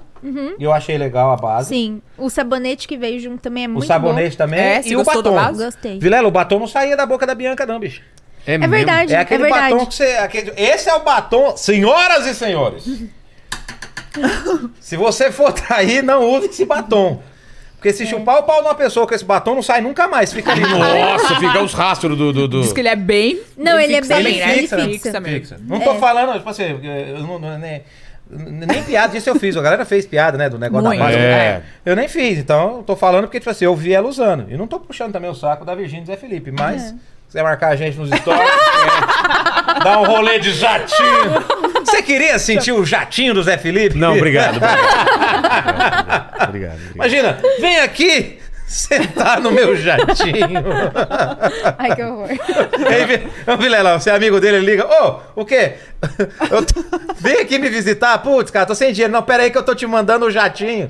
B: e eu achei legal a base.
D: Sim, o sabonete que veio junto também é
B: O
D: muito
B: sabonete também
E: É, você
B: e o
E: gostou do
B: batom.
E: vaso?
D: Gostei.
B: Vilela, o batom não saía da boca da Bianca, não, bicho.
D: bom. É verdade,
B: É
D: é,
B: aquele
D: verdade.
B: batom que você. aquele- esse é o batom, senhoras e senhores. Se você for trair, não use esse batom. Porque se chupar o pau de uma pessoa com esse batom, não sai nunca mais. Fica ali.
A: Nossa, fica os rastros do. do, do-
E: Diz que ele é bem.
D: Não, ele é
E: fixa
D: bem-
E: bem, né?
D: ele fixa.
E: Fixa mesmo.
B: Não tô falando, tipo assim, eu não, não, né, N- Nem piada disso eu fiz. A galera fez piada, né? Do negócio
E: Muito.
B: da máscara.
A: É.
B: Eu nem fiz, então eu tô falando porque, tipo assim, eu vi ela usando. E não tô puxando também o saco da Virgínia e Zé Felipe,
E: É.
B: mas se quiser marcar a gente nos stories, é, dá um rolê de jatinho. Você queria sentir o jatinho do Zé
E: é
B: Felipe?
A: Não, obrigado. Obrigado. obrigado, obrigado.
B: Imagina, vem aqui sentar no meu jatinho. tá-
D: Ai, que horror.
B: Aí, Vi- Ô, Vilela, você é amigo dele, ele liga. Ô, o quê? Eu tô- Vem aqui me visitar? Putz, cara, tô sem dinheiro. Não, pera aí que eu tô te mandando o jatinho.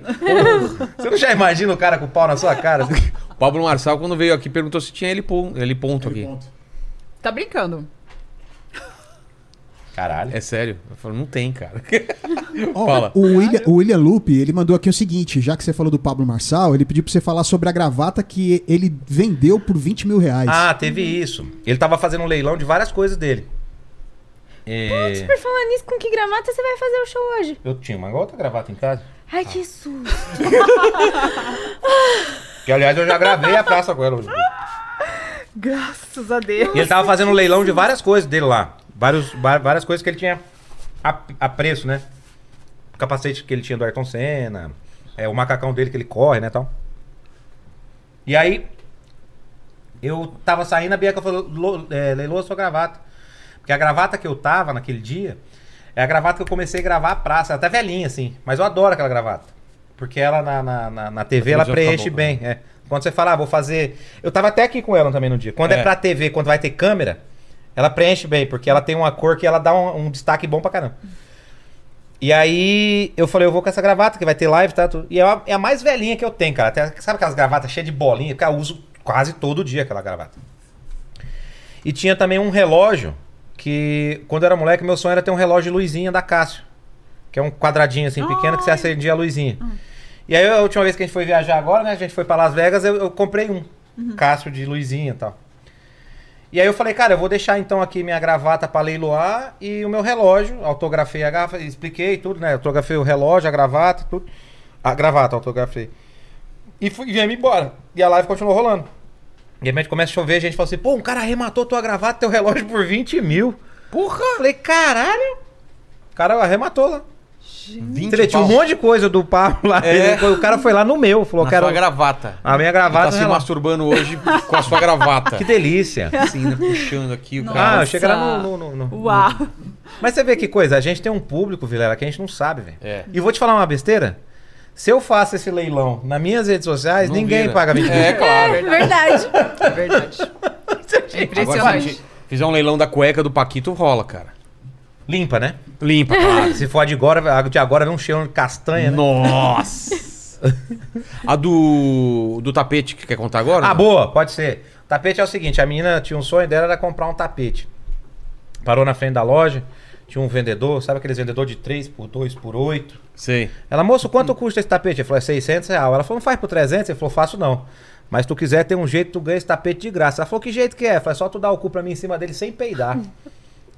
B: Você não já imagina o cara com o pau na sua cara?
A: O Pablo Marçal, quando veio aqui, perguntou se tinha ele, pon- ele ponto aqui.
E: Tá brincando.
B: Caralho.
A: É sério. Eu falo, não tem, cara.
C: Ó,
A: Fala.
C: O William, o William Lupe, ele mandou aqui o seguinte: já que você falou do Pablo Marçal, ele pediu pra você falar sobre a gravata que ele vendeu por 20 mil reais.
B: Ah, teve isso. Ele tava fazendo um leilão de várias coisas dele. E-
D: Por falar nisso, com que gravata você vai fazer o show hoje?
B: Eu tinha uma outra gravata em casa.
D: Ai, que susto.
B: Que, aliás, eu já gravei a praça com ela. hoje.
E: Graças a Deus.
B: E ele tava fazendo um leilão de várias coisas dele lá. Vários, va- várias coisas que ele tinha a, a preço, né? O capacete que ele tinha do Ayrton Senna, é, o macacão dele que ele corre, né, tal. E aí, eu tava saindo, a Bianca falou, "Lo- é, leiloa sua gravata. Porque a gravata que eu tava naquele dia, é a gravata que eu comecei a gravar a praça, até velhinha, assim. Mas eu adoro aquela gravata. Porque ela na, na, na, na TV, ela
A: televisão fica
B: preenche
A: bom,
B: bem. é. Quando você fala, ah, vou fazer... Eu tava até aqui com ela também no dia. Quando é,
A: É.
B: pra TV, quando vai ter câmera, ela preenche bem. Porque ela tem uma cor que ela dá um, um destaque bom pra caramba. E aí eu falei, eu vou com essa gravata, que vai ter live, tá? tudo. E é a, é a mais velhinha que eu tenho, cara. Até- sabe aquelas gravatas cheias de bolinha? Porque eu uso quase todo dia aquela gravata. E tinha também um relógio que, quando eu era moleque, meu sonho era ter um relógio de luzinha da Cássio. Que é um quadradinho assim pequeno que você acendia a luzinha. E aí, a última vez que a gente foi viajar agora, né? A gente foi pra Las Vegas, eu, eu comprei um. Cássio de luzinha e tal. E aí eu falei, cara, eu vou deixar então aqui minha gravata pra leiloar e o meu relógio. Autografei a gravata, expliquei tudo, né? Autografei o relógio, a gravata, tudo. A gravata, autografei. E fui, e viemos embora. E a live continuou rolando. De repente começa a chover, a gente fala assim, pô, um cara arrematou tua gravata, teu relógio por 20 mil. Porra! Falei, caralho! O cara arrematou lá. Ele tinha um monte de coisa do Pablo lá.
A: É.
B: Ele- o cara foi lá no meu, falou, um
A: Na
B: quero
A: sua gravata.
B: a minha
A: Ele
B: gravata.
A: tá se
B: né, lá.
A: masturbando hoje com a sua gravata.
B: Que delícia.
A: Assim, né, puxando aqui o
B: Ah,
A: cara.
B: eu cheguei lá no- no- no- no,
E: Uau.
B: Mas você vê que coisa, a gente tem um público, Vilela, que a gente não sabe, velho.
A: É.
B: E vou te falar uma besteira. Se eu faço esse leilão nas minhas redes sociais,
A: Não
B: ninguém
A: vira.
B: paga 20 mil.
A: É, claro.
D: É verdade.
E: É verdade. É
A: Agora,
E: impressionante.
A: se fizer um leilão da cueca do Paquito, rola, cara.
B: Limpa, né?
A: Limpa, claro.
B: Se for a de agora, a de agora vem um cheiro de castanha, né?
A: Nossa! A do. do tapete que quer contar agora?
B: Ah,
A: não?
B: boa, pode ser. O tapete é o seguinte, a menina tinha um sonho dela era comprar um tapete. Parou na frente da loja, tinha um vendedor, sabe aqueles vendedor de 3 por 2 por 8?
A: Sei.
B: Ela, moço, quanto custa esse tapete? Ele falou, é 600 reais. Ela falou, não faz por 300? Ele falou, faço não. Mas se tu quiser, tem um jeito, tu ganha esse tapete de graça. Ela falou, que jeito que é? Eu falei, só tu dar o cu pra mim em cima dele sem peidar.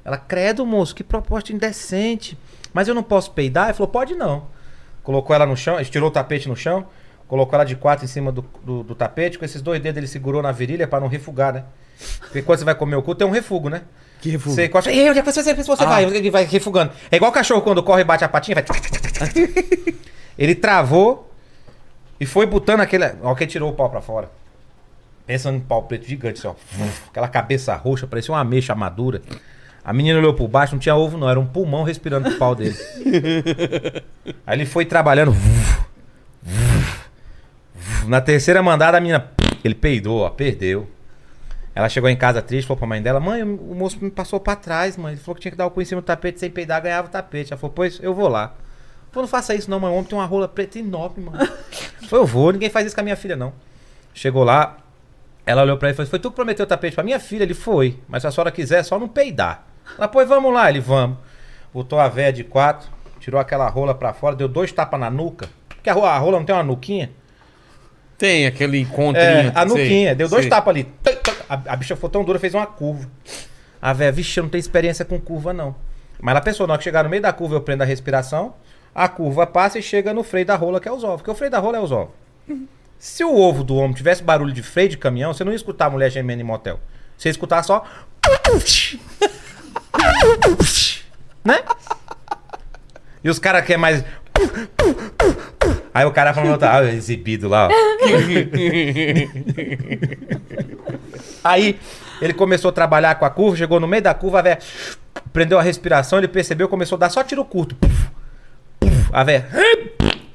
B: Ela, credo, moço, que proposta indecente. Mas eu não posso peidar? Ele falou, pode não. Colocou ela no chão, estirou o tapete no chão, colocou ela de quatro em cima do, do, do tapete, com esses dois dedos ele segurou na virilha pra não refugar, né? Porque quando você vai comer o cu, tem um refugo, né?
A: Que refugo? Ah.
B: Você encosta, e onde é que você, você você vai? Ele vai refugando. É igual cachorro quando corre e bate a patinha, vai... Ele travou e foi botando aquele. Ó, que ele tirou o pau pra fora. Pensa num pau preto gigante, assim, ó. Aquela cabeça roxa, parecia uma ameixa madura. A menina olhou por baixo, não tinha ovo, não. Era um pulmão respirando com o pau dele. Aí ele foi trabalhando. Na terceira mandada, a menina. Ele peidou, ó, perdeu. Ela chegou em casa triste, falou pra mãe dela: Mãe, o moço me passou pra trás, mãe. Ele falou que tinha que dar o cu em cima do tapete, sem peidar, ganhava o tapete. Ela falou: Pois, eu vou lá. Falou: Não faça isso, não, mãe. O homem tem uma rola preta enorme, mano. Falei: Eu vou, ninguém faz isso com a minha filha, não. Chegou lá, ela olhou pra ele e falou: assim, Foi tu que prometeu o tapete pra minha filha? Ele foi, mas se a senhora quiser, é só não peidar. Ela, pois vamos lá, ele vamos. Botou a véia de quatro, tirou aquela rola pra fora, deu dois tapas na nuca. Porque a rola, a rola não tem uma nuquinha?
A: Tem aquele encontrinho.
B: É, a
A: sei,
B: nuquinha. deu dois
A: sei.
B: tapas ali. Tum, tum. A, a bicha foi tão dura, fez uma curva. A velha, vixe, eu não tenho experiência com curva, não. Mas ela pensou, na hora que chegar no meio da curva, eu prendo a respiração, a curva passa e chega no freio da rola, que é os ovos. Porque o freio da rola é os ovos. Se o ovo do homem tivesse barulho de freio de caminhão, você não ia escutar a mulher gemendo em motel. Você ia escutar só... Né? E os caras querem mais. Aí o cara falando, tá, ah, exibido lá, ó. Aí ele começou a trabalhar com a curva, chegou no meio da curva, a véia prendeu a respiração, ele percebeu, começou a dar só tiro curto. Puf, puf, a véia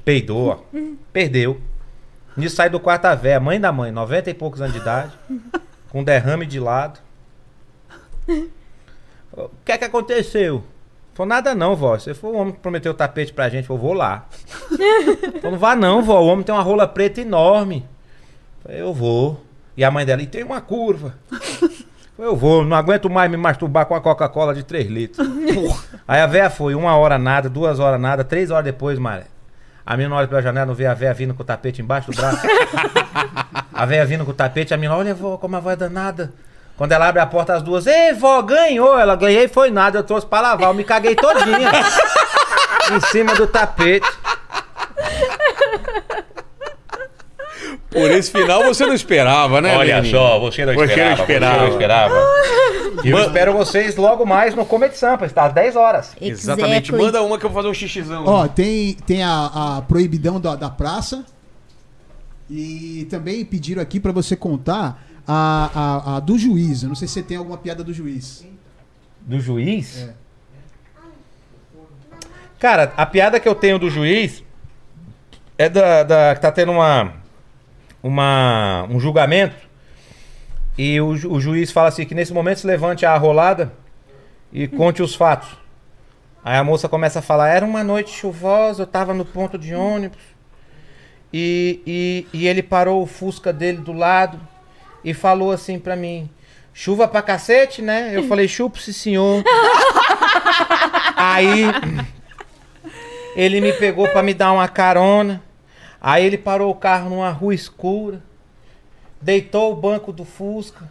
B: peidou, ó. Perdeu. Nisso sai do quarto a véia, mãe da mãe, 90 e poucos anos de idade, com derrame de lado. O que é que aconteceu? Falou, nada não, vó. Você foi o homem que prometeu o tapete pra gente, eu vou lá. Falou, não vá não, vó. O homem tem uma rola preta enorme. Falei, eu vou. E a mãe dela, e tem uma curva. Falei, eu vou, não aguento mais me masturbar com a Coca-Cola de 3 litros. Aí a véia foi, uma hora nada, duas horas nada, três horas depois, Maré. A menina olha pela janela, não vê a véia vindo com o tapete embaixo do braço. a véia vindo com o tapete, a menina, olha, vó, como a vó é danada. Quando ela abre a porta, as duas, ei, vó, ganhou. Ela ganhei, foi nada, eu trouxe pra lavar, eu me caguei todinha. em cima do tapete.
A: Por esse final você não esperava, né,
N: Olha
A: Lene?
N: só, você não
A: Você não
N: esperava. Você
A: esperava.
N: não esperava.
B: E eu espero vocês logo mais no Comedy Sampa, está às 10 horas.
E: É
A: Exatamente.
D: Exactly.
A: Manda uma que eu vou fazer um xixizão.
C: Ó, tem, tem a, a proibidão da, da praça. E também pediram aqui pra você contar a, a, a do juiz. Eu não sei se você tem alguma piada do juiz.
B: Do juiz?
C: É.
B: Cara, a piada que eu tenho do juiz é da, da que tá tendo uma, uma um julgamento e o, ju- o juiz fala assim que nesse momento se levante a arrolada e conte os fatos. Aí a moça começa a falar: era uma noite chuvosa, eu tava no ponto de ônibus e, e, e ele parou o Fusca dele do lado e falou assim pra mim: chuva pra cacete, né? Eu falei: chupa-se, senhor. Aí ele me pegou pra me dar uma carona. Aí ele parou o carro numa rua escura, deitou o banco do Fusca,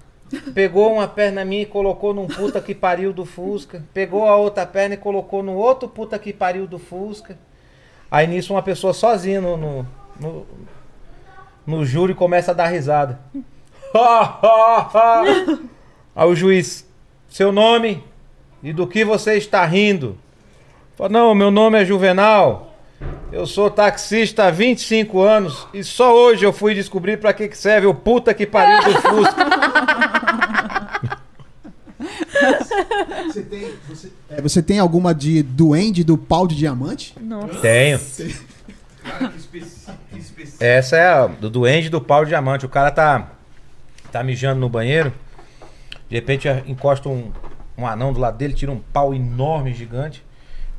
B: pegou uma perna minha e colocou num puta que pariu do Fusca, pegou a outra perna e colocou no outro puta que pariu do Fusca. Aí nisso uma pessoa sozinha no, no, no, no júri começa a dar risada. Aí o juiz, seu nome e do que você está rindo? Fala, não, meu nome é Juvenal. Eu sou taxista há 25 anos e só hoje eu fui descobrir pra que que serve o puta que pariu do Fusca.
C: Você tem, você, é, você tem alguma de duende do pau de diamante?
B: Tenho.
K: Cara, que especi- que especi-
B: Essa é a do duende do pau de diamante. O cara tá, tá mijando no banheiro. De repente a- encosta um, um anão do lado dele, tira um pau enorme, gigante,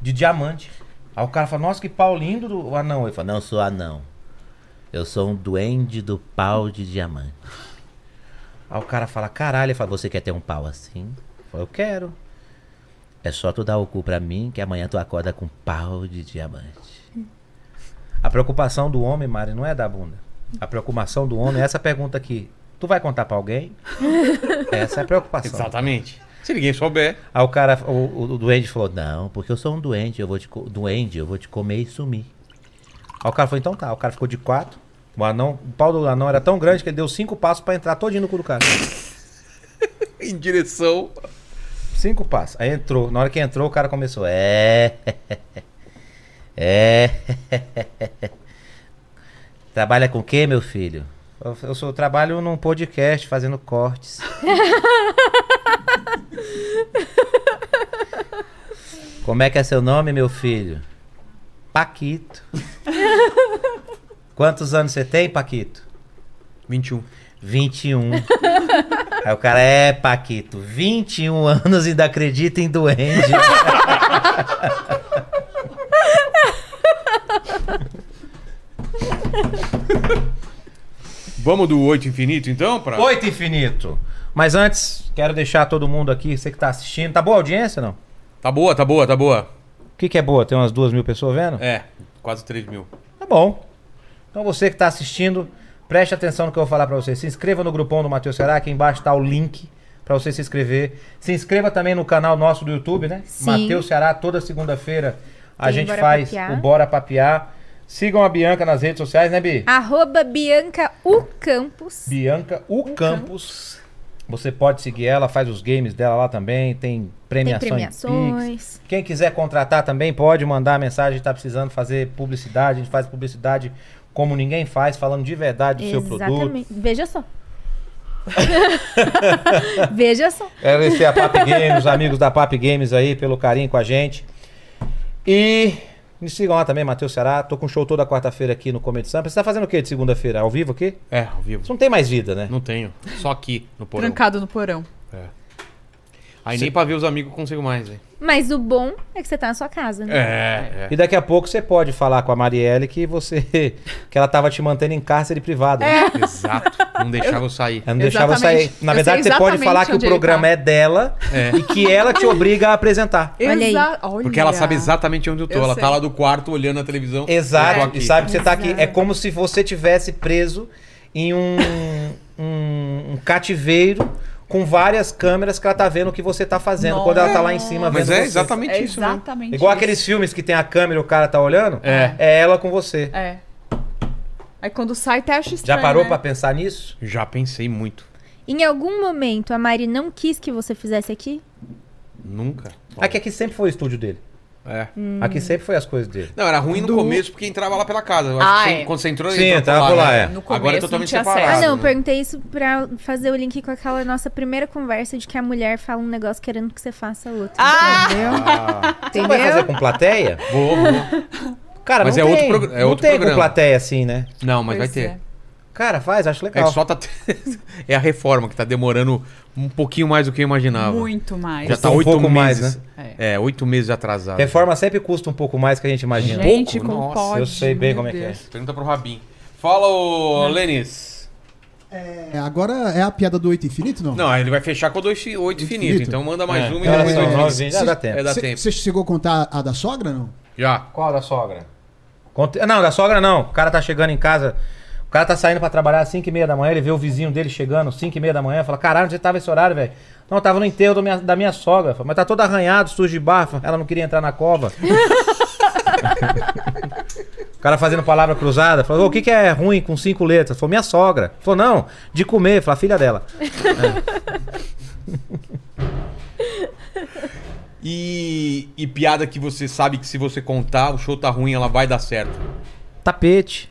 B: de diamante. Aí o cara fala, nossa, que pau lindo do o anão. Ele fala, não, eu sou anão. Eu sou um duende do pau de diamante. Aí o cara fala, caralho, ele fala, você quer ter um pau assim? Eu falo, eu quero. É só tu dar o cu pra mim que amanhã tu acorda com pau de diamante. A preocupação do homem, Mari, não é da bunda. A preocupação do homem é essa pergunta aqui. Tu vai contar pra alguém? Essa é a preocupação.
A: Exatamente. Se ninguém souber.
B: Aí o cara, o, o, o duende falou, não, porque eu sou um doente, eu vou te co- duende, eu vou te comer e sumir. Aí o cara falou, então tá. O cara ficou de quatro. O, anão, o pau do anão era tão grande que ele deu cinco passos pra entrar todinho no cu do cara.
A: Em direção.
B: Cinco passos. Aí entrou. Na hora que entrou, o cara começou. É. É. Trabalha com o quê, meu filho? Eu, eu sou, trabalho num podcast fazendo cortes. Como é que é seu nome, meu filho? Paquito. Quantos anos você tem, Paquito?
A: 21.
B: 21. Aí o cara, é, Paquito, 21 anos e ainda acredita em duende.
A: Vamos do 8 infinito, então? Pra...
B: Oito infinito. Mas antes, quero deixar todo mundo aqui, você que tá assistindo. Tá boa a audiência não?
A: Tá boa, tá boa, tá boa.
B: O que, que é boa? Tem umas duas mil pessoas vendo?
A: É, quase 3 mil.
B: Tá bom. Então você que está assistindo, preste atenção no que eu vou falar para você. Se inscreva no grupão do Matheus Ceará, aqui embaixo tá o link para você se inscrever. Se inscreva também no canal nosso do YouTube, né?
D: Sim.
B: Matheus Ceará, toda segunda-feira a
D: Tem o
B: gente
D: Bora
B: faz
D: Papear.
B: o Bora Papear. Sigam a Bianca nas redes sociais, né, Bi?
D: Arroba Bianca U Campos.
B: Bianca, o Campos. Você pode seguir ela, faz os games dela lá também, tem
D: Tem
B: premiação. em Pix.
D: premiações.
B: Quem quiser contratar também pode mandar mensagem, está precisando fazer publicidade, a gente faz publicidade como ninguém faz, falando de verdade do seu produto.
D: Exatamente. Veja só. Veja só.
B: Agradecer É, a Pap Games, os amigos da Pap Games aí, pelo carinho com a gente. E me sigam lá também, Matheus Ceará. Tô com um show toda quarta-feira aqui no Comedy Sampa. Você tá fazendo o quê de segunda-feira? Ao vivo aqui?
A: É, ao vivo.
B: Você não tem mais vida, né?
A: Não tenho. Só aqui no porão.
E: Trancado no porão.
A: Aí nem pra ver os amigos eu consigo mais, velho.
D: Mas o bom é que você tá na sua casa, né?
A: É,
B: E daqui a pouco você pode falar com a Marielle que você. que ela tava te mantendo em cárcere privado. né?
A: é. Exato. Não deixava eu sair.
B: Ela não deixava
E: É, Exatamente.
B: sair. Na
E: Eu
B: verdade,
E: sei
B: você pode
E: exatamente
B: falar que o
E: onde ele
B: programa
E: tá.
B: é dela
A: É.
B: e que ela te obriga a apresentar.
D: Olha aí.
E: Exa- olha.
A: Porque ela sabe exatamente onde eu tô.
E: Eu
A: ela
E: sei.
A: tá lá do quarto olhando a televisão. Eu tô
B: Exato.
A: aqui.
B: E sabe que você tá aqui. É como se você tivesse preso em um, um, um cativeiro com várias câmeras que ela tá vendo o que você tá fazendo quando ela tá lá em cima vendo.
A: Mas é
B: você.
A: exatamente
E: É
A: isso, né?
E: exatamente
B: Igual
E: isso.
B: aqueles filmes que tem a câmera e o cara tá olhando.
A: É.
B: ela com você.
E: É. Aí quando sai, até acha
B: Já
E: estranho,
B: parou
E: né?
B: pra pensar nisso?
A: Já pensei muito.
D: Em algum momento a Mari não quis que você fizesse aqui?
A: Nunca.
B: Aqui, aqui sempre foi o estúdio dele.
A: É.
E: Hum.
B: Aqui sempre foi as coisas dele.
A: Não, era ruim no começo porque entrava lá pela casa. Eu acho
E: Ah,
A: que
E: é.
A: quando você entrou,
B: Sim,
A: entrou
B: entrava por lá, é.
E: No começo
A: Agora é
E: não
A: totalmente
E: tinha acesso.
A: separado.
D: Ah, não,
A: né?
D: perguntei isso pra fazer o link com aquela nossa primeira conversa de que a mulher fala um negócio querendo que você faça outro.
E: Ah!
B: Você não vai fazer com plateia?
A: Vou, vou.
B: Cara,
A: Mas
B: não
A: é
B: tem,
A: outro prog- é
B: não
A: outro
B: tem com
A: programa.
B: plateia assim, né?
A: Não, mas vai
E: Pois
A: ter.
E: é.
B: Cara, faz, acho
A: É
B: legal.
A: que só tá. é a reforma que tá demorando um pouquinho mais do que eu imaginava.
E: Muito mais.
A: Já tá
B: Um
A: oito
B: pouco
A: meses.
B: mais,
E: né?
A: É, oito meses atrasado.
B: Reforma sempre custa um pouco mais que a gente imagina.
E: Gente,
A: pouco?
E: como
A: Nossa,
E: pode?
B: eu sei bem
E: meu
B: como é que é.
E: Deus.
A: Pergunta pro Rabin. Fala, ô Lenis.
C: É, agora é a piada do oito infinito, não?
A: Não, ele vai fechar com o 8 infinito,
C: Infinito.
A: então manda mais uma e
B: Cara,
A: depois
B: são
A: dois
B: É. nove,
A: infinito.
B: já dá tempo.
A: É, dá tempo.
C: Você chegou a contar a da sogra, não?
A: Já.
B: Qual da sogra? Ah, Não, da sogra não. O cara tá chegando em casa. O cara tá saindo pra trabalhar às 5 e meia da manhã, ele vê o vizinho dele chegando às 5 e meia da manhã, fala, caralho, onde você tava esse horário, velho? Não, eu tava no enterro do minha- da minha sogra, Fala, mas tá todo arranhado, sujo de barro, ela não queria entrar na cova. o cara fazendo palavra cruzada, falou, "Ô, o que que é ruim com cinco letras? Falou, minha sogra. Falou, não, de comer, falou, a filha dela.
A: E, e piada que você sabe que se você contar, o show tá ruim, ela vai dar certo.
B: Tapete.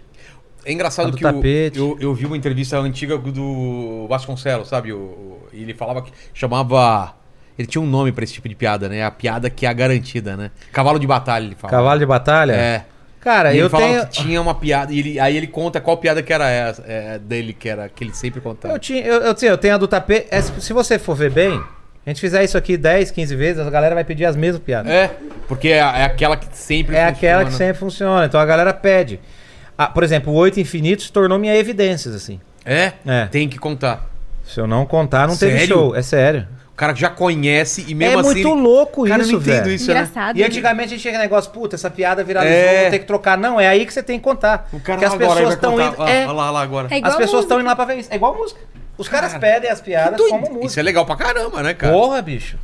A: É engraçado
B: A do
A: que o-
B: tapete.
A: eu, eu vi uma entrevista antiga do Vasconcelos, sabe? O, o- e ele falava que chamava. Ele tinha um nome pra esse tipo de piada, né? A piada que é a garantida, né? Cavalo de batalha, ele fala.
B: Cavalo de batalha?
A: É.
B: Cara,
A: E ele
B: eu
A: falava
B: tenho...
A: que tinha uma piada, e ele- aí ele conta qual piada que era essa, é, dele, que era que ele sempre contava.
B: Eu, tinha, eu, eu, tinha- eu tenho a do tapete. é, se se você for ver bem, a gente fizer isso aqui 10, 15 vezes, a galera vai pedir as mesmas piadas. É,
A: É, porque é, é aquela que sempre
B: aquela que
A: funciona.
B: sempre funciona, então a galera pede. Ah, por exemplo, o Oito Infinitos se tornou minha evidências, assim.
A: É?
B: É.
A: Tem que contar.
B: Se eu não contar, não teve
A: Sério?
B: show. É sério.
A: O cara já conhece e mesmo
B: é
A: assim...
B: muito
A: ele-
B: louco
A: Cara, eu
B: isso,
A: não entendo
B: velho.
A: isso, né?
D: Engraçado.
B: E
D: né?
B: antigamente a gente chega no negócio, puta, essa piada viralizou,
A: É.
B: vou ter que trocar. Não, é aí que você tem que contar.
A: O cara
B: que as
A: lá agora,
B: pessoas
A: ele vai contar. Ah,
B: estão indo.
A: Olha
B: é,
A: lá, olha lá agora.
D: É igual
B: as pessoas
D: música.
B: estão indo lá pra ver isso. É igual música. Os caras pedem as piadas como música.
A: Isso é legal pra caramba, né, cara?
B: Porra, bicho.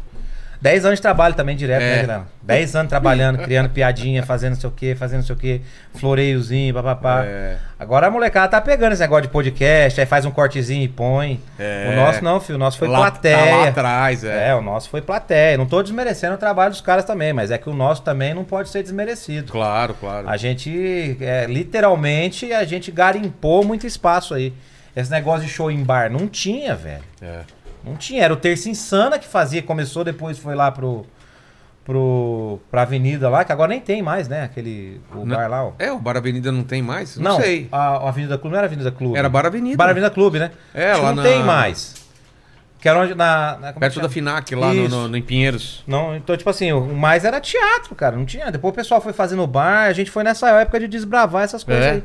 B: 10 anos de trabalho também direto,
A: É.
B: né, Guilherme? 10 anos trabalhando, criando piadinha, fazendo não sei o quê, fazendo não sei o quê, floreiozinho, papapá.
A: É.
B: Agora a molecada tá pegando esse negócio de podcast, aí faz um cortezinho e põe.
A: É.
B: O nosso não, filho, o nosso foi
A: Lá- Tá lá
B: plateia.
A: atrás, é.
B: é, o nosso foi plateia. Não tô desmerecendo o trabalho dos caras também, mas é que o nosso também não pode ser desmerecido.
A: Claro, claro.
B: A gente, é, literalmente, a gente garimpou muito espaço aí. Esse negócio de show em bar não tinha, velho.
A: É.
B: Não tinha, era o Terça Insana que fazia, começou, depois foi lá pro, pro, pra avenida lá, que agora nem tem mais, né? Aquele o
A: Não.
B: bar lá, ó.
A: É, o Bar Avenida não tem mais? Não, sei.
B: A, a Avenida Clube não era Avenida Clube.
A: Era Bar Avenida.
B: Bar Avenida Clube, né?
A: É,
B: Acho que
A: lá
B: não
A: na-
B: tem mais. Que era onde, na... na como é que
A: Perto da
B: chama?
A: FINAC, lá no,
B: Isso.
A: no- no- em Pinheiros.
B: Não, então, tipo assim, o mais era teatro, cara, não tinha. Depois o pessoal foi fazendo bar, a gente foi nessa época de desbravar essas coisas
A: É.
B: aí.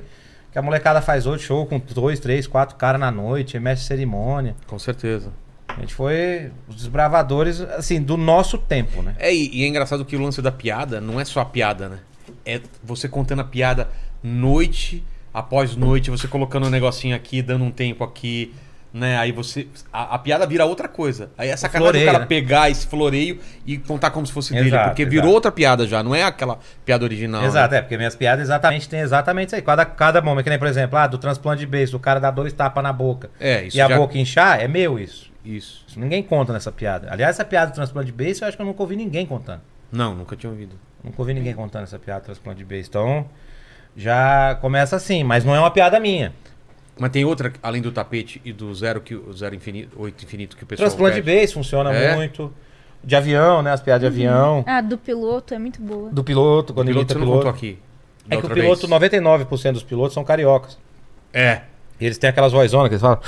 B: Que a molecada faz outro show com dois, três, quatro caras na noite, mexe cerimônia.
A: Com certeza.
B: A gente foi os desbravadores, assim, do nosso tempo, né?
A: É, e, e é engraçado que o lance da piada não é só a piada, né? É você contando a piada noite após noite, você colocando um negocinho aqui, dando um tempo aqui, né? Aí você. A, a piada vira outra coisa. Aí é sacanagem
B: floreio,
A: o cara
B: né?
A: pegar esse floreio e contar como se fosse dele,
B: Exato,
A: porque
B: exato.
A: virou outra piada já, não é aquela piada original. né?
B: Exato, é, porque minhas piadas exatamente tem exatamente isso aí. Cada, cada momento, que nem, por exemplo, ah, do transplante de beijo, o cara dá dois tapas na boca
A: É, isso
B: e a
A: já-
B: boca inchar, é meu isso.
A: Isso.
B: Isso Ninguém conta nessa piada. Aliás, essa piada do transplante de beijo, eu acho que eu nunca ouvi ninguém contando.
A: Não, nunca tinha ouvido.
B: Nunca ouvi ninguém contando essa piada do transplante de beijo. Então, já começa assim, mas não é uma piada minha.
A: Mas tem outra, além do tapete e do zero, que, o zero infinito, oito infinito que o pessoal
B: Transplante de
A: pede.
B: beijo funciona
A: É?
B: muito. De avião, né? As piadas de avião.
D: Ah, do piloto é muito boa.
B: Do piloto, quando
A: Piloto,
B: imita
A: você não
B: piloto.
A: contou aqui. da
B: É que o
A: outra
B: piloto,
A: vez.
B: 99% dos pilotos são cariocas.
A: É.
B: E eles têm aquelas vozonas que eles falam.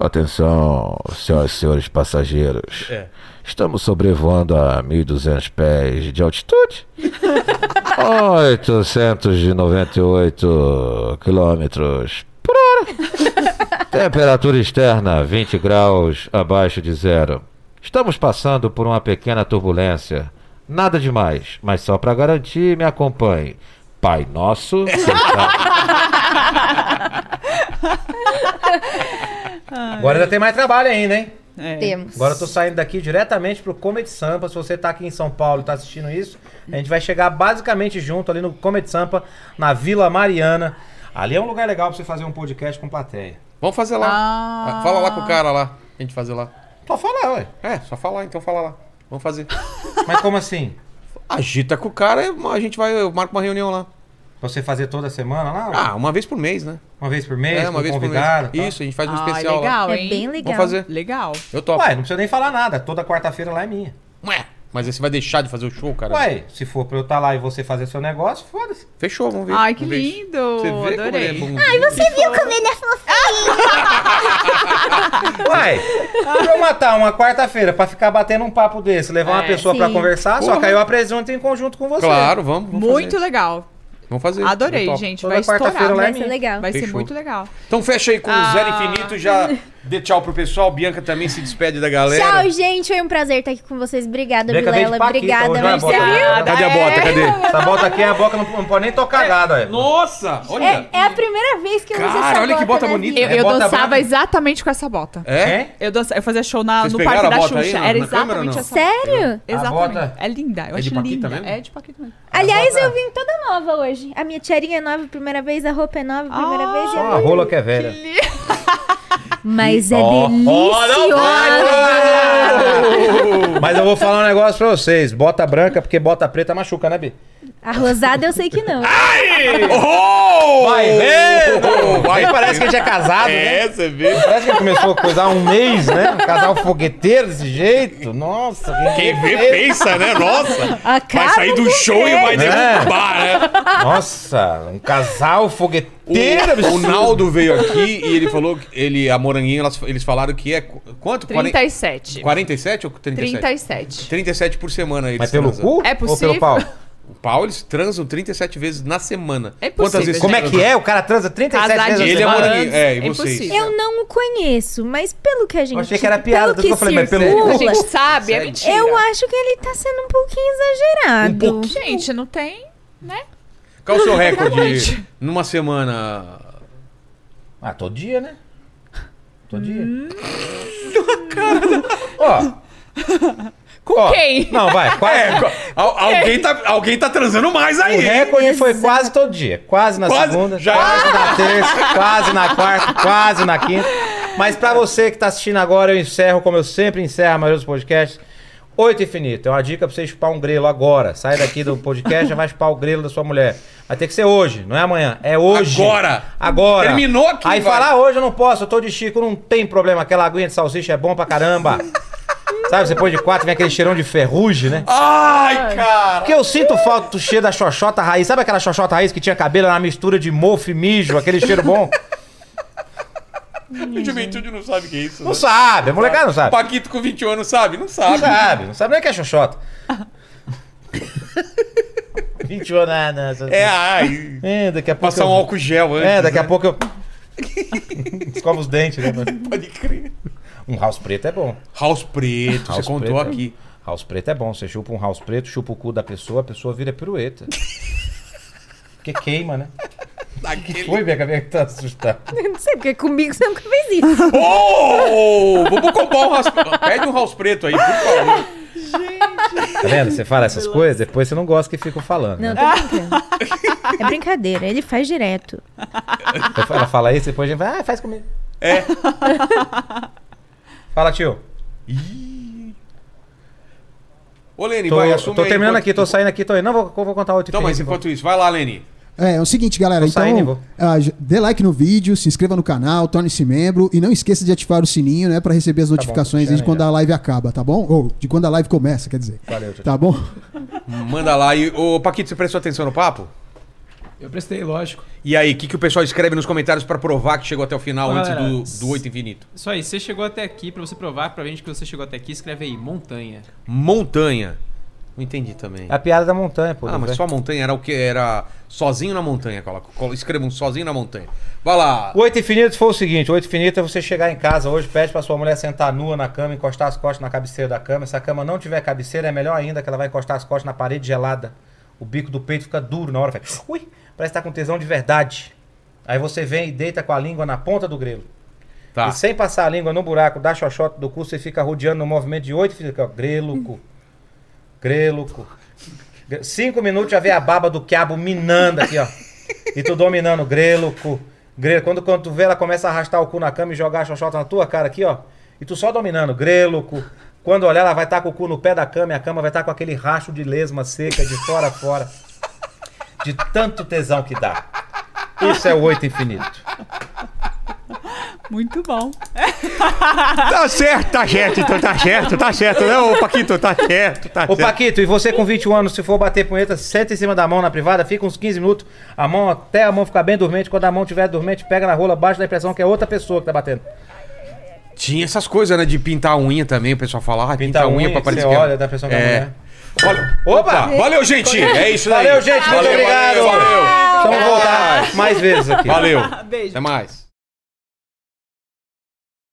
O: Atenção, senhoras e senhores passageiros.
A: É.
O: Estamos sobrevoando a 1.200 pés de altitude. 898 quilômetros por hora. Temperatura externa 20 graus abaixo de zero. Estamos passando por uma pequena turbulência. Nada demais, mas só para garantir, me acompanhe. Pai nosso, que está
B: Agora ainda tem mais trabalho ainda, hein?
E: É.
D: Temos.
B: Agora eu tô saindo daqui diretamente pro Comedy Sampa. Se você tá aqui em São Paulo e tá assistindo isso, a gente vai chegar basicamente junto ali no Comedy Sampa, na Vila Mariana. Ali é um lugar legal pra você fazer um podcast com plateia.
A: Vamos fazer lá. Ah, Fala lá com o cara lá. A gente fazer lá.
B: Pode falar, ué.
A: É, só falar, então fala lá. Vamos fazer.
B: Mas como assim?
A: Agita com o cara, e a gente vai, eu marco uma reunião lá.
B: Você fazer toda semana lá?
A: Ah, uma vez por mês, né?
B: Uma vez por mês?
A: é, uma
B: com
A: vez por mês.
B: convidado, e tal?
A: Isso, a gente faz um
E: Ah,
A: especial lá.
E: legal,
D: É
E: hein?
D: bem legal.
A: Vamos fazer.
E: Legal.
A: Eu topo.
B: Ué, não precisa nem falar nada. Toda quarta-feira lá é minha.
A: Ué, Mas aí você vai deixar de fazer o show, cara?
B: Ué, se for pra eu estar lá e você fazer seu negócio, foda-se.
A: Fechou, vamos ver.
E: Ai, que
A: Vamos ver.
E: lindo.
A: Você vê como ele é
E: Adorei. Ah,
A: bom.
D: Você viu como ele é fofinho?
B: Ué, Ah, pra eu matar uma quarta-feira pra ficar batendo um papo desse, levar uma
E: É,
B: pessoa pra
D: sim.
B: conversar, só
A: Porra.
B: que aí eu apresento em conjunto com você.
A: Claro, vamos. vamos
E: Muito
A: fazer.
E: legal.
A: Vamos fazer.
E: Adorei,
A: Eu topo.
E: gente.
B: Toda
E: Vai
B: quarta-feira
E: estourar. né?
B: lá é
D: Vai
E: Vai,
D: ser legal.
E: ser
A: Fechou.
E: muito legal.
A: Então fecha aí com o
E: Ah.
A: zero infinito, já dê tchau pro pessoal. Bianca também se despede da galera.
D: Tchau, gente. Foi um prazer estar aqui com vocês. Obrigada,
B: Vem que eu vejo
D: Vilela.
B: Paquita
D: Obrigada,
B: hoje, olha a então, bota
D: Marcelo.
B: dela.
A: Cadê a bota? É, Cadê?
B: Essa bota aqui é a boca, não, não pode nem tocar nada, ué.
A: Nossa, olha.
D: É, é a primeira vez que eu uso
A: Cara,
D: essa né,
A: olha que bota
D: na
A: bonita.
E: Eu,
B: É
E: eu
B: bota
E: dançava
B: branca?
E: exatamente com essa bota.
A: É?
B: É?
E: Eu, dança, eu fazia show na,
A: Vocês
E: no
A: pegaram
E: Parque
A: a
E: da
A: bota
E: Xuxa.
A: aí na-
E: Era
A: na câmera ou
E: exatamente
A: não?
E: essa
D: É?
E: bota.
D: Sério?
B: A
E: Exatamente.
B: bota?
E: É linda. Eu
A: É de
E: acho
A: Paquita
E: linda.
A: mesmo?
E: É de Paquita mesmo.
D: Aliás,
B: bota-
D: eu vim toda nova hoje. A minha tiarinha é nova, primeira vez, a roupa é nova, primeira
E: Ah,
D: vez. e
B: Só
D: é
B: uma
D: muito-
B: rola que é velha.
D: Mas é
B: Ó, ó, não
D: deliciosa.
B: Mas eu vou falar um negócio pra vocês. Bota branca, porque bota preta machuca, né, Bi?
D: A rosada eu sei que não.
A: Oh!
B: Vai vendo!
A: Oh, vai
B: Aí parece que a
A: vendo.
B: gente é casado, né?
A: É, você vê.
B: Parece que ele começou a coisar há um mês, né? Um casal fogueteiro desse jeito. Nossa,
A: Quem vê, pensa, né? Nossa.
D: Acaba
A: vai sair do
D: com
A: show e
D: três.
A: vai derrubar, né?
B: Nossa, um casal fogueteiro.
A: O, o Naldo veio aqui e ele falou que ele, a Moranguinho, elas- eles falaram que é qu- quanto?
E: 37.
A: 47 ou 37?
E: 37.
A: 37 por semana eles
B: Mas pelo
A: transam.
B: cu
E: É
B: ou pelo
E: possível?
B: pau?
A: O pau eles transam 37 vezes na semana.
E: É
A: Quantas
E: possível,
A: vezes
B: Como
E: gente.
B: é que é? O cara transa 37
E: Casar
B: vezes
E: de
B: na
A: Ele é
B: semana?
A: moranguinho. É, e vocês?
E: impossível.
D: Eu não o conheço, mas pelo que a gente.
B: achei que era piada,
D: pelo
B: tudo que eu falei, mas pelo
E: A
D: circula,
E: gente sabe, é mentira.
D: Eu acho que ele tá sendo um pouquinho exagerado.
A: Um pouquinho.
E: Gente, não tem.
A: Qual o seu recorde
E: Exatamente.
A: numa semana?
B: Ah, todo dia, né? Todo dia.
E: Hum.
B: Ó,
E: Com
B: ó.
E: quem?
B: Não, vai.
A: É,
B: Quase.
A: Al- alguém, tá, alguém tá transando mais
B: O
A: aí. hein?
B: recorde foi
D: Exato.
B: quase todo dia. Quase na
A: Quase,
B: segunda,
A: já-
B: quase na terça, quase na quarta, quase na quinta. Mas pra você que tá assistindo agora, eu encerro, como eu sempre encerro a maioria dos podcasts, oito infinito. É uma dica pra você chupar um grelo agora. Sai daqui do podcast, já vai chupar o grelo da sua mulher. Vai ter que ser hoje, não é amanhã. É hoje.
A: Agora.
B: Agora.
A: Terminou aqui,
B: Aí
A: vai.
B: falar hoje eu não posso, eu tô de Chico, não tem problema. Aquela aguinha de salsicha é bom pra caramba. Sabe, você põe de quatro, vem aquele cheirão de ferrugem, né?
A: Ai, cara.
B: Porque eu sinto falta do cheiro da xoxota raiz. Sabe aquela xoxota raiz que tinha cabelo na mistura de mofo e mijo, aquele cheiro bom?
A: A juventude não sabe o que é isso.
B: Não sabe, a molecada não sabe.
A: Paquito com 21 anos sabe? Não
B: Não
A: sabe.
B: sabe, não sabe nem o que é xoxota. 21 anos. né,
A: É, ai.
B: É, daqui a pouco.
A: Passar
B: eu-
A: um álcool gel antes.
B: É, daqui a
A: né?
B: pouco eu. Escova os dentes, né?
A: Pode crer.
B: Um house preto é bom.
A: House Preto,
B: House
A: você contou
B: preto.
A: aqui.
B: House preto é bom. Você chupa um house preto, chupa o cu da pessoa, a pessoa vira pirueta. Porque queima, né?
A: Daquele-
B: Foi, minha cabeça tá assustada.
D: Eu não sei, porque comigo você nunca fez isso.
A: Oh! Vamos comprar um house preto. Pede um house preto aí, por favor.
B: Tá vendo? Você fala essas coisas, depois você não gosta que ficam falando.
D: Não,
B: né?
D: tô brincando. É brincadeira, ele faz direto.
B: Ela fala isso, depois a gente vai, ah, faz comigo. É. Fala, tio.
A: Ô, Lene,
B: Tô,
A: vai, assume
B: tô
A: aí
B: terminando
A: enquanto-
B: aqui, tô saindo aqui, tô indo. Não, vou, vou contar outro
A: Então, mas enquanto isso, vai lá, Lene.
C: É, é o seguinte, galera.
B: Tô
C: então,
B: saindo, vou.
C: ah, j- dê like no vídeo, se inscreva no canal, torne-se membro e não esqueça de ativar o sininho, né, Pra receber
B: Tá
C: as notificações
B: tô
C: de quando a live acaba, tá bom? Ou de quando a live começa, quer dizer.
B: Valeu, tchau.
C: Tá bom?
A: Manda lá. E, ô, Paquito, você prestou atenção no papo?
F: Eu prestei, lógico.
A: E aí, o que, que o pessoal escreve nos comentários pra provar que chegou até o final
F: Olha,
A: antes do,
F: s-
A: do 8 infinito?
F: Isso aí, você chegou até aqui, pra você provar pra gente que você chegou até aqui, escreve aí, montanha.
A: Montanha. Não entendi também.
B: É a piada da montanha, pô.
A: ah, mas
B: velho.
A: só montanha era o que? Era sozinho na montanha, coloca. Colo- Escreva um sozinho na montanha. Vai lá.
B: O oito infinito foi o seguinte: o oito infinito é você chegar em casa hoje, pede pra sua mulher sentar nua na cama, encostar as costas na cabeceira da cama. Se a cama não tiver cabeceira, é melhor ainda que ela vai encostar as costas na parede gelada. O bico do peito fica duro na hora, velho. Ui, parece que tá com tesão de verdade. Aí você vem e deita com a língua na ponta do grelo.
A: Tá.
B: E sem passar a língua no buraco da xoxota do cu, você fica rodeando no movimento de oito fica, ó, grelo, cu. Grelo, cu. Gre- Cinco minutos já vê a baba do quiabo minando aqui, ó. E tu dominando, grelo, cu. Grelo. Quando, quando tu vê, ela começa a arrastar o cu na cama e jogar a xoxota na tua cara aqui, ó. E tu só dominando, grelo, cu. Quando olhar, ela vai estar com o cu no pé da cama e a cama vai estar com aquele racho de lesma seca de fora a fora. De tanto tesão que dá. Isso é o oito infinito.
E: Muito bom.
P: Tá certo, tá certo, então tá certo, tá certo, né, ô Paquito? Tá certo, tá
B: Ô Paquito, e você com 21 anos, se for bater punheta, senta em cima da mão na privada, fica uns 15 minutos, a mão até a mão ficar bem dormente, quando a mão tiver dormente, pega na rola, baixa da impressão que é outra pessoa que tá batendo.
A: Tinha essas coisas, né? De pintar a unha também, o pessoal fala, ah, pinta, a unha, pra parecer
B: você
A: que é-
B: olha da impressão que é
A: É.
B: mulher.
A: Olha-
B: Opa!
A: Opa! Valeu, gente! É isso daí.
B: Valeu, gente, muito
A: Valeu,
B: obrigado.
A: Valeu, valeu.
B: Então vou voltar mais vezes aqui.
A: Valeu.
E: Beijo.
A: Até mais.